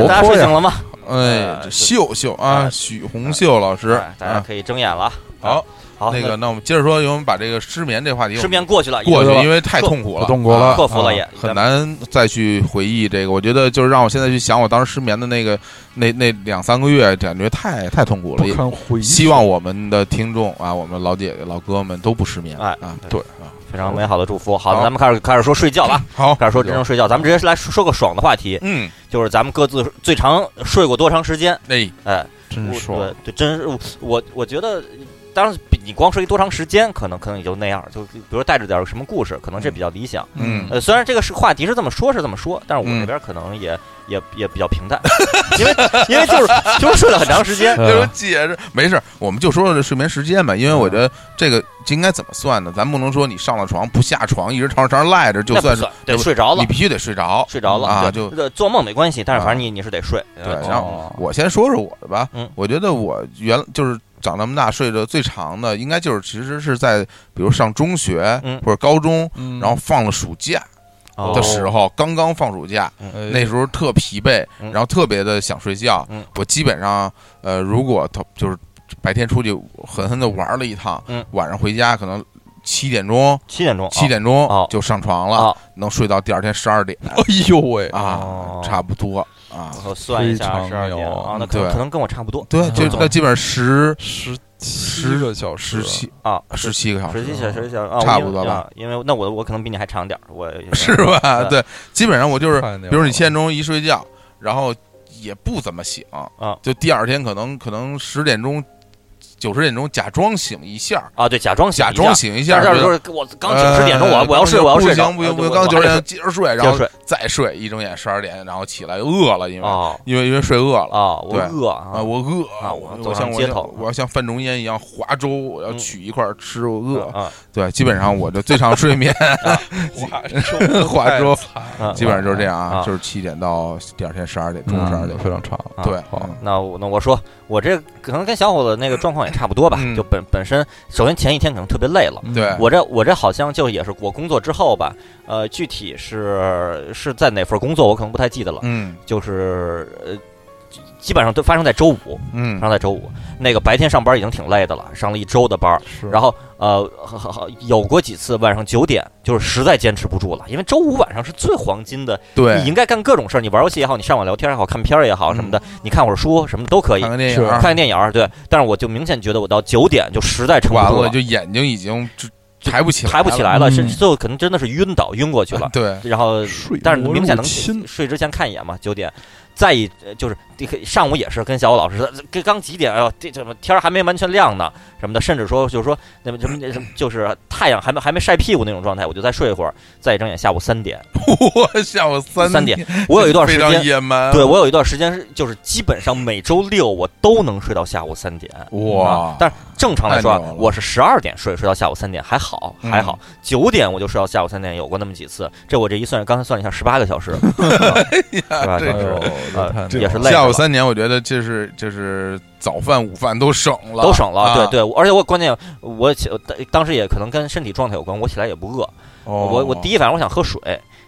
呃大家睡醒了吗？哎，这秀秀啊，哎许红秀老师呃哎大家啊，可以睁眼了啊。好，好，那个，那我们接着说，因为我们把这个失眠这话题失眠过去了，过去已经了，因为太痛苦了，我动过了啊克服了也很难再去回忆这个。我觉得就是让我现在去想我当时失眠的那个那那两三个月，感觉太太痛苦了。不也堪回忆。希望我们的听众啊，我们老姐姐老哥们都不失眠哎啊。对啊，非常美好的祝福。好，好那咱们开始开始说 *laughs* 睡觉了，好，开始说真正睡觉。咱们直接来说说个爽的话题，嗯，就是咱们各自最长睡过多长时间。哎，哎，真我爽，对对，真是我我觉得，当然比你光睡多长时间，可能可能也就那样。就比如带着点什么故事，可能这比较理想。嗯呃，虽然这个是话题是这么说，是这么说，但是我嗯这边可能也、也也比较平淡， *laughs* 因为因为就是就是嗯睡了很长时间，这种呃解释没事儿，我们就说说这睡眠时间吧，因为我嗯觉得这个应该怎么算呢？咱不能说你上了床不下床，一直朝床上赖着， *laughs* 就那不算算是对不睡着了你，必须得睡着，睡着了啊，对就呃做梦没关系，但是啊反正你你是得睡，对。呃然后我先说说我的吧嗯，我觉得我原就是长这么大睡得最长的，应该就是其实是在比如上中学嗯或者高中，嗯然后放了暑假哦的时候，刚刚放暑假，哎那时候特疲惫，嗯然后特别的想睡觉。嗯我基本上呃，如果头就是白天出去狠狠的玩了一趟，嗯晚上回家可能七点钟、七点钟，七点哦钟就上床了，哦能睡到第二天十二点、哎呦喂，啊哦，差不多啊。我算一非下常十二点牛啊，那可对能可能跟我差不多，对，就嗯那基本上十十七个小十时，七啊，十七个小时十七小时小时啊，差我因为不多吧啊因为那我我可能比你还长点儿，我是吧？对对，基本上我就是，太牛了比如你七点钟一睡觉，然后也不怎么醒啊就第二天可能可能十点钟、九十点钟假装醒一下，啊，对，假装醒假一装下啊醒一假下，装觉就得是我刚醒十点钟，我呃我要睡，不我要行睡着，啊不行不行，我刚九点我还钟接着睡，然接着后睡再睡，一睁眼十二点，然后起来饿了，因为哦因为因为睡饿了哦，我对饿啊，啊，我饿啊我我走我上像我街像头我要像范仲淹一样划粥，我要嗯取一块吃，我饿。啊，对，基本上我就最长 *laughs* 睡眠， *laughs* 说话说 *laughs* 啊基本上就是这样啊啊，就是七点到第二天十二点，中午十二点非。常长，啊对，好嗯那我那我说，我这可能跟小伙子那个状况也差不多吧。嗯就本本身，首先前一天可能特别累了，嗯对我这我这好像就也是我工作之后吧，呃，具体是是在哪份工作我可能不太记得了，嗯就是呃，基本上都发生在周五，嗯发生在周五。那个白天上班已经挺累的了，上了一周的班，是，然后呃，好好好，有过几次晚上九点，就是实在坚持不住了，因为周五晚上是最黄金的，你对，应该干各种事儿，你玩游戏也好，你上网聊天也好，看片儿也好什么的，你看会儿书什么都可以嗯看，个电是影看儿，看电影儿对。但是我就明显觉得我到九点就实在撑完不住了就眼睛已经就抬不起来，抬不起来了，嗯甚至最后可能真的是晕倒，晕过去了。对， *laughs* 然后睡但是魔明显入能侵睡之前看一眼嘛，九点。再一呃就是这个上午也是跟小武老师说，这刚几点？哎呦，这怎么天儿还没完全亮呢？什么的，甚至说就是说那么什么什么，就是太阳还没还没晒屁股那种状态，我就再睡一会儿。再一睁眼，下午三点。我下午三三 *laughs* 点，我有一段时非常间，野蛮，对我有一段时间是就是基本上每周六我都能睡到下午三点。啊 *laughs* 哇，但是正常来说啊太牛了，我是十二点睡，睡到下午三点，还好嗯还好。九点我就睡到下午三点，有过那么几次。这我这一算，刚才算了一下，十八个 *laughs* 小时，这哎呦这十八个小时呃太也是累下着午了。三点，我觉得这是就是早饭、午饭都省了，都省了，对啊，对，而且我关键我起当当时也可能跟身体状态有关，我起来也不饿，哦我我第一反应我想喝水，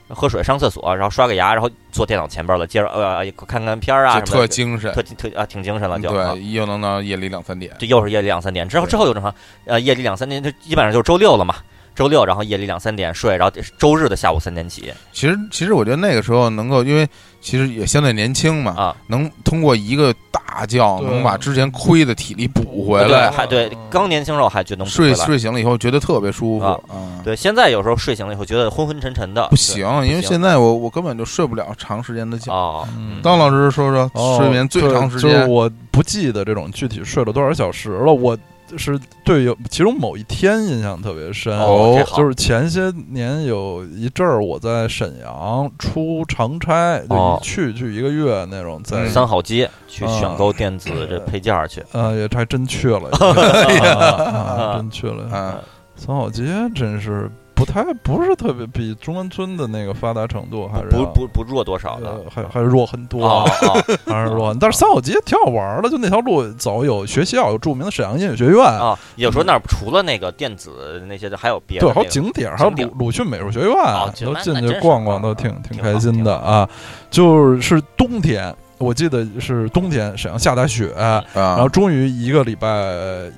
喝水上厕所，然后刷个牙，然后坐电脑前边了，接着呃看看片儿啊就什么特的，精神，特特啊挺精神了就啊对，又能到夜里两三点，这又是夜里两三点，之后对之后又正常，呃，夜里两三点，就基本上就是周六了嘛。周六，然后夜里两三点睡，然后周日的下午三点起其实，其实我觉得那个时候能够，因为其实也相对年轻嘛，啊，能通过一个大觉对能把之前亏的体力补回对，来，还对嗯，刚年轻时候还觉得能补回睡来，睡醒了以后觉得特别舒服，啊啊、对，现在有时候睡醒了以后觉得昏昏沉沉的，不行，因为行现在我我根本就睡不了长时间的对觉。哦，嗯当老师说说、哦睡眠最对长时就是间，我不记得这种具体睡了多少小时了，我是对有其中某一天印象特别深。哦这好就是前些年有一阵儿我在沈阳出长差，就哦一去去一个月那种在，嗯三好街去选嗯购电子这配件儿去，呃，也还真去了，啊真去了。啊，三好街真是不太不是特别比中关村的那个发达程度还是不要不不弱多少的呃还还是弱很多。哦哦还是乱，但是三好街挺好玩的，就那条路走有学校，有著名的沈阳音乐学院， *laughs* 哦，有时候那儿除了那个电子那些的，还有别的对，还那有个景点，还有景点鲁鲁迅美术学院，哦景都那进那去真是逛逛，嗯都嗯挺嗯挺挺开好心挺的啊。就是冬天，我记得是冬天，沈阳下大雪，嗯啊然然后终于一个礼拜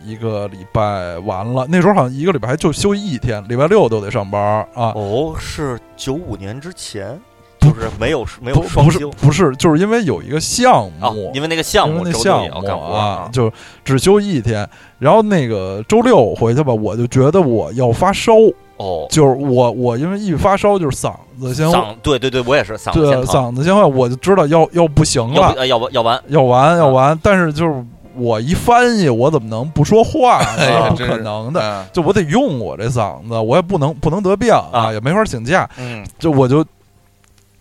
一个礼拜完了，那时候好像一个礼拜还就休一天，礼拜六都得上班啊。哦，是九五年之前，就是没有没不有双不是休不是，就是因为有一个项哦目，，因为那个项因为目那周项六也要目干活啊，，就只休一天。然后那个周六回去吧，我就觉得我要发烧，哦，就是我我因为一发烧就是嗓子先嗓对对对，我也是嗓子对先疼，嗓子先坏，我就知道要要不行要了不，呃要不要完要完要完。但是就是我一翻译，我怎么能不说话 *laughs* 哎呢？呀哦不真可是能的。的，就我得用我这嗓子，我也不能不能得病啊也没法请假，嗯，就我就，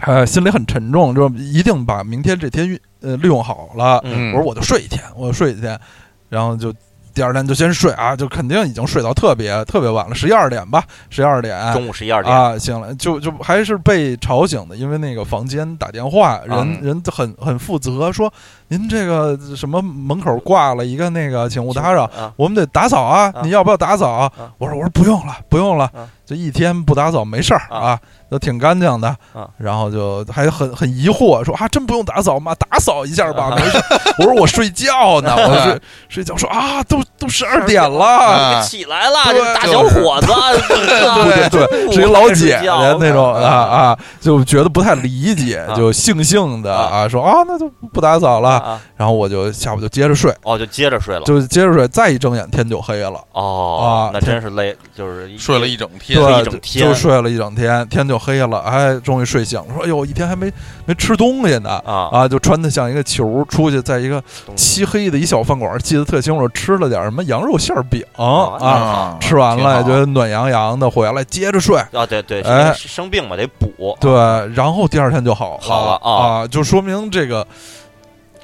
呃，心里很沉重，就一定把明天这天运呃利用好了，嗯嗯我说我就睡一天，我就睡一天，然后就第二天就先睡啊，就肯定已经睡到特别特别晚了，十一二点吧，十一二点。中午十一二点，啊，醒了就就还是被吵醒的，因为那个房间打电话，人、啊人很很负责，说您这个什么门口挂了一个那个，请勿打扰，啊，我们得打扫啊，啊你要不要打扫啊？啊我说我说不用了，不用了，啊这一天不打扫没事儿啊啊，都挺干净的。啊然后就还很很疑惑说啊，真不用打扫吗？打扫一下吧，啊没 *laughs* 事。我说我睡觉呢，我睡睡觉说啊，都都十二点了。啊起来了，对这大小伙子，啊对对对，对是一啊老姐姐觉那种啊啊，就觉得不太理解，啊就悻悻的啊啊，说啊，那就不打扫啊了。啊，然后我就下午就接着睡，哦，就接着睡了，就接着睡，再一睁眼天就黑了。哦啊，那真是累，就是一睡了一整天，睡对，一整就天就睡了一整天，天就黑了，哎，终于睡醒了，说哎呦，一天还没没吃东西呢，啊啊，就穿的像一个球，出去在一个东西漆黑的一小饭馆，记得特清楚，吃了点什么羊肉馅儿饼哦啊，啊，吃完了也觉挺好得暖洋洋的，回来接着睡，啊，对对，哎生病嘛得补，对，然后第二天就好了，好了啊啊就说明这个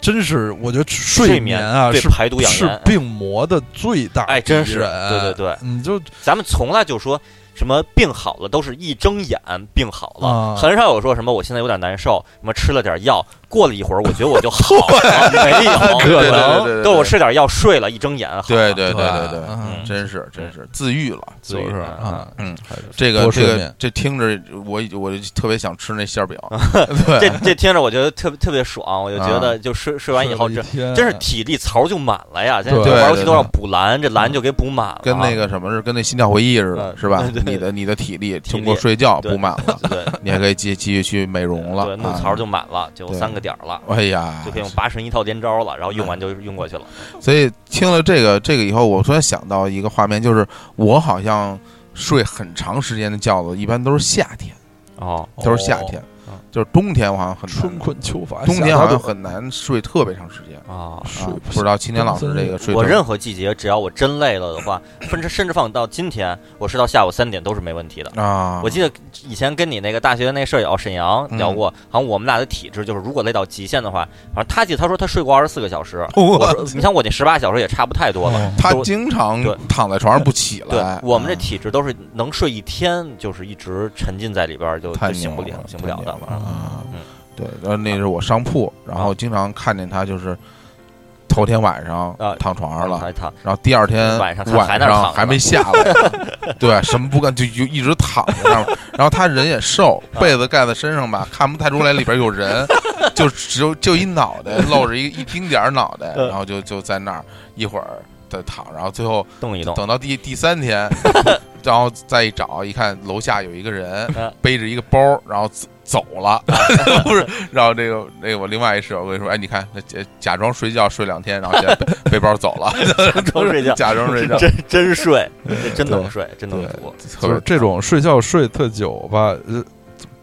真是，我觉得睡眠啊对是排毒养是颜，病魔的最大哎，真敌是，人嗯对对对，你就咱们从来就说什么病好了，都是一睁眼病好了，啊很少有说什么我现在有点难受，什么吃了点药，过了一会儿我觉得我就好 *laughs* 了，没有，对对对对对对都是我吃点药睡了，一睁眼好了。对对对对对，嗯真是真是自愈了，自就愈是了。啊，嗯还是这个多这睡个眠这听着我已我就特别想吃那 *laughs* 馅儿饼， *laughs* 这这听着我觉得特别特别爽，我就啊觉得就睡睡完以后睡这了一天真是体力槽就满了呀！现在对玩嗯游对戏对嗯都要补蓝，这蓝就给补满了，跟那个什么似的，跟那心跳回忆似的，嗯是吧对？对你的你的体力体力通过睡觉对补满 *laughs* 了， *laughs* 对你还可以继继续去美容了对，怒啊槽就满了，就对三个点儿了。哎嗯呀就，可以用八神一套连招了，然后用完就用过去了。所以听了这个这个以后，我突然想到一个画面，就是我好像睡很长时间的觉子，一般都是夏天，哦，都是夏天哦，就是冬天我好像很难春困秋乏，冬天夏好打盹像很难睡特别长时间。啊啊，睡不不醒知道青年老师这个睡我特任何季节只要我真累了的话，甚至甚至放到今天，我睡到下午三点都是没问题的。啊， *laughs* 嗯我记得以前跟你那个大学那舍友沈阳聊过，好像我们俩的体质就是，如果累到极限的话，反正他记得他说他睡过二十四个小时，我我说你像我那十八小时也差不太多了。嗯他都经常对躺在床上不起对来。我们这啊体质都是能睡一天，就是一直沉浸在里边儿就太就牛醒不了，醒不了的太牛啊嗯！啊对，然后那是我上铺，然后经常看见他就是头天晚上啊躺床上了，还躺然后第二天晚上看晚还那儿躺着还没下 *laughs* 来，对，什么不干就就一直躺在那儿，然后他人也瘦，啊被子盖在身上吧，看不太出来里边有 *laughs* 人，就只有就一脑袋露着一一丁点儿脑袋，嗯然后就就在那儿一会儿再躺，然后最后动一动，等到第第三天，然后再一找，一看楼下有一个人嗯背着一个包，然后走走了，不是，然后这个那个我另外一室友跟你说，哎，你看，那假假装睡觉睡两天，然后现在背 *laughs* 背包走了，，假装 *laughs* 睡觉假装睡觉，真真睡，这真能嗯对睡，真能足。特就是别这种睡觉睡特久吧，呃，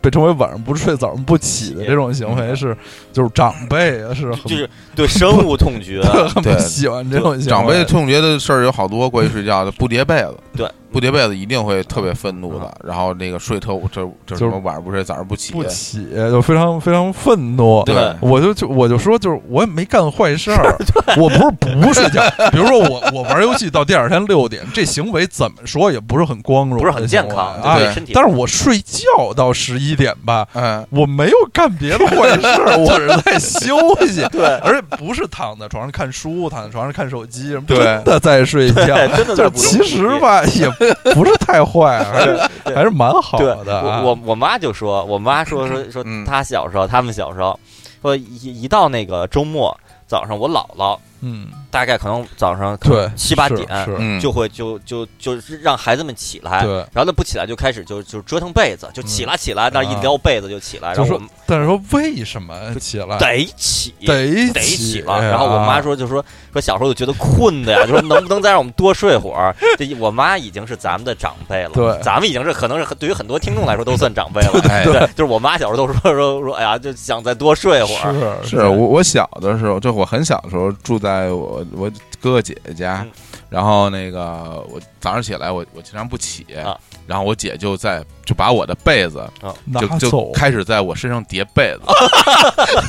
被称为晚上不睡早上不起的这种行嗯为是，就是长辈啊是很就是对生物痛觉，很不啊对喜欢这种行为。长辈痛觉的事儿有好多，关于睡觉的不叠被子，对， *laughs* 不叠被子一定会特别愤怒的，然后那个睡特这这什就是么晚上不睡，早上不起，不起就非常非常愤怒。对对我就就我就说，就是我也没干坏 *laughs* 事儿，我不是不睡觉。比如说我我玩游戏到第二天六点，这行为怎么说也不是很光荣，不是很健康，啊。对对身体。但是我睡觉到十一点吧，嗯，我没有干别的坏事儿，我 *laughs* 是在休息。对，而且不是躺在床上看书，躺在床上看手机，什么对真的在睡觉。对真就的在是补充其实吧，也不是太坏，还是 *laughs* 对还是蛮好对，的啊。我我我妈就说，我妈说 *clears throat* 说说嗯她小时候，他们小时候，说一一到那个周末早上，我姥姥嗯，大概可能早上可对能，七八是点是嗯就会就就就是让孩子们起来。对。嗯然后他不起来就开始就就折腾被子，就起来起来，那一撩被子就起来，啊就然说后我们，但是说为什么起来得起得得起起哎哎了。然后我妈说，说，就说说小时候就觉得 *laughs* 困的呀，就说能不能再让我们多睡会儿？这我妈已经是咱们的长辈了，对咱们已经是可能是很对于很多听众来说都算长辈了。哎对， *laughs* 就是我妈小时候都说说说，哎呀，就想再多睡会儿。是是我我小的时候，就我很小的时候住在我我哥哥姐姐家，嗯然后那个我早上起来我我经常不起，啊然后我姐就在就把我的被子拿就就走，开始在我身上叠被 *laughs* 子，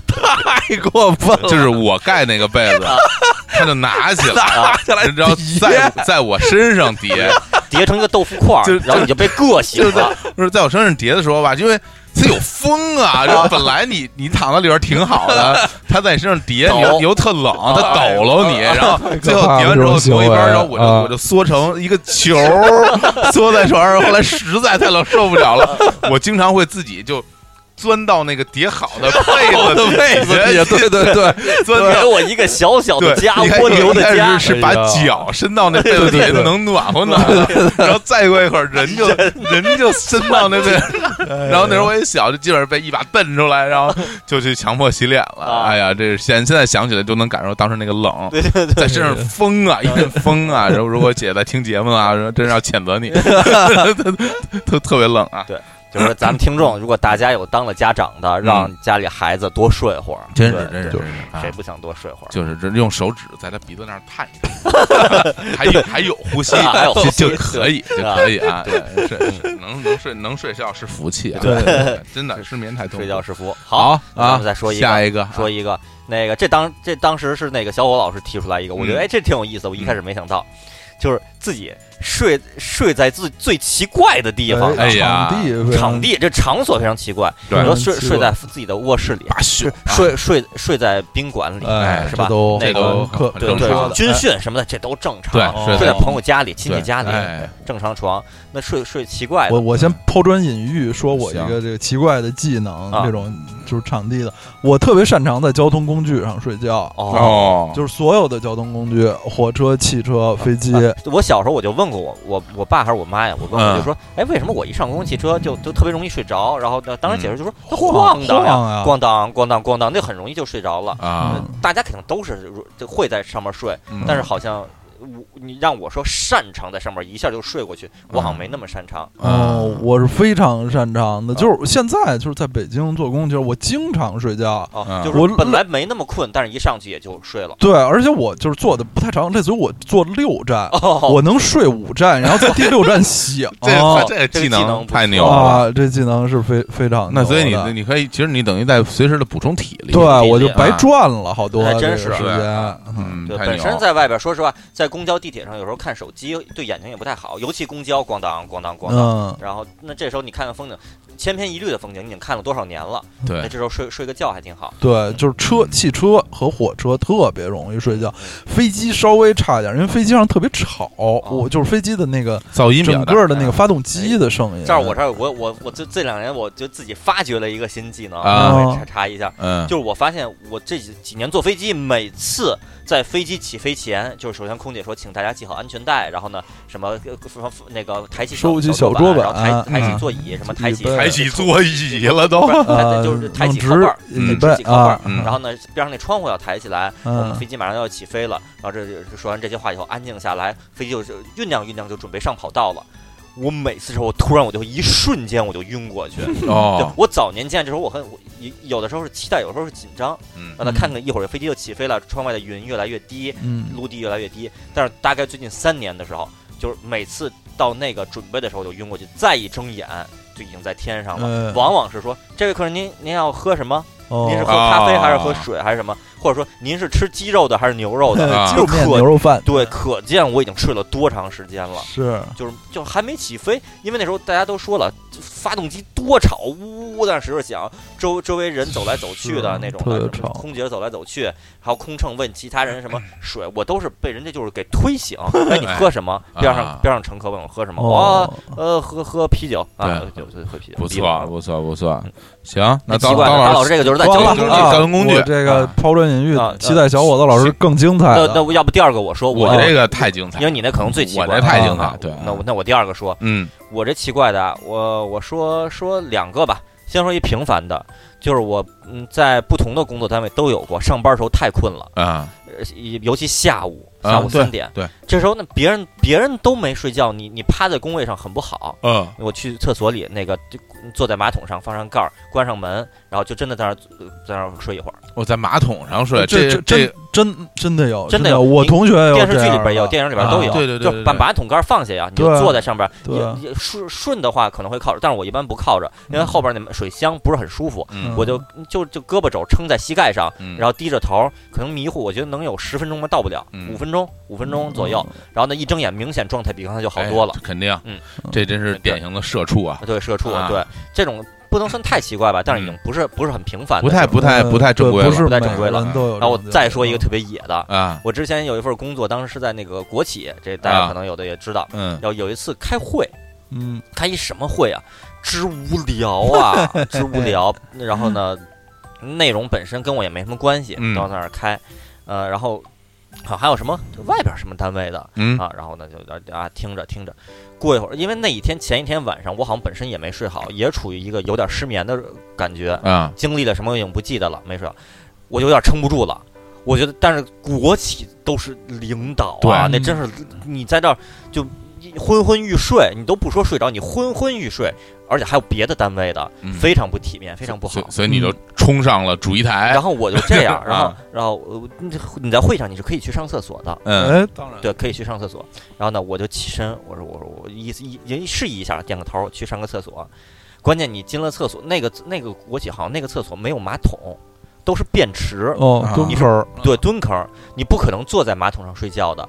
太过分 *laughs* 了，就是我盖那个被 *laughs* 子，她就 *laughs* 拿起来，啊，然后在在我身上 *laughs* 叠，叠成一个豆腐块就儿，然后你就被硌 *laughs* 醒就是在了。就是在我身上叠的时候吧，因为。它有风啊！就本来你你躺在里边挺好的，它在你身上叠，你抖又你又特冷，它抖搂你，然后最后叠完之后挪一边，然后我就我就缩成一个球儿，缩在床上。后来实在太冷，受不了了，我经常会自己就钻到那个叠好的被子被也对对对，钻给到。我一个小小的哦对，家，你看蜗牛的一开家始，是把脚伸到那被子对对里，对能暖和暖和，然后再过一会儿，人就人就伸到那被，然后那时候我也小，就基本上被一把蹬出来，然后就去强迫洗脸了。啊哎呀，这是现现在想起来就能感受当时那个冷，对对对，在身上风啊，一阵风啊。然后如果姐在听节目啊，说真是要谴责你， *laughs* 特特别冷啊，就是说咱们听众，如果大家有当了家长的，嗯让家里孩子多睡会儿，真是对真是就真是啊谁不想多睡会儿？就是这用手指在他鼻子那儿探一 *laughs* 探，还有还有呼吸，啊还有呼吸就就可以就对吧可以啊，对是是能能睡能睡觉是福气啊，对对真的失眠太痛苦，睡觉是福。好咱啊，们再说一个，下一个说一个，那个这当这当时是那个小伙老师提出来一个，我觉得嗯哎这挺有意思，我一开始没想到，就是自己睡睡在自最奇怪的地方，哎呀场地非常场地这场所非常奇怪，对嗯很多睡奇怪睡在自己的卧室里，大雪，睡睡睡在宾馆里，哎，是吧这都那个可很对正常对，的哎军训什么的这都正对常，，是睡在的，朋友家里、亲戚对家里，哎正常床，那睡睡奇怪我的，哦我先抛砖引玉，说我一行个这个奇怪的技能，啊这种就是场地的，我特别擅长在交通工具上睡觉，哦。哦，就是所有的交通工具，火车、汽车、飞机，啊我小时候我就问过我我我爸还是我妈呀，我问嗯我就说，哎，为什么我一上公共汽车就就特别容易睡着？然后呢当时解释就说，它晃荡呀，啊，咣当咣当咣当，那很容易就睡着了。啊，嗯大家肯定都是如就会在上面睡，嗯但是好像我你让我说擅长在上面一下就睡过去，我好像没那么擅长。哦，我是非常擅长啊的，就是现在就是在北京坐公交，我经常睡觉。嗯。啊，就是我本来没那么困，但是一上去也就睡了。对，而且我就是坐的不太长，类似于我坐六站，哦，我能睡五站，然后在第六站 *laughs* 醒这哦这这技个技能能不太错牛了。啊，这技能是非非常那所以牛的你你可以，其实你等于在随时的补充体力。对力我就啊白赚了好多还这真个是啊时对间。嗯嗯，对，太本牛身了。在外边，说实话，在公交、地铁上有时候看手机对眼睛也不太好，尤其公交咣当咣当咣当。嗯，然后，那这时候你看看风景，千篇一律的风景，你已经看了多少年了？那对，这时候睡睡个觉还挺好。对，就是车、汽车和火车特别容易睡觉，飞机稍微差一点，因为飞机上特别吵，哦我就是飞机的那个噪音比整较大。个的那个发动机的声音。嗯这儿我这儿我我我这这两年我就自己发掘了一个新技能，啊我也查查一下，嗯，就是我发现我这几几年坐飞机，每次在飞机起飞前，就是首先空姐说，请大家系好安全带，然后呢，什么呃什么那个抬起收起小小桌桌板然后抬抬嗯起座椅，什么抬起椅背抬起座椅了都。呃，抬就是抬弄起直靠背儿，椅嗯背直起靠背啊儿，然后呢，边上那窗户要抬起来，我们嗯飞机马上要起飞了。然后这就说完这些话以后，安静下来，飞机就是酝酿酝酿，就准备上跑道了。我每次时候，我突然我就一瞬间我就晕过去。 *laughs* 就哦，我早年间这时候我很我有有的时候是期待，有的时候是紧张，嗯让他看看一会儿飞机就起飞了，窗外的云越来越低，嗯，陆地越来越低。但是大概最近三年的时候，就是每次到那个准备的时候就晕过去，再一睁眼就已经在天上了。嗯往往是说，这位客人您您要喝什么？您是喝哦，咖啡还是喝啊水还是什么？或者说您是吃鸡肉的还是牛肉的？啊鸡肉呃面可牛肉饭对，可见我已经睡了多长时间了。是就是就还没起飞，因为那时候大家都说了，就发动机多吵，呜呜呜在那使劲响，周周围人走来走去的是那种特别的，吵空姐走来走去，还有空乘问其他人什嗯么水，我都是被人家就是给推醒。*laughs* 哎，你喝什么？啊边上边上乘客问我喝什么，我哦，呃喝喝啤酒啊，对就就喝啤酒，不啤酒啊错，不错，不错。行，那奇当怪了，大当老老师师，这个就是在哇交通啊工具啊上。交通工具我这个啊抛砖引玉啊，期待小伙子老师更精彩那的。那要不第二个我说，我这这个太精彩因，为你那可能最奇怪哎我了，这太精啊彩，对。那我那我第二个说，嗯我这奇怪的啊，我我说说两个吧，先说一平凡的，就是我嗯在不同的工作单位都有过，上班时候太困了，啊，呃尤其下午啊下午对三点，对这时候呢别人别人都没睡觉，你你趴在工位上很不好。嗯我去厕所里，那个就坐在马桶上，放上盖儿，关上门，然后就真的在那儿呃在那儿睡一会儿。我在马桶上睡，这这真真真的有，真的的有我你同哎学有电视这剧里样边有，的电影里边啊都有，对对对对就对把马桶盖放下呀，你就对坐在上边，对也也顺顺的话可能会靠着，但是我一般不靠着，因为后边那水箱不是很舒服，嗯我就就就胳膊肘撑在膝盖上，嗯然后低着头，可能迷糊，我觉得能有十分钟吧，到不了嗯五分钟，五分钟左右，然后呢一睁眼，明显状态比刚才就好哎多了这。肯定嗯，这真是典型的社畜啊，对，社畜，啊对这种不能算太奇怪吧，但是已嗯经不是不是很频繁的不太嗯这种不太不太正规呃对了，不是不太每正规个了人都有这种然后我再情说一个况特别野的，啊，我之前有一份工作，当时是在那个国企，这大家啊可能有的也知道，嗯，要有一次开会，嗯，开一什么会啊？之无聊啊，之无聊。然后呢，内容本身跟我也没什么关系嗯，到那儿开，呃，然后好、还有什么就外边什么单位的嗯啊？然后呢就啊听着听着，过一会儿，因为那一天前一天晚上我好像本身也没睡好，也处于一个有点失眠的感觉，啊，经历了什么我已经不记得了，没睡好，我就有点撑不住了。我觉得，但是国企都是领导啊，对那真是嗯你在这儿就昏昏欲睡，你都不说睡着，你昏昏欲睡，而且还有别的单位的，嗯非常不体面，非常不所好以。哎所以你就嗯冲上了主席台，然，后我就这 *laughs* 样然后啊然后呃你你在会上你是可以去上厕所的，嗯哎，当然对，可以去上厕所。然后呢，我就起身，我说我说我意思一人示意一下，点个头去上个厕所。关键你进了厕所，那个那个国企好像那个厕所没有马桶，都是便池，哦啊，蹲你坑儿哦对，蹲坑儿，你不可能坐在马桶上睡觉的。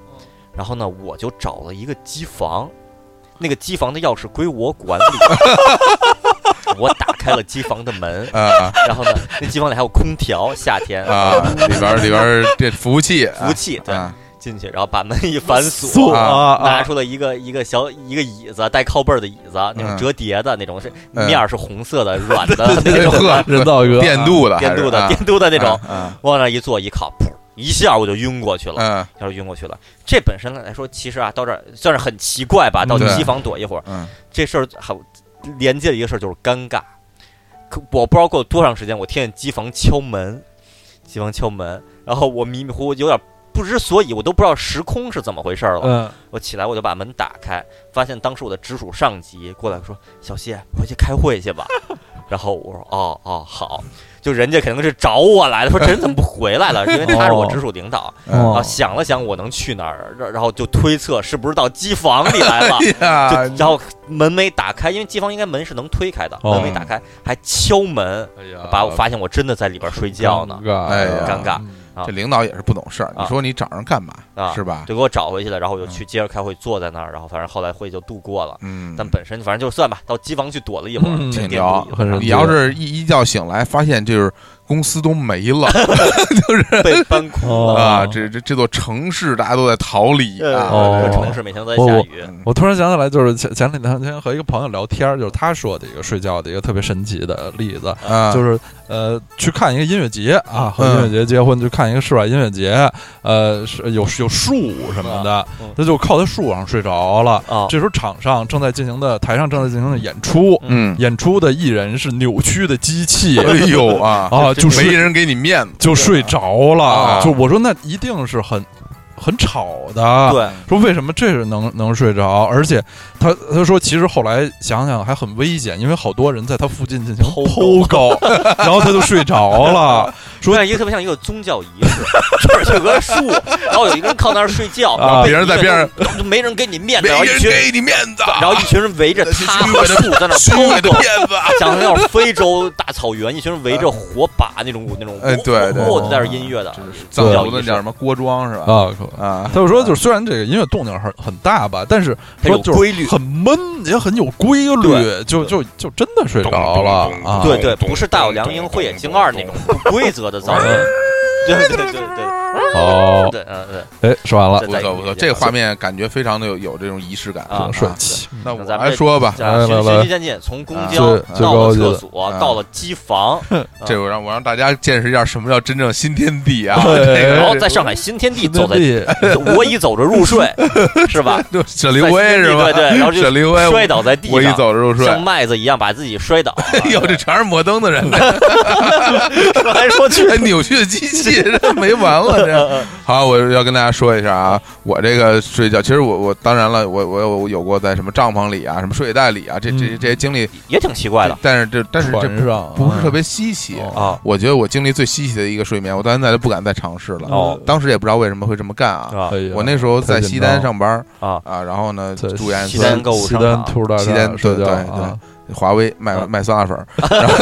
然后呢，我就找了一个机房，那个机房的钥匙归我管理。 *laughs* 我打开了机房的门，哎啊然后呢，那机房里还有空调，夏天啊，里边儿里边儿这服务器，服务器对，啊进去，然后把门一反锁锁。啊拿出了一个一个小一个椅子，带靠背儿的椅子，那种折叠的那种，是嗯面儿是红色的，软的那种呵，啊 *laughs* 人造嗯哥电镀的还电是，镀的啊电镀的那种，啊往那一坐一靠，噗，一下我就晕过去了。嗯要是晕过去了，这本身来说，其实啊，到这儿算是很奇怪吧。嗯到对机房躲一会儿，嗯这事儿还连接了一个事儿，就是尴尬。可我不知道过了多长时间，我听见机房敲门，机房敲门，然后我迷迷糊糊，有点不知所以，我都不知道时空是怎么回事儿了。嗯， *laughs* 我起来我就把门打开，发现当时我的直属上级过来说：“小谢，回去开会去吧。” *laughs* 然后我说：“哦哦，好。”就人家肯定是找我来的，说这人怎么不回来了？因为他是我直属领导。嗯哦啊，想了想我能去哪儿，然然后就推测是不是到机房里来了 *laughs* 哎。呀就然后门没打开，因为机房应该门是能推开的，哦门没打开还敲门，哎呀把我发现我真的在里边睡觉呢，哎呀尴尬，啊嗯这领导也是不懂事儿，啊你说你找人干嘛啊是吧？就给我找回去了，然后我就去接着开会，坐在那儿，然后反正后来会就度过了。嗯，但本身反正就算吧，到机房去躲了一会儿，嗯这挺电聊路椅子很神你要是一一觉醒来发现就是公司都没了 *laughs* 被搬空哦了。啊，这这这座城市大家都在逃离啊，哦呃，这城市每天都在下雨，嗯我突然想起来，就是前前两天和一个朋友聊天儿，就是他说的一个睡觉的一个特别神奇的例子，啊，嗯就是呃，去看一个音乐节啊，和音乐节结婚，去看一个室外音乐节，呃，是有有树什么的嗯嗯，他就靠在树上睡着了。哦这时候场上正在进行的台上正在进行的演出，嗯，演出的艺人是扭曲的 *laughs* 机器哎呦啊， *laughs* 啊，就没睡人给你面子，就睡着啊了。就我说那一定是很很吵的，对，说为什么这是能能睡着？而且他他说，其实后来想想还很危险，因为好多人在他附近进行剖剖狗，然后他就睡着了。说像一个特别像一个宗教仪 *laughs* 式，这儿有棵树，然后有一个人靠那儿睡觉，然啊后被别人在边上一个人就没人给你面子，没 *laughs* 然后一人群人，给你面子，然后一群人围着他虚和伪的树在那儿虚伪的剖啊狗。面 *laughs* 子，像那种非洲大草原，一群人围着火把那种那种， *laughs* 哎对对我在那儿音乐的，藏宗教族仪的式叫什么锅庄是哦吧？啊，啊他，就说，就是虽然这个音乐动静很很大吧，但是它有说就是规律很闷，也很有规律对，就就就真的睡着了啊。对对，不是大有良鹰，慧眼睛二那种不规则的噪音， *laughs* 对对对对对哦，对，嗯对，哎，说完了这，不错不错，这画面感觉非常的有有这种仪式感。啊挺帅气。那我那咱们来说吧，啊来循来来循序渐进，从公交最最到了高级厕的，所，啊到了 *laughs* 机房，这我让我让大家见识一下什么叫真正新天地 *laughs* 啊！对这然个后在上海新天地走在，地 *laughs* 我已走着入睡，是 *laughs* 吧？就舍利威在新天地是吧？对对，然后就舍利威，摔倒在地我一上，啊走入睡，像麦子一样把自己摔倒。哎 *laughs* 呦，这全是摩登的人呢，说来说去，哎扭曲的机器，这没完了嗯这。好，我要跟大家说一下啊，我这个睡觉，其实我我当然了，我我有我有过在什么帐篷里啊，什么睡袋里啊，这这嗯这些经历，也挺奇怪的但是这但是这船上不是特别稀奇。哦啊我觉得我经历最稀奇的一个睡眠，我到现在都不敢再尝试了。哦当时也不知道为什么会这么干啊。啊哎呀我那时候在西单上班啊！啊，然后呢在住延安西单村，购物西商单场图书大厦西单睡对觉对啊华为卖啊卖酸辣粉儿，然后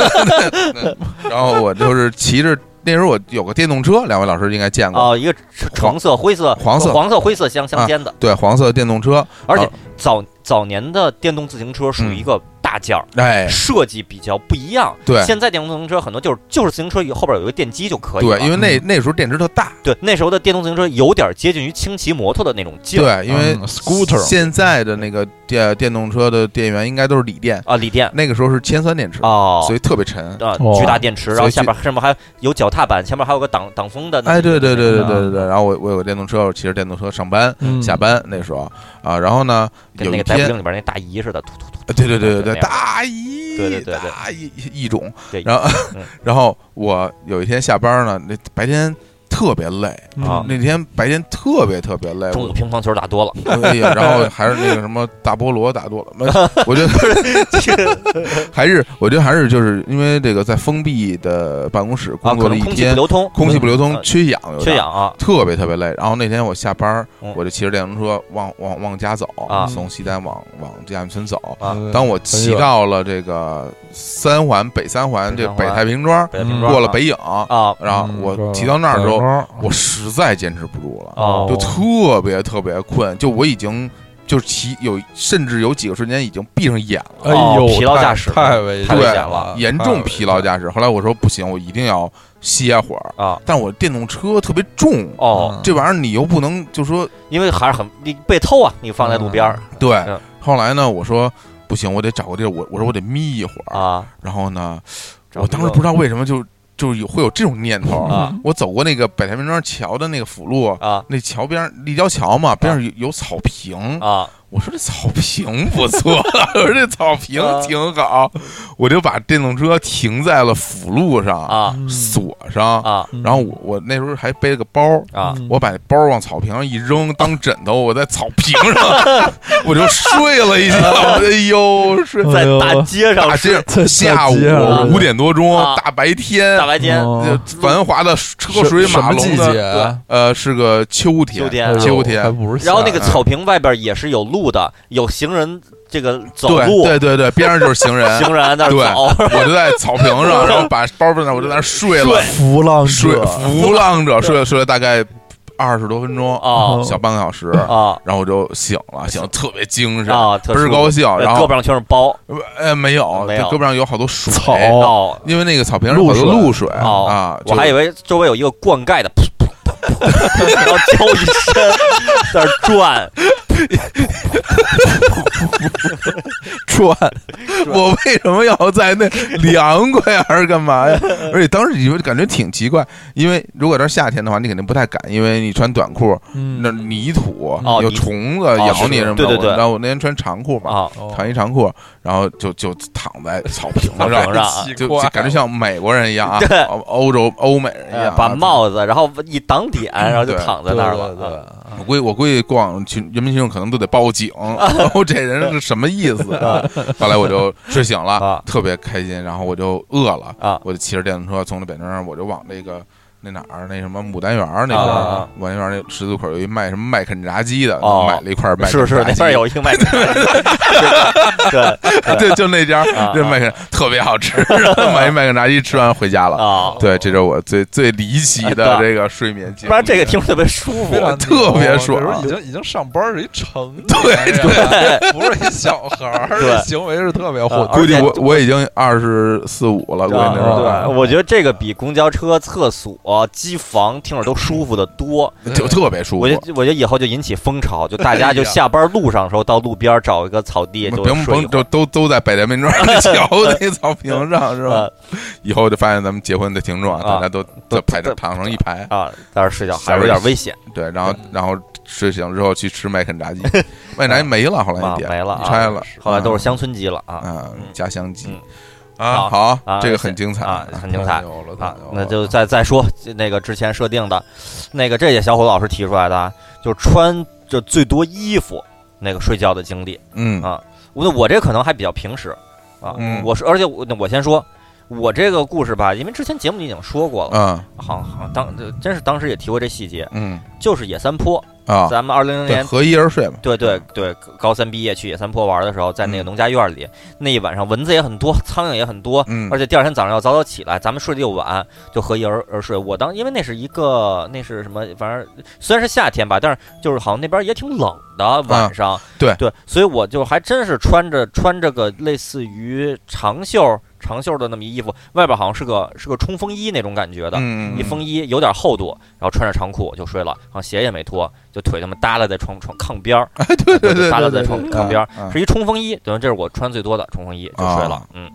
*laughs* 然后我就是骑着那时候我有个电动车，两位老师应该见过，啊，一个橙色、灰色、黄色黄色、灰色相相间的，对，黄色的电动车，而且啊嗯早早年的电动自行车属于一个大件儿，哎，设计比较不一样。对现在电动自行车很多就是就是自行车后边有一个电机就可以了。对，因为那那时候电池特大，对那时候的电动自行车有点接近于轻骑摩托的那种劲儿对，因为嗯 scooter 现在的那个电电动车的电源应该都是锂电，啊，锂电那个时候是铅酸电池，哦，所以特别沉。啊哦，巨大电池，然所后以下巨边上面还有脚踏板，前面还有个挡挡风的那。哎，对对对对啊对对嗯对，然后我我有个电动车，我骑着电动车上班嗯下班那时候啊，然后呢跟有那一个《逮捕天令》，里边那大姨似的，突突突。对对对对对对，大一对对对对大一一种，对然后嗯 *laughs* 然后我有一天下班呢，那白天特别累，嗯啊那天白天特别特别累，中午乒乓球打 *laughs* 多了，哎呀，然后还是那个什么大菠萝打多了，我觉得这个还是我觉得还是就是因为这个在封闭的办公室啊，工可作了能一空气天不，流通，空气不流通呃，缺氧有点缺，氧啊，特别特别累。然后那天我下班儿嗯，我就骑着电动车往往往家走啊，从西单往往亚运村走。啊对当我很骑远到了这个三环北三环北这三北环太平庄，北戴平嗯庄过了啊北影，哦啊然后嗯我说骑到那儿的时候小，猫我实在坚持不住了，哦就特别特别困，就我已经就是骑有甚至有几个瞬间已经闭上眼了，哎呦，哦疲劳太驾驶太危太危险险了严重疲劳。驾驶。后来我说不行，我一定要歇会儿，啊但我电动车特别重，哦，这玩意儿你又不能就说因为还是很你被偷啊，你放在路边儿对嗯。后来呢，我说不行，我得找个地儿，我我说我得眯一会儿。啊，然后呢，嗯找我当时不知地道为什么就就有会有这种念头方啊我走过那个北太平庄桥的那个辅路，啊那桥边儿立交桥嘛，边上有有草坪。啊我说这草坪不错， *laughs* 我说这草坪挺好，我就把电动车停在了辅路上，啊嗯锁上。啊然后我我那时候还背了个包，啊我把包往草坪上一扔当枕头，我在草坪上我就睡了一觉，哎呦睡。在大街上大街在下午大街上嗯五点多钟，啊大白天大，白哎天呃繁华的车水马龙季的，节？啊呃，是个秋天，秋天哎呦秋天还不是夏然后那个啊天草坪外边也是有路的，有行人这个走对路，对对对，边上就是行人，行人在那儿对走，我就在草坪 *laughs* 上，然后把包放那儿，我就在那儿睡了，浮浪睡者浮浪者睡了睡了大概二十多分钟，哦啊小半个小时，啊然后我就醒了，醒得特别精神，啊，特倍儿殊高兴。呃然胳后膊上全是包呃没有，没这有胳膊上有好多水草哦因为那个草坪上有好多露水哦啊，我还以为为周围有一个灌溉的，噗噗噗噗，然后浇一身，在那儿转，转，我为什么要在那凉快还是干嘛呀？ *laughs* 而且当时你就感觉挺奇怪，因为如果这是夏天的话，你肯定不太敢，因为你穿短裤，嗯那泥土哦有泥虫子哦咬是你是什么对的。对我对然后我那天穿长裤嘛，啊哦长一长裤，然后就就躺在草坪草 *laughs* 上坪上啊，就就感觉像美国人一样啊对，欧欧洲欧美人一呃样啊。把帽子，然后一挡点，然后就对躺在那儿了。啊啊我估计我估计过往群人民群众可能都得报 *laughs* 警，然后这人是什么意思啊？后来我就睡醒了啊，特别开心，然后我就饿了，啊我就骑着电动车从那北京上我就往那个。那哪儿那什么牡丹园儿那啊啊个啊牡丹园儿那十字口有一卖什么麦肯炸鸡的，哦买了一块麦肯炸鸡，是是，那边有一个卖 *laughs* 对 *laughs* 对，就那家啊这麦肯特别好吃，买一麦肯炸鸡吃完回家了。啊，对，这就是我最最离奇的这个睡眠经历。 *laughs* 不然这个听着特别舒服非常特别牛爽这时候已经已经上班是一 *laughs* 成年 *laughs* 人了，不是一小孩儿，对这行为是特别啊混。估计而且我我已经二十四五了，估计啊那时候吧对，我觉得这个比公交车、厕所、机房听着都舒服的多。就特别舒服我觉。得，我觉得以后就引起风潮，就大家就下班路上的时候到路边儿找一个草地就甭睡一甭会就儿。都都在北大 *laughs* 门庄桥那草坪上是吧呃？以后就发现咱们结婚的听众啊，啊大家都都排着躺成一排，啊，在那儿睡觉还是有点危险对，然后嗯然后睡醒之后去吃麦肯炸鸡，麦肯炸鸡没了，后来啊那，店没了啊，拆了，后来都是乡村鸡了啊啊家乡鸡嗯啊，啊好啊，这个很精彩啊，很精彩太牛了太哎啊牛了，那就再再说那个之前设定的，那个这也小伙老师提出来的啊，就是穿就最多衣服那个睡觉的经历，嗯啊我我这可能还比较平时啊，嗯我是而且我那我先说，我这个故事吧，因为之前节目里已经说过了，嗯好像好像当这真是当时也提过这细节，嗯就是野三坡，啊，咱们二零零对，年合衣而睡嘛，对对对，高三毕业去野三坡玩的时候，在那个嗯农家院里，那一晚上蚊子也很多，苍蝇也很多，嗯而且第二天早上要早早起来，咱们睡得又晚，就合衣而而睡。我当因为那是一个那是什么，反正虽然是夏天吧，但是就是好像那边也挺冷的晚上，嗯对对，所以我就还真是穿着穿着个类似于长袖长袖的那么一衣服，外边好像是个是个冲锋衣那种感觉的，嗯，嗯一风衣有点厚度，然后穿着长裤我就睡了，然后鞋也没脱，就腿他妈耷拉在床床炕边儿， *laughs* 对对对，就耷拉在对床对炕边儿，啊啊是一冲锋衣，等于这是我穿最多的冲锋衣就睡了啊，嗯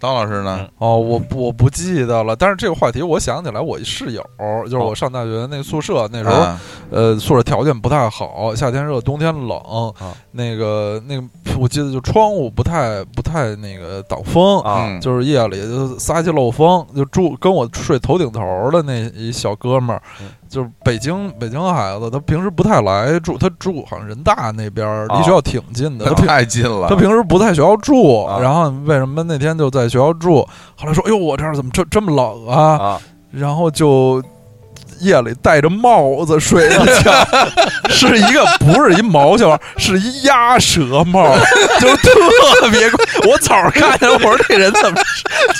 当老师呢？哦，我不我不记得了，但是这个话题我想起来，我一室友就是我上大学那宿舍那时候，哦啊呃，宿舍条件不太好，夏天热，冬天冷，啊那个那个我记得就窗户不太不太那个挡风，啊嗯就是夜里就撒气漏风，就住跟我睡头顶头的那一小哥们儿嗯，就是北京北京的孩子，他平时不太来住，他住好像人大那边儿离哦学校挺近的，那他平太近了他。 *laughs* 平时不在学校住啊，然后为什么那天就在学校住？后来说，哎呦，我这儿怎么这这么冷啊？啊，然后就夜里戴着帽子睡的 *laughs* 觉，是一个不是一毛线帽，是一鸭舌 *laughs* 帽，就是特别怪。我早上看见，我说这人怎么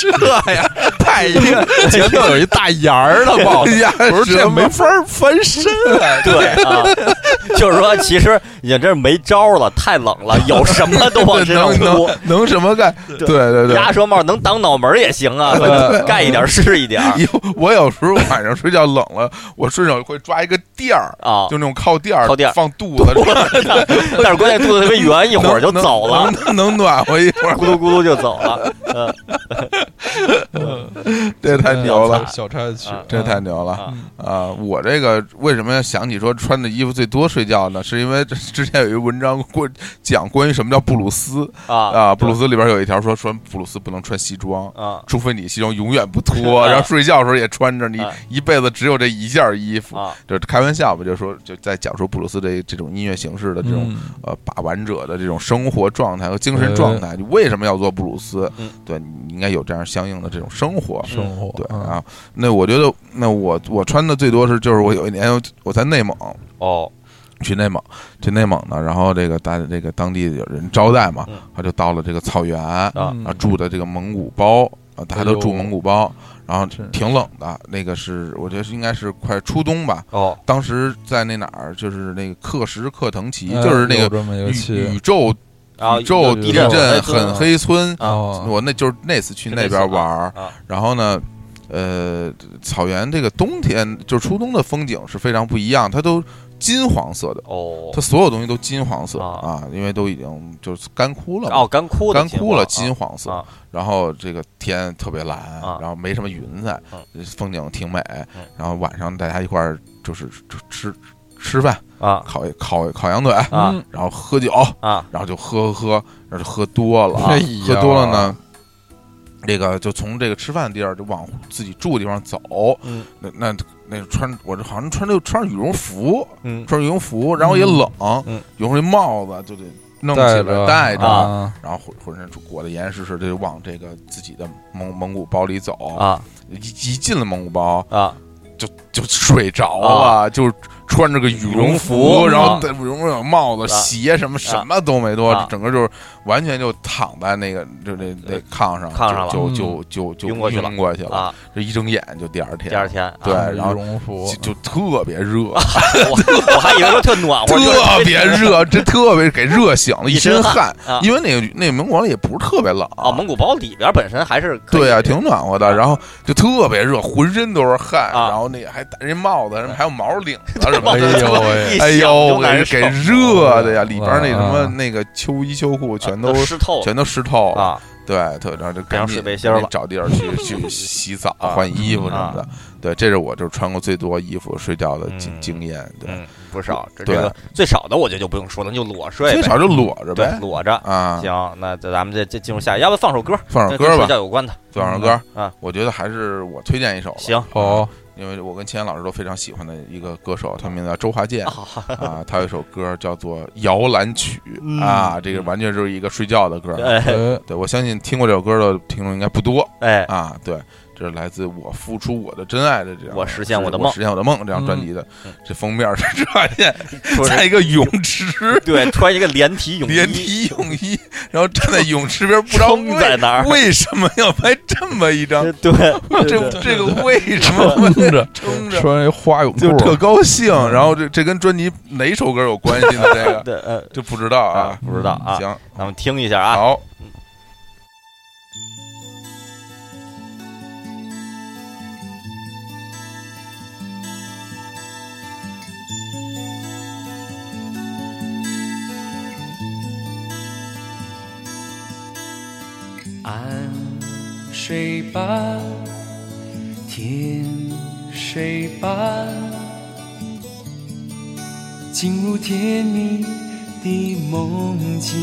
这这样？戴一个前头有一大檐儿的 *laughs* 帽 *laughs* 子，不不是这没法儿翻身啊！对啊，就是说，其实也这没招儿了，太冷了，有什么都往身上能扑。能能什么干？对对呃对。鸭舌帽能挡脑门儿也行啊， *laughs* 盖一点儿是一点儿 *laughs* 有我有时候晚上睡觉冷了，我顺手会抓一个垫儿，啊就。那种靠垫儿，靠垫儿放肚子里，但是关键肚子特别圆， *laughs* 一会儿就能走了，，能能暖和一会 *laughs* 儿咕。噜咕噜就走了。嗯，嗯这太牛了，小插曲啊，这太牛了啊啊！我这个为什么要想起说穿的衣服最多睡觉呢？是因为这之前有一个文章过讲关于什么叫布鲁斯啊啊，布鲁斯里边有一条说穿布鲁斯不能穿西装。啊除非你西装永远不脱，啊然后睡觉的时候也穿着，你啊一辈子只有这一件衣服，啊就是开玩笑吧，就是说就在讲述布鲁斯这这种音乐形式的这种、嗯呃把玩者的这种生活状态和精神状态，你为什么要做布鲁斯？嗯对你应该有这样相应的这种生活。生活对啊，啊，那我觉得，那我我穿的最多是，就是我有一年我在内蒙，哦去内蒙，去内蒙呢，然后这个大这个当地有人招待嘛嗯，他就到了这个草原啊，啊嗯哎住的这个蒙古包啊，大家都住蒙古包，然后真是挺冷的，那个是我觉得是应该是快初冬吧，哦当时在那哪儿，就是那个克什克腾旗，哎就是那有个这么一个宇宇区宙啊，宇宙有地地震震嗯很黑村，啊，我那就是那次去那边玩儿，啊然后呢。呃，草原这个冬天就是初冬的风景是非常不一样，它都金黄色的，哦它所有东西都金黄色啊啊，因为都已经就是干枯了嘛，哦干枯的干枯了金金黄黄色，啊然后这个天特别蓝，啊然后没什么云彩，风景挺美嗯，然后晚上大家一块儿就是吃吃吃饭，啊烤烤烤羊腿，啊嗯然后喝酒，啊然后就喝喝喝，然后就喝多了啊，哎呀喝多了呢。这个就从这个吃饭地儿就往自己住的地方走，嗯那那那穿我这好像穿着穿着羽绒服，嗯穿着羽绒服，然后也冷，嗯有时候那帽子就得弄起戴来着戴着，啊然后浑浑身裹得严实实的，就往这个自己的蒙蒙古包里走。啊一一进了蒙古包啊就睡着了，啊就穿着个羽绒羽绒服然后啊戴羽绒服有帽子、啊鞋什么什么都没多，啊整个就是完全就躺在那个就那那炕上，炕上了就嗯就就就晕过去了晕过去了，啊！这一睁眼就第二天，第二天啊对，羽然后绒服就就特别热， *laughs* 我我还以为说特暖和，特别热，这特别给热醒了，一身身汗啊因为那个那蒙古王也不是特别冷啊，蒙古包里边本身还是可以对啊，挺暖和的，啊然后就特别热，浑身都是汗，啊然后那个还戴人帽子，还有毛领子 *laughs* 什么帽的，子哎呦一喂哎呦，想就给难给受热的呀，里边那什么哇那个秋衣秋裤全啊都湿透了全都湿透了，啊对，特然后就赶上紧水背心儿了赶紧找地儿去去洗澡、 *laughs* 啊换衣服什么的啊。对，这是我就是穿过最多衣服睡觉的经嗯经验，对，嗯不少，这这对个最少的我觉得就不用说了，那就裸睡呗，最少就裸着对呗裸着。啊，行，那咱们这这进入下一，要不放首歌，放首跟歌跟睡吧，觉有关的。放首歌嗯啊，我觉得还是我推荐一首吧，行，哦，因为我跟钱岩老师都非常喜欢的一个歌手，他名字叫周华健啊好啊，他有一首歌叫做《摇篮曲》嗯啊，这个完全就是一个睡觉的歌。哎哎 *laughs* 对，我相信听过这首歌的听众应该不多 *laughs* 哎，啊。对，这是来自我付出我的真爱的这样，我实现我的梦实现我的梦这张专辑的嗯这封面是周华健说是在一个泳池对，穿一个连体泳衣，连体泳衣，然后站在泳池边，不知道撑在为那儿，为什么要拍这么一张对，对这对这个为什么会撑着？穿一花泳就裤，啊特高 *laughs* 兴。然后这这跟专辑哪首歌有关系呢？这个对呃就不知道啊啊。不知道啊，行，咱们听一下啊，好，安睡吧，甜睡吧，进入甜蜜的梦境，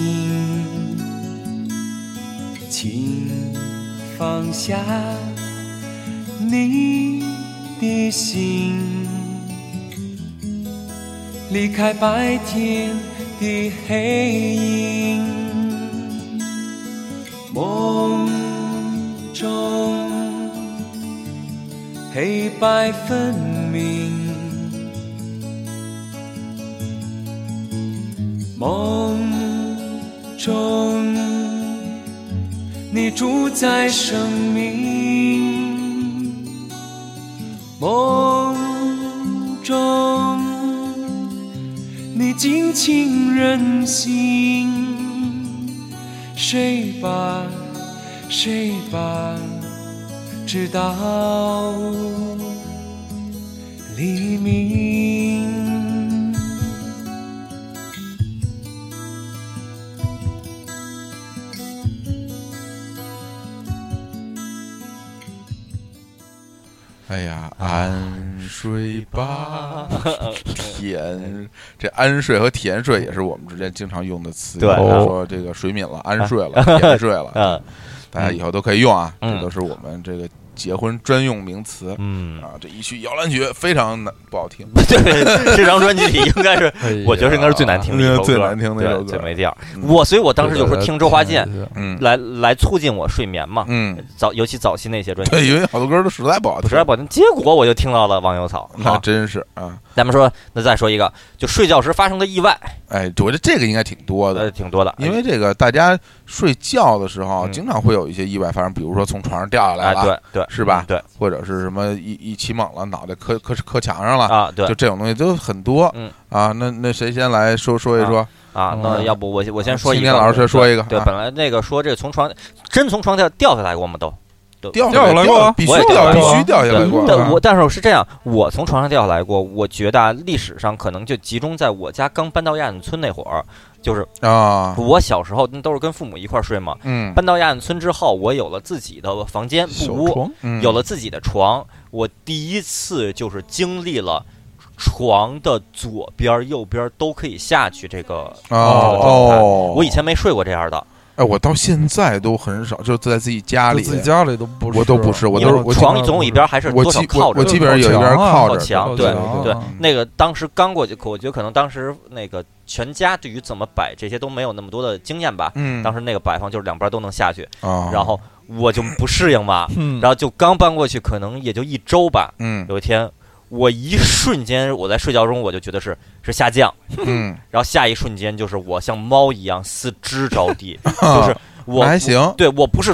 请放下你的心。离开白天的黑影，梦中黑白分明，梦中你主宰生命。梦中，你尽情任性，谁把谁把直到黎明。哎呀，安睡吧， *laughs* 甜。这安睡和甜睡也是我们之间经常用的词语。对比如哦说这个水敏了，安睡 *laughs* 了，甜睡了，嗯大家以后都可以用啊。嗯这都是我们这个结婚专用名词嗯，啊。这一曲摇篮曲非常难不好听， *laughs* 对，这张专辑里应该是哎呀我觉得应该是最难听的一首歌，最难听的一对首歌最没调儿。嗯我所以，我当时就说听周华健嗯来来促进我睡眠嘛，嗯，早尤其早期那些专辑，对，因为好多歌都实在不好听，实在不好听。结果我就听到了《忘忧草》那啊。真是啊。咱们说，那再说一个，就睡觉时发生的意外，哎，我觉得这个应该挺多的呃，，挺多的。因为这个大家睡觉的时候，啊嗯经常会有一些意外发生，比如说从床上掉下来哎，了，啊对对，是吧对或者是什么一一起猛了，脑袋磕磕磕墙上了，啊，对就这种东西都很多。嗯啊，那那谁先来说说一说？啊。那嗯要不我我先说一青个，年老师先说一个对，啊本来那个说这个从床真从床下掉下来过吗？都都掉掉下来过啊必须我也掉，掉下来必过须掉下来过嗯。啊但我但是我是这样，我从床上掉下来过。我觉得啊历史上可能就集中在我家刚搬到亚运村那会儿，就是啊，我小时候那都是跟父母一块儿睡嘛。嗯搬到亚运村之后，我有了自己的房间小不屋，床嗯，有了自己的床。我第一次就是经历了床的左边儿、右边儿都可以下去这个。哦这个状态哦，我以前没睡过这样的，哎，我到现在都很少，就在自己家就里，自己家里都不是，我都不是，我因都为是我经床常总有一边还是我多少基靠着我的基本上有一边靠靠着，墙，啊靠对墙对嗯，那个当时刚过去，我觉得可能当时那个全家对于怎么摆这些都没有那么多的经验吧。嗯，当时那个摆放就是两边都能下去，啊，然后我就不适应嘛，嗯，然后就刚搬过去，可能也就一周吧。嗯有一天，我一瞬间我在睡觉中我就觉得是是下降， *laughs* 嗯，然后下一瞬间就是我像猫一样四肢着 *laughs* 地，就是我啊那还行，对我不是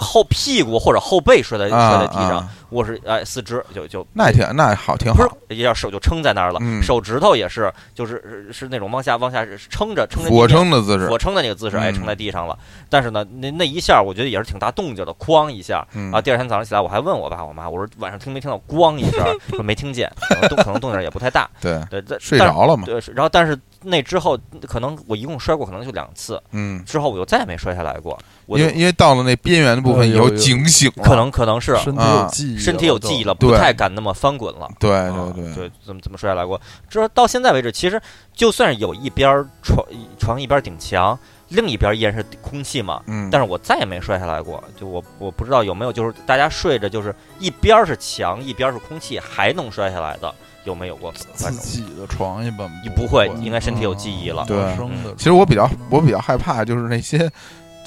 后屁股或者后背摔在摔在地啊上，啊我是哎四肢就就那挺那好，挺不是啊好，一下手就撑在那儿了，嗯手指头也是，就是是是那种往下往下撑着撑着地面，俯卧撑的姿势俯，卧撑的那个姿势，哎，嗯撑在地上了。但是呢，那那一下我觉得也是挺大动静的，哐一下嗯啊。第二天早上起来，我还问我爸我妈，我说晚上听没听到咣一声， *laughs* 说没听见，可能动可能动静也不太大。对，对，但睡但是着了嘛，对，是然后但是那之后，可能我一共摔过，可能就两次，嗯，之后我就再也没摔下来过。我因就啊为因为到了那边缘的部分哎以呦后呦警醒了，可能可能是身体啊有记忆了，身体有记忆了，对不太敢那么翻滚了。对啊对对，对，怎么怎么摔下来过？这到现在为止，其实就算是有一边儿床床一边儿顶墙，另一边儿依然是空气嘛。嗯，但是我再也没摔下来过，就我我不知道有没有，就是大家睡着就是一边儿是墙，一边儿是空气，还能摔下来的，有没有过？自反正己的床一般你不会，应该身体有记忆了。嗯对陌生的其实我比较我比较害怕就是那些，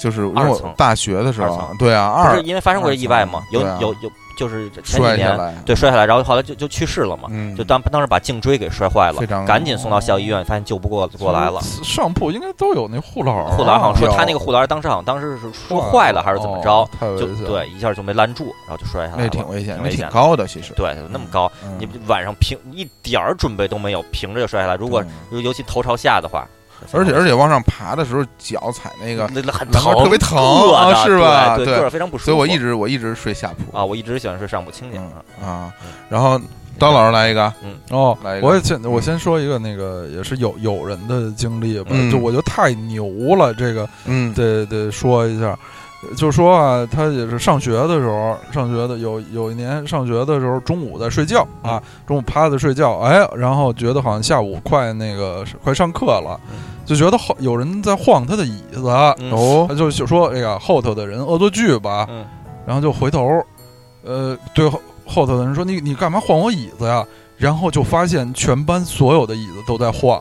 就是因为二我层大学的时二候，层对啊，不是二因为发生过这意外吗？有对啊有有，就是前几摔下年来，对摔下来，然后后来就就去世了嘛，嗯，就当当时把颈椎给摔坏非了，常哦赶紧送到校医院，发现救不过过来了。上铺应该都有那护栏儿，啊护栏好像说哦有他那个护栏当时好像当时是说坏了还是怎么着哦，太危就险了，对一下就没拦住，然后就摔下来那了。挺危险，挺那危挺险的高的其实，对，那么高，嗯你晚上平一点儿准备都没有，平着就摔下来。如果对尤尤其头朝下的话，嗯而且而且往上爬的时候脚踩那个，那那很栏杆疼，特别疼硌啊的是吧对，对硌着非常不舒服。所以我一直我一直睡下铺啊，我一直喜欢睡上铺青年啊，嗯啊，然后张老师来一个，哦来一，个我也先我先说一个那个也是有有人的经历吧，嗯就我觉得太牛了，这个嗯，得得说一下。就说啊，他也是上学的时候，上学的有有一年上学的时候，中午在睡觉啊，嗯中午趴着睡觉，哎，然后觉得好像下午快那个快上课了，就觉得后有人在晃他的椅子，嗯哦，他就就说哎呀后头的人恶作剧吧，嗯然后就回头，呃，对后后头的人说你你干嘛晃我椅子呀？然后就发现全班所有的椅子都在晃。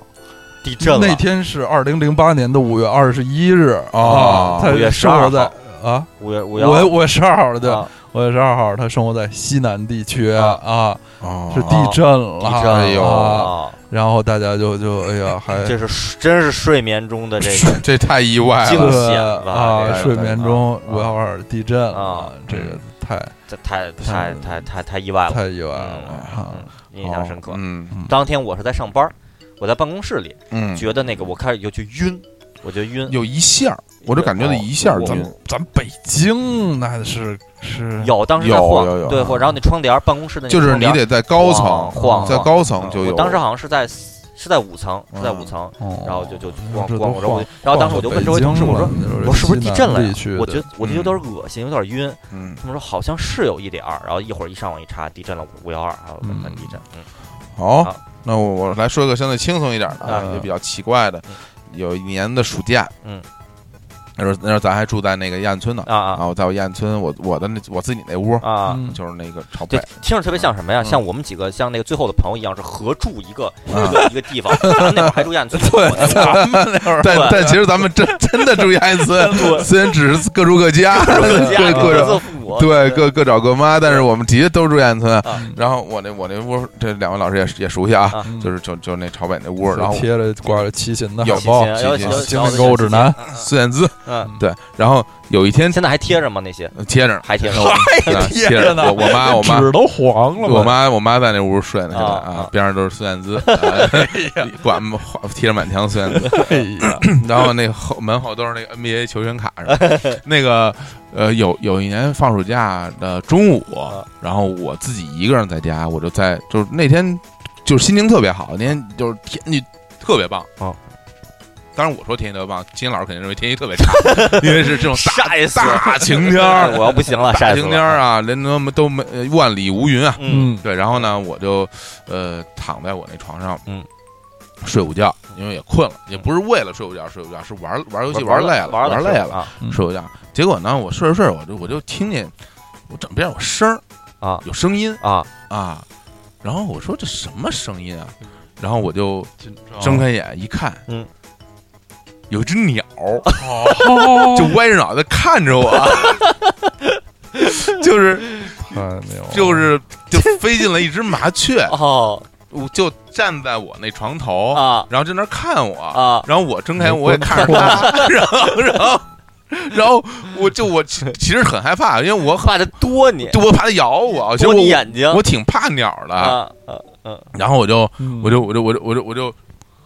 地震那了，天是二零零八年的五月二十一日啊哦他5月生活12在啊，五月五五幺月五月十二号了，对，啊五月十二号，他生活在西南地区啊啊，哦是地震了，地哎震呦啊了，然后大家就就哎呀，还这是睡真是睡眠中的这个这太意外惊了， *laughs* 对险吧啊这，个睡眠中啊五幺二地震啊嗯了，这个太这太太嗯太太太意外了，太意外了啊嗯，印象深刻。嗯当天我是在上班，我在办公室里，嗯，觉得那个我开始就去晕，我就晕，有一下儿，我就感觉到一下儿哦我晕，咱北京那是是有当时在有晃有有，对，或然后那窗帘儿，办公室的那就是窗你帘儿得在高晃层，晃在晃嗯高层就我有。嗯当时好像是在是在五层，是在五层，哦然后就就嗯逛这都逛，我说我晃就，然后当时我就问周围同事，我说我是不是地震了呀？我觉得我就有点恶心，有点晕。嗯，他们说好像是有一点儿，然后一会儿一上网一查，地震了五幺二，然后我们地震，嗯，好好，那我我来说一个相对轻松一点的，啊嗯也比较奇怪的嗯。有一年的暑假，嗯，那时候那时候咱还住在那个燕村呢，啊啊啊，我在我燕村，我我的那我自己那屋啊，嗯就是那个朝对北，，听着特别像什么呀？嗯像我们几个，像那个最后的朋友一样，是合住一个一嗯个一个地方。咱们那会儿还住 *laughs* 燕子，对咱们那会儿但对但其实咱们真 *laughs* 真的住燕村，对虽然只是各住各家，家啊对各各种自父母，对，各各找各妈，但是我们的确都住燕村啊。然后我那我那屋，这两位老师也也熟悉啊，嗯啊就是就就那朝北那屋，就然后嗯贴着挂着齐秦的有海报报，有要几要精灵狗指南，孙燕姿嗯，对，然后有一天现在还贴着吗？那些呃贴着呢还贴着我还贴着呢我我妈我妈纸都黄了吧，我妈我妈在那屋睡呢，现在啊啊啊，边上都是孙燕姿，啊 *laughs* 管贴着满墙孙燕姿。哎呀，然后那个后门后都是那个 NBA 球员卡什么 *laughs* 的那个呃，有有一年放暑假的中午，啊然后我自己一个人在家，我就在就是那天就是心情特别好，那天就是天气特别棒哦。当然我说天气特别棒，金老师肯定认为天气特别差， *laughs* 因为是这种嗯大晒死了，大晴天儿， *laughs* 我要不行了，大晒死晴天了。儿啊，连都没都没呃万里无云啊。嗯，对，然后呢，我就呃躺在我那床上，嗯，睡午觉，因为也困了，也不是为了睡午觉睡午觉，是玩玩游戏玩累了，玩玩累了了，啊嗯睡午觉。结果呢，我睡着睡着，我就我就听见我枕边有声儿啊有声音啊！啊，然后我说这什么声音啊？嗯然后我就睁开眼一看，嗯。有一只鸟哦，就歪着脑袋看着 *laughs* 我，就是太牛了，就是就哦飞进了一只麻雀，哦我就站在我那床头哦啊然后在那儿看我，啊然后我睁开眼我也看着他，然后然后然后我就我其其实很害怕，因为我很怕它多你，就我怕它咬我，其实多你我眼睛我挺怕鸟的，啊啊啊！然后我就嗯，我就我就我就我就我就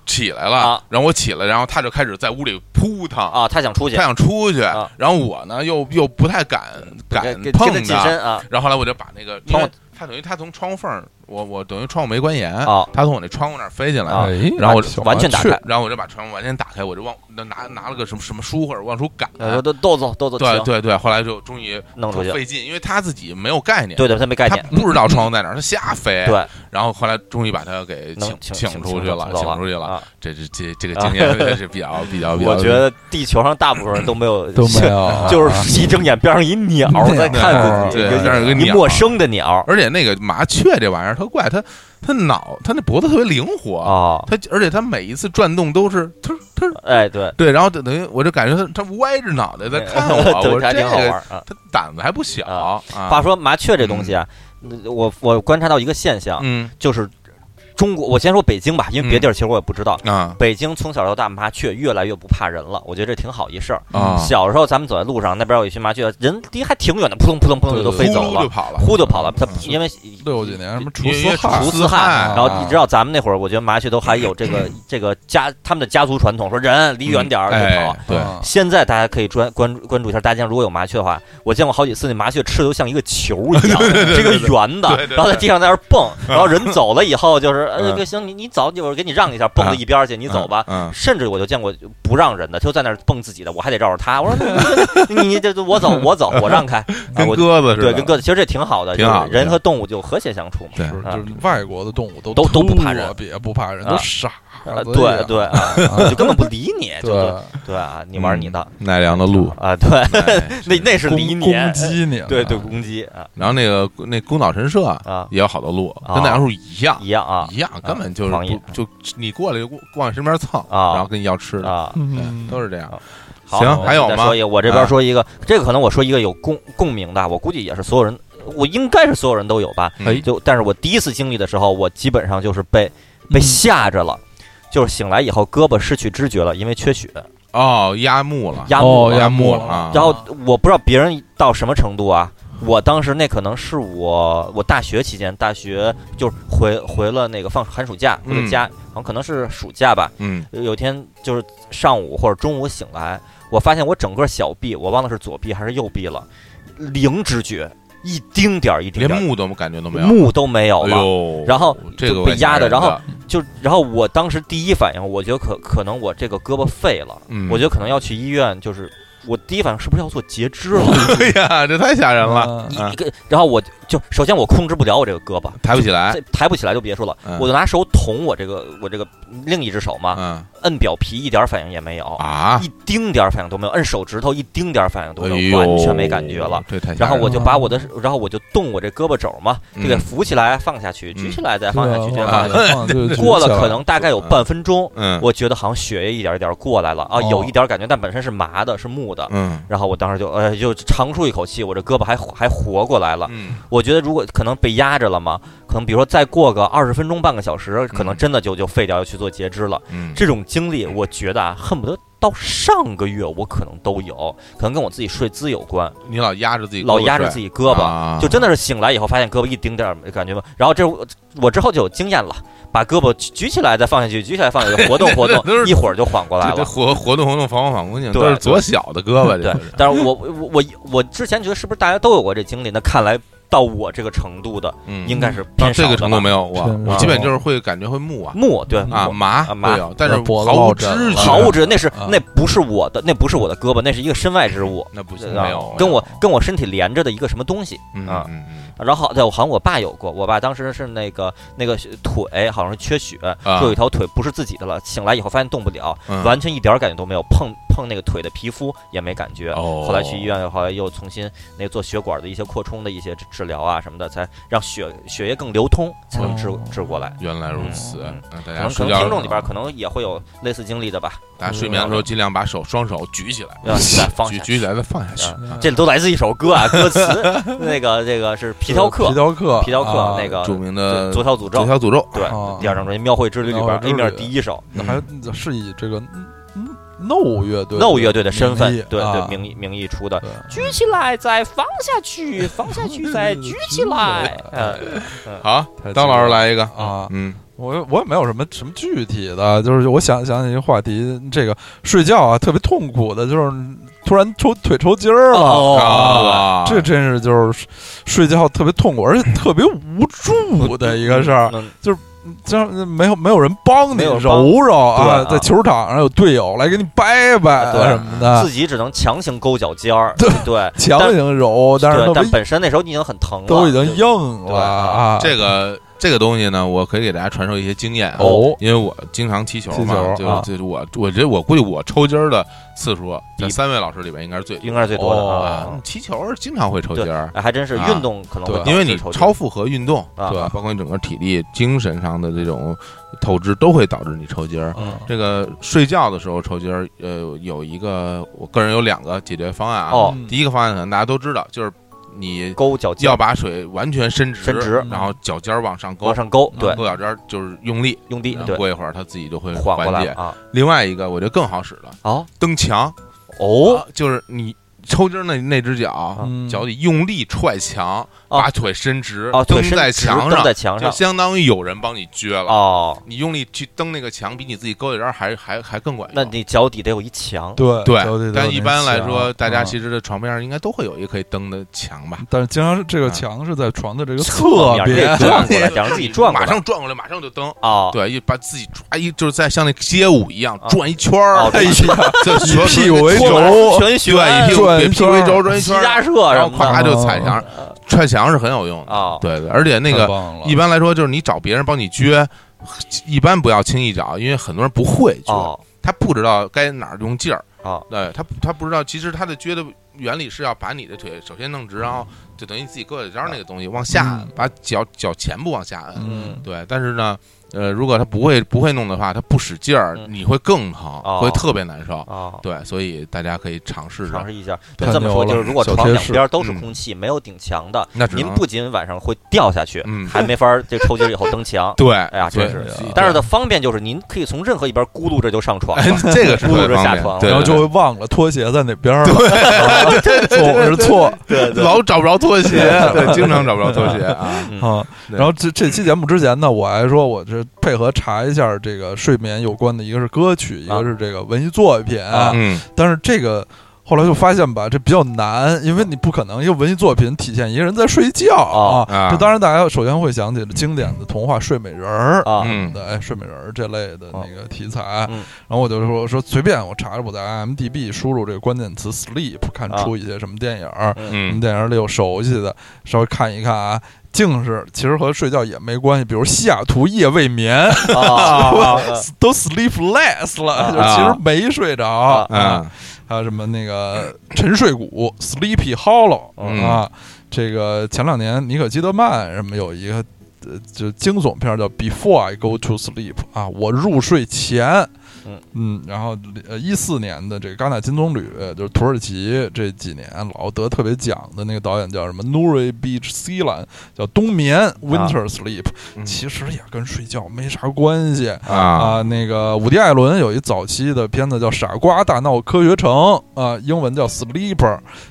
起来了啊，然后我起来，然后他就开始在屋里扑腾。啊，他想出去他，想出去啊，然后我呢又又不太敢敢给给碰给他近它，身啊然后后来我就把那个窗窗户户，他等于他从窗户缝儿，我我等于窗户没关严，啊他从我那窗户那儿飞进来，啊哎，然后我小完全打麻雀开然后我就把窗户完全打开，我就往那拿拿了个什么什么书或者往出赶，呃，都豆子豆子对对对，后来就终于弄出去就费劲，因为他自己没有概念，对对，他没概他念，不知道窗户在哪儿，他瞎飞，对，然后后来终于把他给能请请出去了，请出去了，。这是这这 *laughs* 个啊经验也是比较比较比较，我觉得地球上大部分人都没有，都没有 *laughs* 就是一睁眼边上一鸟在看自己，对有边上有个一鸟陌生的鸟而且那个麻雀这玩意儿特怪，它它脑它那脖子特别灵活，啊，它而且它每一次转动都是突突。哎对，对，然后等于我就感觉它它歪着脑袋在看 *laughs* 对我，我说还这挺好玩个啊。它胆子还不小啊啊。话说麻雀这东西啊，我我观察到一个现象，嗯就是中国，我先说北京吧，因为别地儿其实我也不知道。啊北京从小到大麻雀越来越不怕人了，我觉得这挺好一事儿。啊，小时候咱们走在路上，那边有一群麻雀，人离还挺远的，扑通扑通扑通就都呼飞走噜就了，跑了，呼就跑了。它嗯因为六几年什么除因为四害除除四四害害，然后啊你知道咱们那会儿，我觉得麻雀都还有这个这个家他们的家族传统，说人离远点儿就跑。嗯哎，对，啊现在大家可以专关注关注一下，大家如果有麻雀的话，我见过好几次那麻雀吃的都像一个球一样，是一个圆的对对，对然后在地上在那儿蹦，然后人走了以后就是时，呃，嗯这行，你你走，一会儿给你让一下，蹦到一边儿去，你走吧。嗯，甚至我就见过不让人的，他就在那儿蹦自己的，我还得绕着他。我说你你这这我走我走，我让开。嗯啊跟我鸽子似的，对，跟鸽子其实这挺好的，挺好的就是人和动物就和谐相处嘛。对是，啊就是外国的动物都都都不怕人特别不怕人，啊都傻呃子对一样对啊，啊 *laughs* 就根本不理你，就对，对啊，你玩你的嗯奈良的 *laughs* 鹿，啊，对， *laughs* 哎那那是攻理你，攻 *laughs* 击你了，对对攻击啊然后那个那宫岛神社啊也有好多鹿，啊跟大杨树一样一样啊一样，根本就是狂野不就你过来就过往身边蹭，啊然后跟你要吃的，啊。嗯，都是这样。好行我还有再吗说一个，我这啊边说一个，这个可能我说一个有共共鸣的，我估计也是所有人，我应该是所有人都有吧。哎就但是我第一次经历的时候，我基本上就是被被嗯吓着了，就是醒来以后胳膊失去知觉了，因为缺血。哦，压木了，压木哦了压压木木了啊然后我不知道别人到什么程度啊。我当时那可能是我我大学期间，大学就是回回了那个放寒暑假回嗯了家，好像可能是暑假吧。嗯有一天就是上午或者中午醒来，我发现我整个小臂，我忘了是左臂还是右臂了，零知觉，一丁点儿一丁连点儿木都感觉都没有，木都没有哎了。呦，然后这个就我也被压吓的人然后就然后我当时第一反应，我觉得可可能我这个胳膊废了，嗯我觉得可能要去医院，就是我第一反应是不是要做截肢了？ *laughs* 哎呀，这太吓人了，嗯一啊一个， *laughs* 然后我就首先我控制不了我这个胳膊，抬不起来这，抬不起来就别说了嗯，我就拿手捅我这个我这个另一只手嘛，嗯摁表皮一点儿反应也没有，啊，一丁点儿反应都没有，摁手指头一丁点儿反应都哎呦，没有，完全没感觉了。，这太吓然后人了我就把我的，然后我就动我这胳膊肘嘛，就给嗯扶起来，放下去，举起来，再放下去，对再啊放下去。放就举 *laughs* 过了起来可能大概有半分钟，嗯我觉得好像血液一点儿一点儿过来了啊，哦有一点儿感觉，但本身是麻的，是木的。嗯然后我当时就呃就长舒一口气，我这胳膊还还活过来了。嗯我觉得如果可能被压着了嘛，可能比如说再过个二十分钟半个小时，可能真的就就废掉要去做截肢了。嗯，这种经历，我觉得啊，恨不得到上个月我可能都有，可能跟我自己睡姿有关，你老压着自己，啊老压着自己己胳膊，膊就真的是醒来以后发现胳膊一丁点儿没感觉吗？然后这我我之后就有经验了，把胳膊举举起来再放下去，举起来放下去，活动活动 *laughs* 那都是，一会儿就缓过来这了。活活动活动，防防反光镜，对都是左小的胳膊，对这都是，但是我我我我之前觉得是不是大家都有过这经历？那看来到我这个程度的嗯，应该是到偏这少的个程度吧没有我，偏我少基本就是会感觉会木啊木对啊木麻啊麻会有，但是脖子毫无落知枕了觉，毫无知觉，那是啊那不是我的，那不是我的胳膊，那是一个身外之物。那不行，啊嗯没有跟我跟我身体连着的一个什么东西。嗯啊嗯嗯然后对，我好像我爸有过，我爸当时是那个那个腿好像是缺血，啊就有一条腿不是自己的了。醒来以后发现动不了，嗯完全一点儿感觉都没有，碰碰那个腿的皮肤也没感觉。哦后来去医院，后来又重新那做血管的一些扩充的一些治治疗啊什么的，才让血血液更流通，才能治哦哎治过来。原来如此嗯，那大可家能可睡能觉听众里的时边啊嗯候可能也会有类似经历的吧，大家睡眠的时候尽量把手双手举起来，要再放举下举起来再放下去。嗯啊这都来自一首歌啊，歌词 *laughs* 那个这个是皮条客皮，条客，皮条客啊那个著名左的左小诅咒嗯左，小诅咒，对啊，第二张专辑《庙会之旅》里边庙会之 A 旅面第一首还嗯是以这个嗯 no 乐队，No 乐队的身份名义，对对啊名义名义出的。对举起来，再放下去，放下去，再举起来。呃，好太，当老激师动来一个，啊，嗯我我也没有什么什么具体的，就是我想想起一个话题，这个睡觉啊特别痛苦的，就是突然抽腿抽筋儿了。哦，啊，这真是就是睡觉特别痛苦，而且特别无助的一个事儿，嗯这样没有没有人帮你没有帮揉揉啊，对啊在球场上有队友来给你掰掰啊对什么的自，己只能强行勾脚尖儿，对对强行揉，但是对，都但本身那时候你已经很疼了，都已经硬对了啊，这个这个东西呢，我可以给大家传授一些经验啊哦因为我经常踢球嘛，踢就球啊就我我觉得我估计我抽筋儿的次数在比三位老师里边应该是最应该是最多的哦啊啊。，踢球经常会抽筋儿。哎还真是啊运动可能会对导致因为你抽筋超负荷运动，啊对吧？包括你整个体力、精神上的这种透支，都会导致你抽筋儿。嗯这个睡觉的时候抽筋儿，呃，有一个我个人有两个解决方案啊。哦嗯第一个方案可能大家都知道，就是你勾脚尖要儿把水完全伸直，伸直然后脚尖儿往上勾往，上勾，对，勾脚尖儿就是用力，用力然后对过一会儿它自己就会缓过缓来解。啊。另外一个我觉得更好使的，哦蹬墙，哦啊就是你抽筋儿那那只脚嗯脚底用力踹墙，哦把腿伸直哦，，蹬对，伸在直墙蹬上在，墙就上，相当于有人帮你撅了。哦，你用力去蹬那个墙，比你自己勾在这儿还还还更管用。那你脚底得有一墙，对脚底对，都有但一那般来墙说，大家嗯其实的床边上应该都会有一个可以蹬的墙嗯吧？但是经常是这个啊墙是在床的这个嗯侧侧面边 *laughs* 这，转过来，得让自己转过马来，上转过来，马上就蹬。哦，对，一把自己抓一，就是在像那街舞一样啊转一圈儿哦， *laughs* 对呀，这所有以屁股为拖把轴，全旋对，一屁股转对一屁股一圈轴转一齐圈儿，家社然什后么的，咵啊就踩墙，踹墙是很有用的。哦，对对，而且那太个棒了一般来说就是你找别人帮你撅，一般不要轻易找，因为很多人不会撅，哦，他不知道该哪儿用劲儿。哦，对他他不知道，其实他的撅的原理是要把你的腿首先弄直，然后就等于你自己胳膊肘那个东西往下按嗯把脚脚前部往下摁。嗯对，但是呢，呃，如果他不会不会弄的话，他不使劲儿，嗯你会更疼，哦会特别难受。哦。对，所以大家可以尝试尝着。试一下，太就这么说，牛了就是如果小床贴两士边都是嗯空气，没有顶墙的，那只您能不仅晚上会掉下去，嗯。还没法儿这抽筋儿以后蹬墙对，哎呀对真是对但是的方便就是您可以从任何一边咕噜着就上床哎了， *laughs* 这个是咕噜特着别方下便床，对然后就会忘了拖鞋在哪边儿 *laughs* 了，总是错对老找不着拖鞋，对，经常找不着拖鞋啊。嗯啊。对然后这这期节目之前呢，我还说我这配合查一下这个睡眠有关的，一个是歌曲，一啊个是这个文艺作品， *laughs* 啊嗯，但是这个。后来就发现吧，这比较难，因为你不可能一个文艺作品体现一个人在睡觉哦啊这当然，大家首先会想起经典的童话《睡美人儿》啊嗯的哎，睡美人儿这类的哦那个题材。嗯然后我就说我说随便，我查着我在 IMDB 输入这个关键词 sleep，看啊出一些什么电影儿，什么嗯，电影儿里有熟悉的，稍微看一看啊。竟是其实和睡觉也没关系，比如西雅图夜未眠 *laughs* 啊， *laughs* 都 sleepless 了，就啊其实没睡着啊啊，还有什么那个沉睡谷 （Sleepy Hollow）、嗯啊，这个前两年尼可基德曼什么有一个呃，就惊悚片儿叫《Before I Go to Sleep》啊，我入睡前。嗯然后呃，一四年的这个戛纳金棕榈，呃就是土耳其这几年老得特别奖的那个导演叫什么 Nuri b e a c h s i l a n 叫《冬眠》（Winter Sleep），、嗯其实也跟睡觉没啥关系。啊啊，那个伍迪·艾伦有一早期的片子叫《傻瓜大闹科学城》，啊，英文叫《Sleeper》，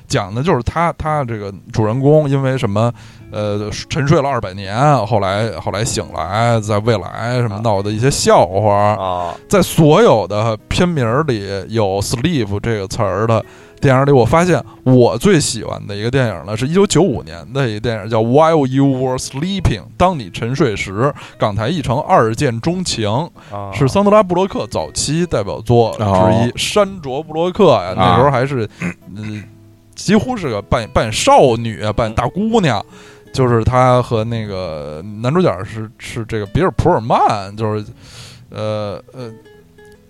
讲的就是他他这个主人公因为什么呃沉睡了二百年，后来后来醒来，在未来什么啊闹的一些笑 *laughs* 话，啊在所有的片名儿里有 “sleep” 这个词儿的电影里，我发现我最喜欢的一个电影呢，是一九九五年的一个电影叫《While You Were Sleeping》，当你沉睡时，港台译成《二见钟情》。啊，是桑德拉·布洛克早期代表作之哦啊一，山卓·布洛克呀，那时候还是，嗯，几乎是个扮扮少女啊，扮大姑娘。就是她和那个男主角是是这个比尔·普尔曼，就是，呃呃，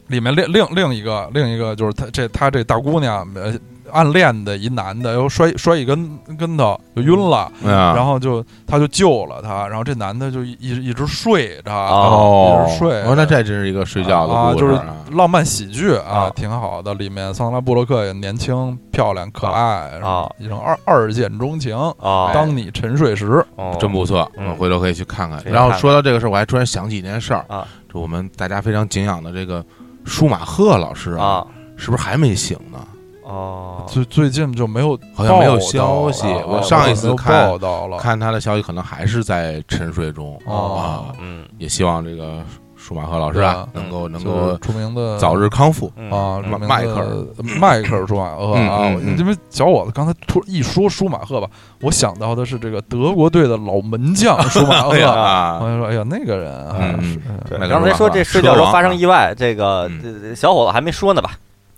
里面另另另一个另一个就是他这他这大姑娘呃暗恋的一男的，又摔摔一跟跟头就晕了，然嗯然后就他就救了他，然后这男的就一一直睡着，哦一直，睡着。哎哦那这真是一个睡觉啊，的故就事是啊。浪漫喜剧啊啊，挺好的。里面桑德拉布洛克也年轻、漂亮、可爱啊，一种二二见钟情。啊，当你沉睡时，哦真不错，嗯我回头可以去看看。可以然后看说到这个事儿，我还突然想起一件事儿啊，就我们大家非常敬仰的这个舒马赫老师，啊是不是还没醒呢？哦最最近就没有啊好像没有报道消息了我啊上一没次有看报道了，看他的消息，可能还是在沉睡中哦啊。嗯也希望这个舒马赫老师对啊啊，能够能就是够著名的早日康复。嗯啊，嗯著名的迈克尔迈克尔舒马赫啊，嗯我嗯嗯因为小伙子刚才突一说舒马赫吧，我想到的是这个德国队的老门将舒马 *laughs* 哦哎呀赫。我啊，就说，哎呀，那个人啊，嗯是对，麦克刚才尔说瓦这赫睡觉车时候王啊发生意外，这个嗯这这小伙子还没说呢吧？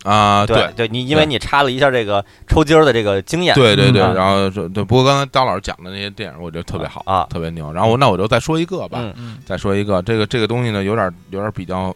啊，对对，你因为你插了一下这个抽筋儿的这个经验，对对对，嗯然后说对，不过刚才刀老师讲的那些电影，我觉得特别好啊特别牛。然后我那我就再说一个吧，嗯嗯再说一个，这个这个东西呢，有点有点比较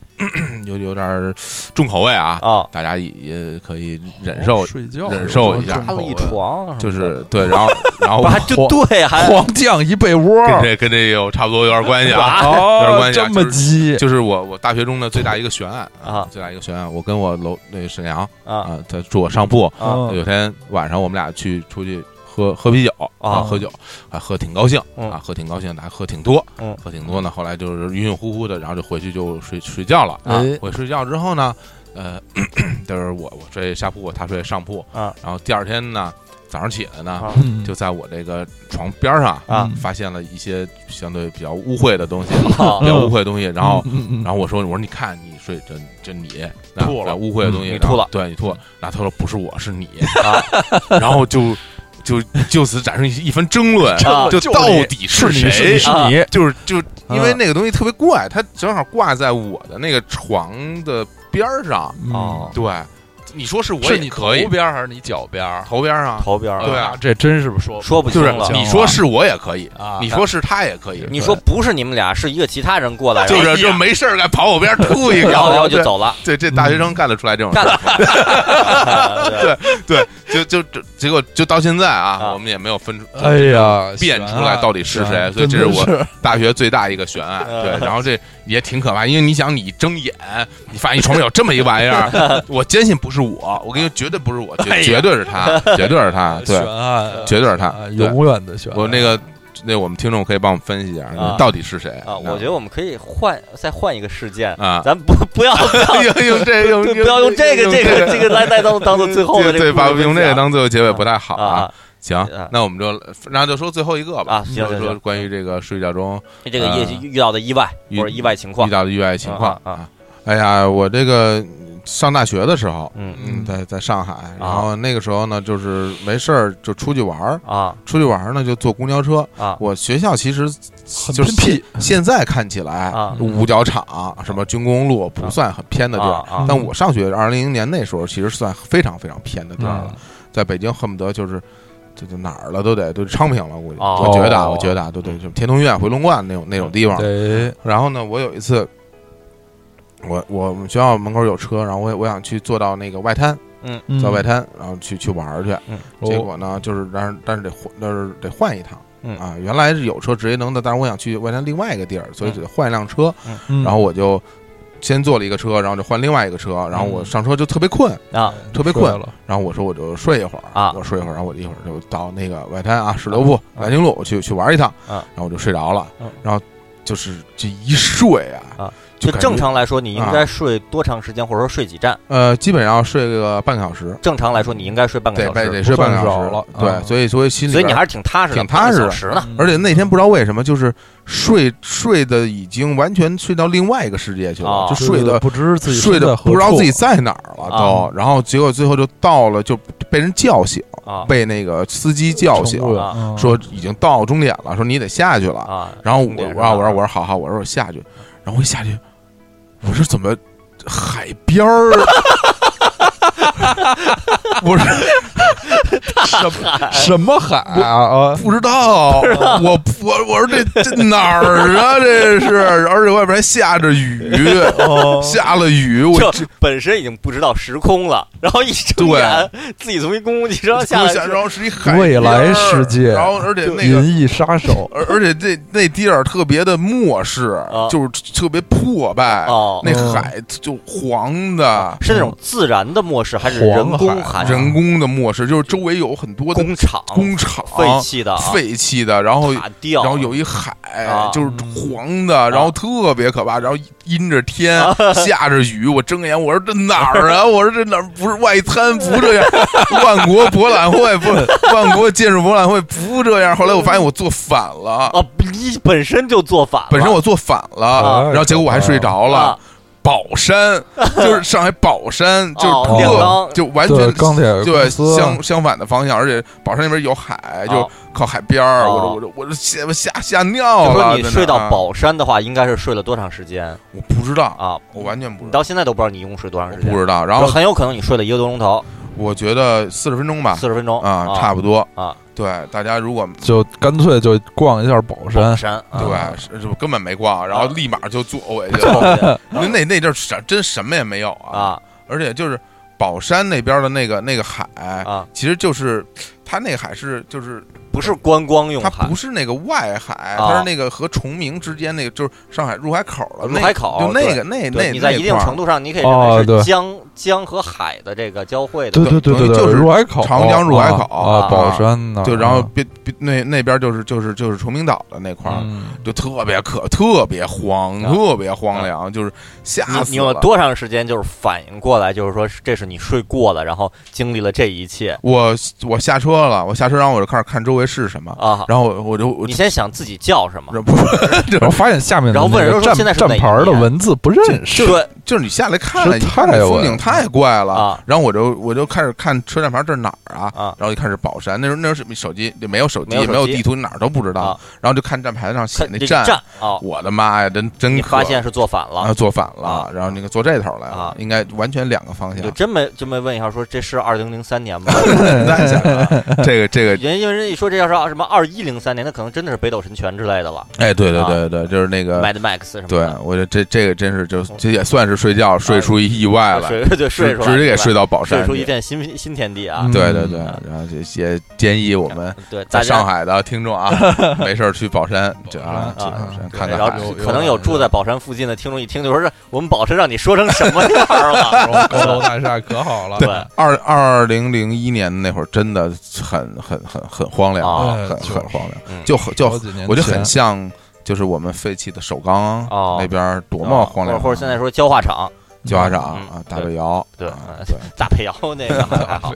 有有点重口味啊，啊，大家也也可以忍受，睡觉忍受一下重插口了味一床什么的，嗯就是对， *laughs* 然后然后不还就对，还啊黄酱一被窝，哎跟这跟这有差不多有点关系啊，有点哦关系啊这么鸡就是我我大学中的最大一个悬案啊最大一个悬案，我跟我楼那沈阳啊啊，他住我上铺，啊嗯有天晚上我们俩去出去喝喝啤酒啊喝酒啊，喝挺高兴嗯啊，喝挺高兴，还喝挺多嗯，喝挺多呢。后来就是晕晕乎乎的，然后就回去就睡睡觉了。啊哎我睡觉之后呢，呃， *clears throat* 就是我我睡下铺，他睡上铺啊。然后第二天呢，早上起来呢，啊嗯就在我这个床边上啊嗯发现了一些相对比较污秽的东西，好比较污秽的东西。然后，嗯嗯嗯然后我说我说你看你睡这这你那吐了那污秽的东西，嗯你然后吐了对你吐了。然后他说不是我是你， *laughs* 啊然后就就就此产生一一番争论，啊就就是到你底是你是谁你是啊你，就是就因为啊那个东西特别怪，它正好挂在我的那个床的边儿上。嗯哦，对，你说是我是也你可以头边儿还是你脚边儿？头边儿上，头边儿对啊这真是说不说不就清是了。你说是我也可以，啊你说是他也可以，你说不是你们俩，是一个其他人过来，就然后是啊就没事儿该跑我边儿吐 *laughs* 一然后然后口，就对 *laughs* 走了，对，这大学生干得出来这种事干儿，了。呃对对，就就就结果就到现在啊，啊我们也没有分出。呃哎呀，辨悬出案来到底是悬谁案所以这是啊真的我是大学最大一个悬案，嗯对，然后这也挺可怕，因为你想，你睁眼，你发现你床上有这么一玩意 *laughs* 儿，我坚信不是我，我跟你说，绝对不是我，哎绝绝呀对是他，绝对是 *laughs* 他，对悬，案，绝对是他啊，对永远的悬案。我那个那我们听众可以帮我们分析一下啊，到底是谁啊，我觉得我们可以换再换一个事件， *laughs* 啊，咱不不要不要用用这用对不要用这个这个这个来来当当做最后的对这对，个把故事用分这个享当最后结尾不太好啊。啊，行啊，那我们就那就说最后一个吧啊行就行说行关于这个睡觉中这个呃遇遇到的意外遇或者意外情况遇，到的意外情况啊啊啊。哎呀，我这个上大学的时候，嗯啊嗯，在在上海，然后那个时候呢，就是没事儿就出去玩儿，啊出去玩儿呢就坐公交车。啊我学校其实很就是偏现僻现在看起来，啊五角场、什么军工路不算很偏的地儿，啊但我上学二零零年那时候，其实算非常非常偏的地啊儿了嗯，在北京恨不得就是。这就哪儿了都得都昌平了，估计哦我觉得啊，我觉得啊，都得就天通苑、回龙观那种那种地方，得然后呢，我有一次，我我们学校门口有车，然后我我想去坐到那个外滩，嗯坐外滩，然后去去玩儿去。结哦果呢，就是但是但是得换，但是得换一趟。嗯啊，原来是有车直接能到，但是我想去外滩另外一个地儿，所以得换一辆车。嗯然后我就先坐了一个车，然后就换另外一个车，然后嗯我上车就特别困，啊特别睡困了，然后我说我就睡一会儿啊我睡一会儿，然后我一会儿就到那个外滩啊，十六铺南京路，我去去玩一趟，啊然后我就睡着了嗯，然后就是这一睡啊，啊就就感觉啊正，常来说，你应该睡多长时间，或者说睡几站？呃，基本上要睡个半个小时，正常来说，你应该睡半个得小得时，得睡半个不算小时少了啊对，所以所以心里所以你边还是挺踏实的，挺踏实的半个小时呢。嗯而且那天不知道为什么，就是睡睡的已经完全睡到另外一个世界去了啊，就对睡对的不知自己睡的的不知道 *laughs* 自己在哪儿了都，然后结果最后就到了，就被人叫醒，啊被那个司机叫醒，啊说已经到终点了，说你得下去了。啊！然后重我点是我让我哪儿说我说好好，我说我下去，然后我一下去，我说怎么海边儿？啊 *laughs* 我说什么什么海啊？啊不知道，我我我说这这哪儿啊？这是，而且外边还下着雨，哦下了雨，我这本身已经不知道时空了，然后一睁眼自己从一公共汽车下我来想，是然后是一海未边儿来世界然后而且 *laughs* 那个。银翼杀手而而且这那地儿特别的漠视，啊就是特别破败，哦那嗯海就黄的，是那种自然的漠视，还是人工海？人工的漠视，就是周围有很多的工厂工厂废弃的啊，废弃的，然后塔吊，然后有一海啊，就是黄的，然后特别可怕，然后阴着天，啊下着雨，我睁眼，我说这哪儿啊？我说这哪儿不是外滩，不这样，万国博览会不，万国建筑博览会不这样。后来我发现我坐反了，啊，你本身就做反了，本身我坐反了啊，然后结果我还睡着了啊。宝山就是上海宝山，就是哦炼特钢就完对全钢铁对公司相相反的方向，而且宝山那边有海，就哦靠海边儿，我哦就我就我就吓我吓吓尿就了。说你真的睡啊到宝山的话，应该是睡了多长时间我不知道，啊？我完全不你知道，到现在都不知道你一共睡多长我时间，不知道。然就后很有可能你睡了一个多钟头，我觉得四十分钟吧四，十分钟啊，差不多啊。对，大家如果就干脆就逛一下宝山宝，山，啊对是就根本没逛，然后啊立马就坐回 *laughs* 去了。对那那那地儿什真什么也没有啊，啊而且就是宝山那边的那个那个海啊，其实就是它那海是就是不是观光用它海啊不，是那个外海，它是那个和崇明之间那个就是上海入海口了，入那呃海口就那对个那对那你在那一定块儿程度上，你可以认为哦对是江江和海的这个交汇的对更，对对对对，就是入海口，长江入海口啊，啊啊宝山呐，就然后边边那那边就是就是就是崇明岛的那块儿，嗯就特别可特别荒，啊特别荒凉，就是吓你死你有了。多长时间就是反应过来，就是说这是你睡过了，然后经历了这一切我我下车了，我下车，然后我就开始看周围是什么，啊？然后我我就我你先想自己叫什么？这 *laughs* 不然后发现下面的然后问那个人说站现在是站哪一牌儿的年文字不认识，对就是你下来看了，这你太看这我风景太怪了啊然后我就我就开始看车站牌，这是哪儿啊？啊然后就开始宝山，那时候那时候手机就没有手机，没有也手没有机地图，哪儿都不知道。啊然后就看站牌上写看那这站，站哦，我的妈呀，真真你可发现是做反了啊，，坐反了，啊然后那个坐这头来了，啊应该完全两个方你向就。真没就没问一下说这是二零零三年 *laughs* 吗？那想 *laughs* 啊这个这个，人因为人一说这要是什么二一零三年，那可能真的是北斗神拳之类的了哎，对对对啊对，就是那个。 ，Mad Max 什么对的，，我觉得这这个真是就这也算是睡觉睡出一意外了，嗯啊睡对睡直出来直接给睡到宝睡山出一去。片新新天地啊嗯！对对对，嗯然后就也建议我们对，在大家上海的听众 *laughs* 啊，没事儿去宝山，这啊，去宝山宝山啊看看对然海后有可能有有住在宝山附近的听众一听就说是我们宝山让你说成什么样儿 *laughs* 了？然后高楼大厦可好了，对二二零零一年那会儿真的很很很很荒凉，啊很就是很荒凉，嗯就就好几年我觉得前很像就是我们废弃的首钢哦那边儿多么荒凉啊，或者或者现在说焦化厂，焦家长嗯啊，对大北窑，对啊嗯对大配窑那个还 *laughs* 好。啊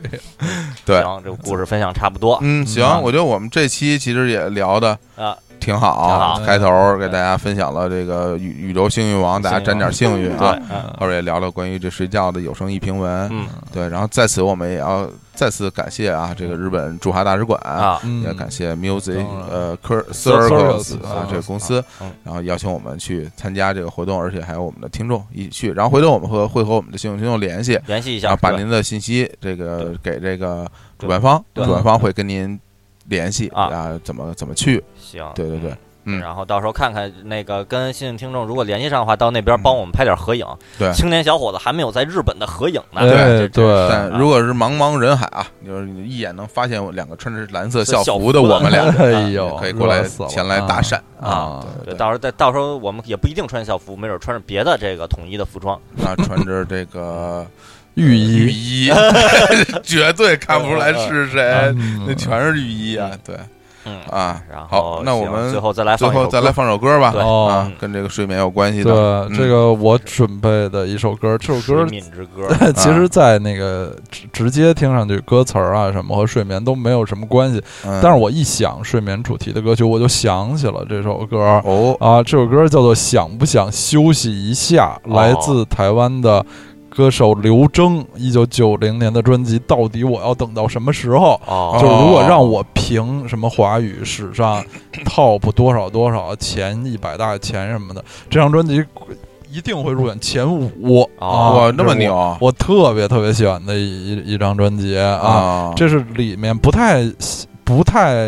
对，行，这个故事分享差不多嗯，行，嗯我觉得我们这期其实也聊的啊。挺挺好好，开头给大家分享了这个宇宇宙幸运王，大家沾点幸运对啊。，嗯后边也聊了关于这睡觉的有声一评文，嗯对，然后在此我们也要再次感谢啊，这个日本驻华大使馆，啊，嗯也感谢 Music 当然呃 Cur Circles， Circles 啊啊这个公司嗯，然后邀请我们去参加这个活动，而且还有我们的听众一起去，然后回头我们和会和我们的信用听众联系， *laughs* 联系一然下后把对您的信息这个给这个主办方，主对办方会跟您联系啊啊，怎么怎么去，行，对对对。嗯然后到时候看看那个跟幸运听众，如果联系上的话，到那边帮我们拍点合影。嗯对青年小伙子还没有在日本的合影呢。哎这这对但如果是茫茫人海啊，就是你一眼能发现我两个穿着蓝色校校服服的的我们 *laughs* 俩，哎呦，啊可以过来热死了前来搭讪啊对对对，到时候再到时候我们也不一定穿校服，没准穿着别的这个统一的服装。啊，穿着这个呃浴浴衣，衣， *laughs* 绝对看不出来是哎谁，嗯那全是浴衣啊，对嗯，啊然。后好，那我行们最后再来最放一后首再歌来放首歌吧对，啊哦，跟这个睡眠有关系对的。嗯这个我准备的一首歌，这首歌水敏之 *laughs* 歌 *laughs* 其啊实，在那个直直接听上去，歌词儿啊什么和睡眠都没有什么关系。嗯但是我一想睡眠主题的歌曲，我就想起了这首歌哦，啊。这首歌叫做《想不想休息一下》，哦来自台湾的歌手刘铮一九九零年的专辑《到底我要等到什么时候》。哦就，是如果让我评什么华语史上 top 多少多少前一百大前什么的，这张专辑一定会入选前五。啊哦哇啊，，那么牛我特别特别喜欢的一一一张专辑啊，啊！这是里面不太不太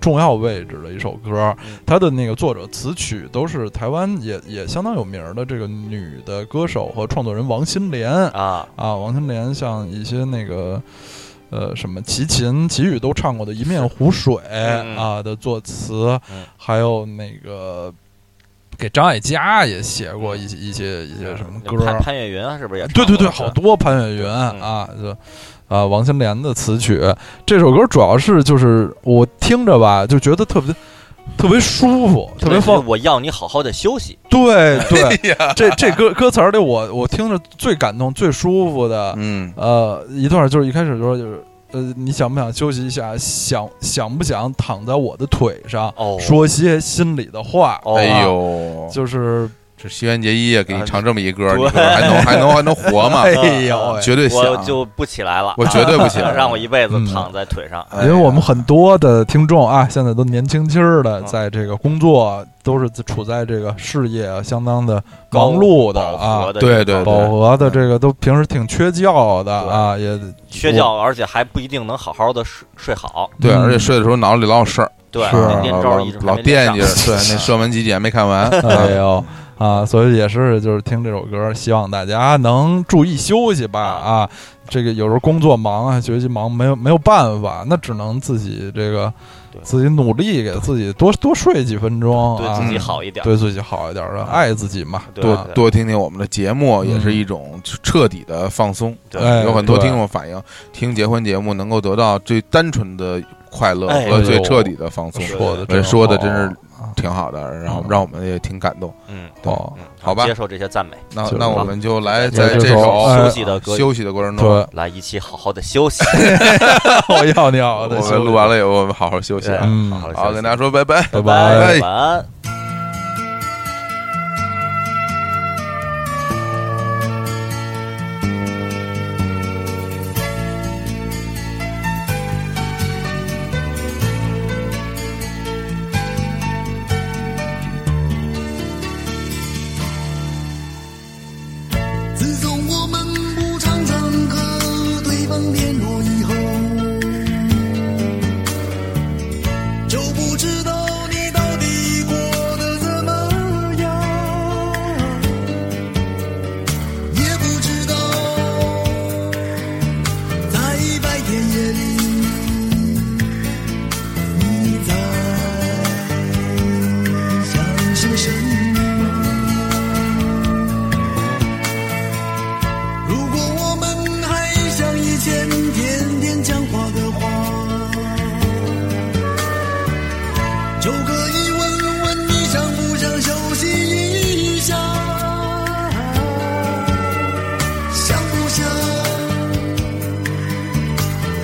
重要位置的一首歌嗯，它的那个作者词曲都是台湾也也相当有名儿的这个女的歌手和创作人王心莲啊啊，王心莲像一些那个。呃，什么齐秦、齐豫都唱过的《一面湖水》嗯啊的作词，嗯还有那个给张艾嘉也写过一些一些一些什么歌，潘潘越云啊是不是也唱对对对，过好多潘越云嗯啊，就啊王心莲的词曲，这首歌主要是就是我听着吧，就觉得特别特别舒服，特别放。我要你好好的休息。对对，这这歌歌词儿里我我听着最感动、最舒服的嗯，呃一段，就是一开始说就是呃你想不想休息一下？想想不想躺在我的腿上哦说些心里的话？啊哦哎呦，就是这西元结衣啊，给你唱这么一歌，对你说还 *laughs* 能还能还能活吗哎？呦喂，绝对想我，就不起来了，我绝对不 *laughs* 起来让我一辈子嗯躺在腿上。哎呀因为我们很多的听众啊，现在都年轻轻儿的，嗯在这个工作都是处在这个事业啊相当的忙碌的饱啊和，的对这种对对饱和的这个都平时挺缺觉的啊， *laughs* 也缺觉，而且还不一定能好好的睡睡好。对，嗯而且睡的时候脑子里老有事儿，啊对，是那练招老儿一直还老没练惦上记着，对， *laughs* 那射门集锦没看完，哎呦啊，所以也是就是听这首歌，希望大家能注意休息吧啊。这个有时候工作忙啊，学习忙，没有没有办法，那只能自己这个对自己努力给自己多多睡几分钟对啊，自己嗯好一点，对自己好一点的，爱自己嘛。对多对多听听我们的节目，嗯也是一种彻底的放松。对哎有很多对听众反映，听结婚节目能够得到最单纯的快乐哎和对最对彻底的放松，是说的哦哎真说的好真是挺好的，然后嗯让我们也挺感动。嗯对哦，嗯，好吧接受这些赞美，那就是那我们就来这在首这首哎休息的歌曲，休息的过程中， *laughs* 对，来一起好好的休 *laughs* 息，我哦要你我好的，们录完了以后，我们好好休息对，啊。嗯好好好，休息跟大家说拜拜。拜拜晚安。自从我们不常常和对方联络以后，就不知道你到底过得怎么样，也不知道在白天夜里你在想些什么。如果我们还像以前天天讲话的话，就可以问问你想不想休息一下，想不想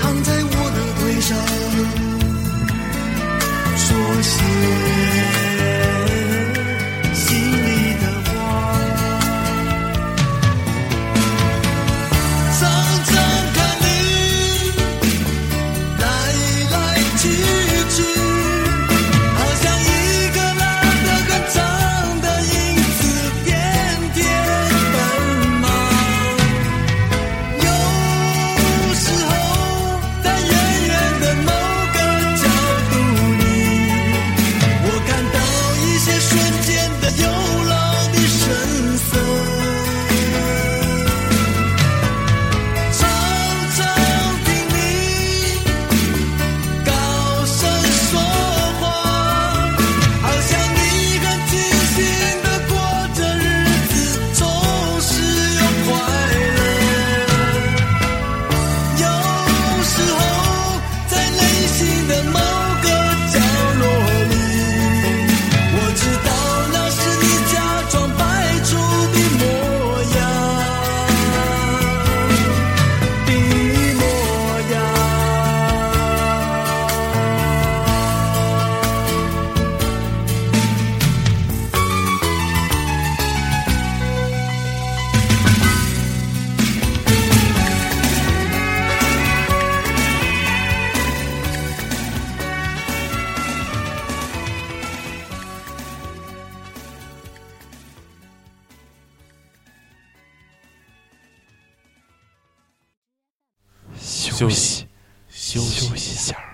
躺在我的腿上说些心里的话。常常看你来来去去，好像一个拉得很长的影子，翩翩奔忙。有时候在远远的某个角度里，我看到一些瞬间的有老的神色。常常听你高声说话，好像你很清醒的过着日子，总是有快乐。有时候在内心的某个角落里，我知道那是你假装摆出的模样。的模样。休息休息一下。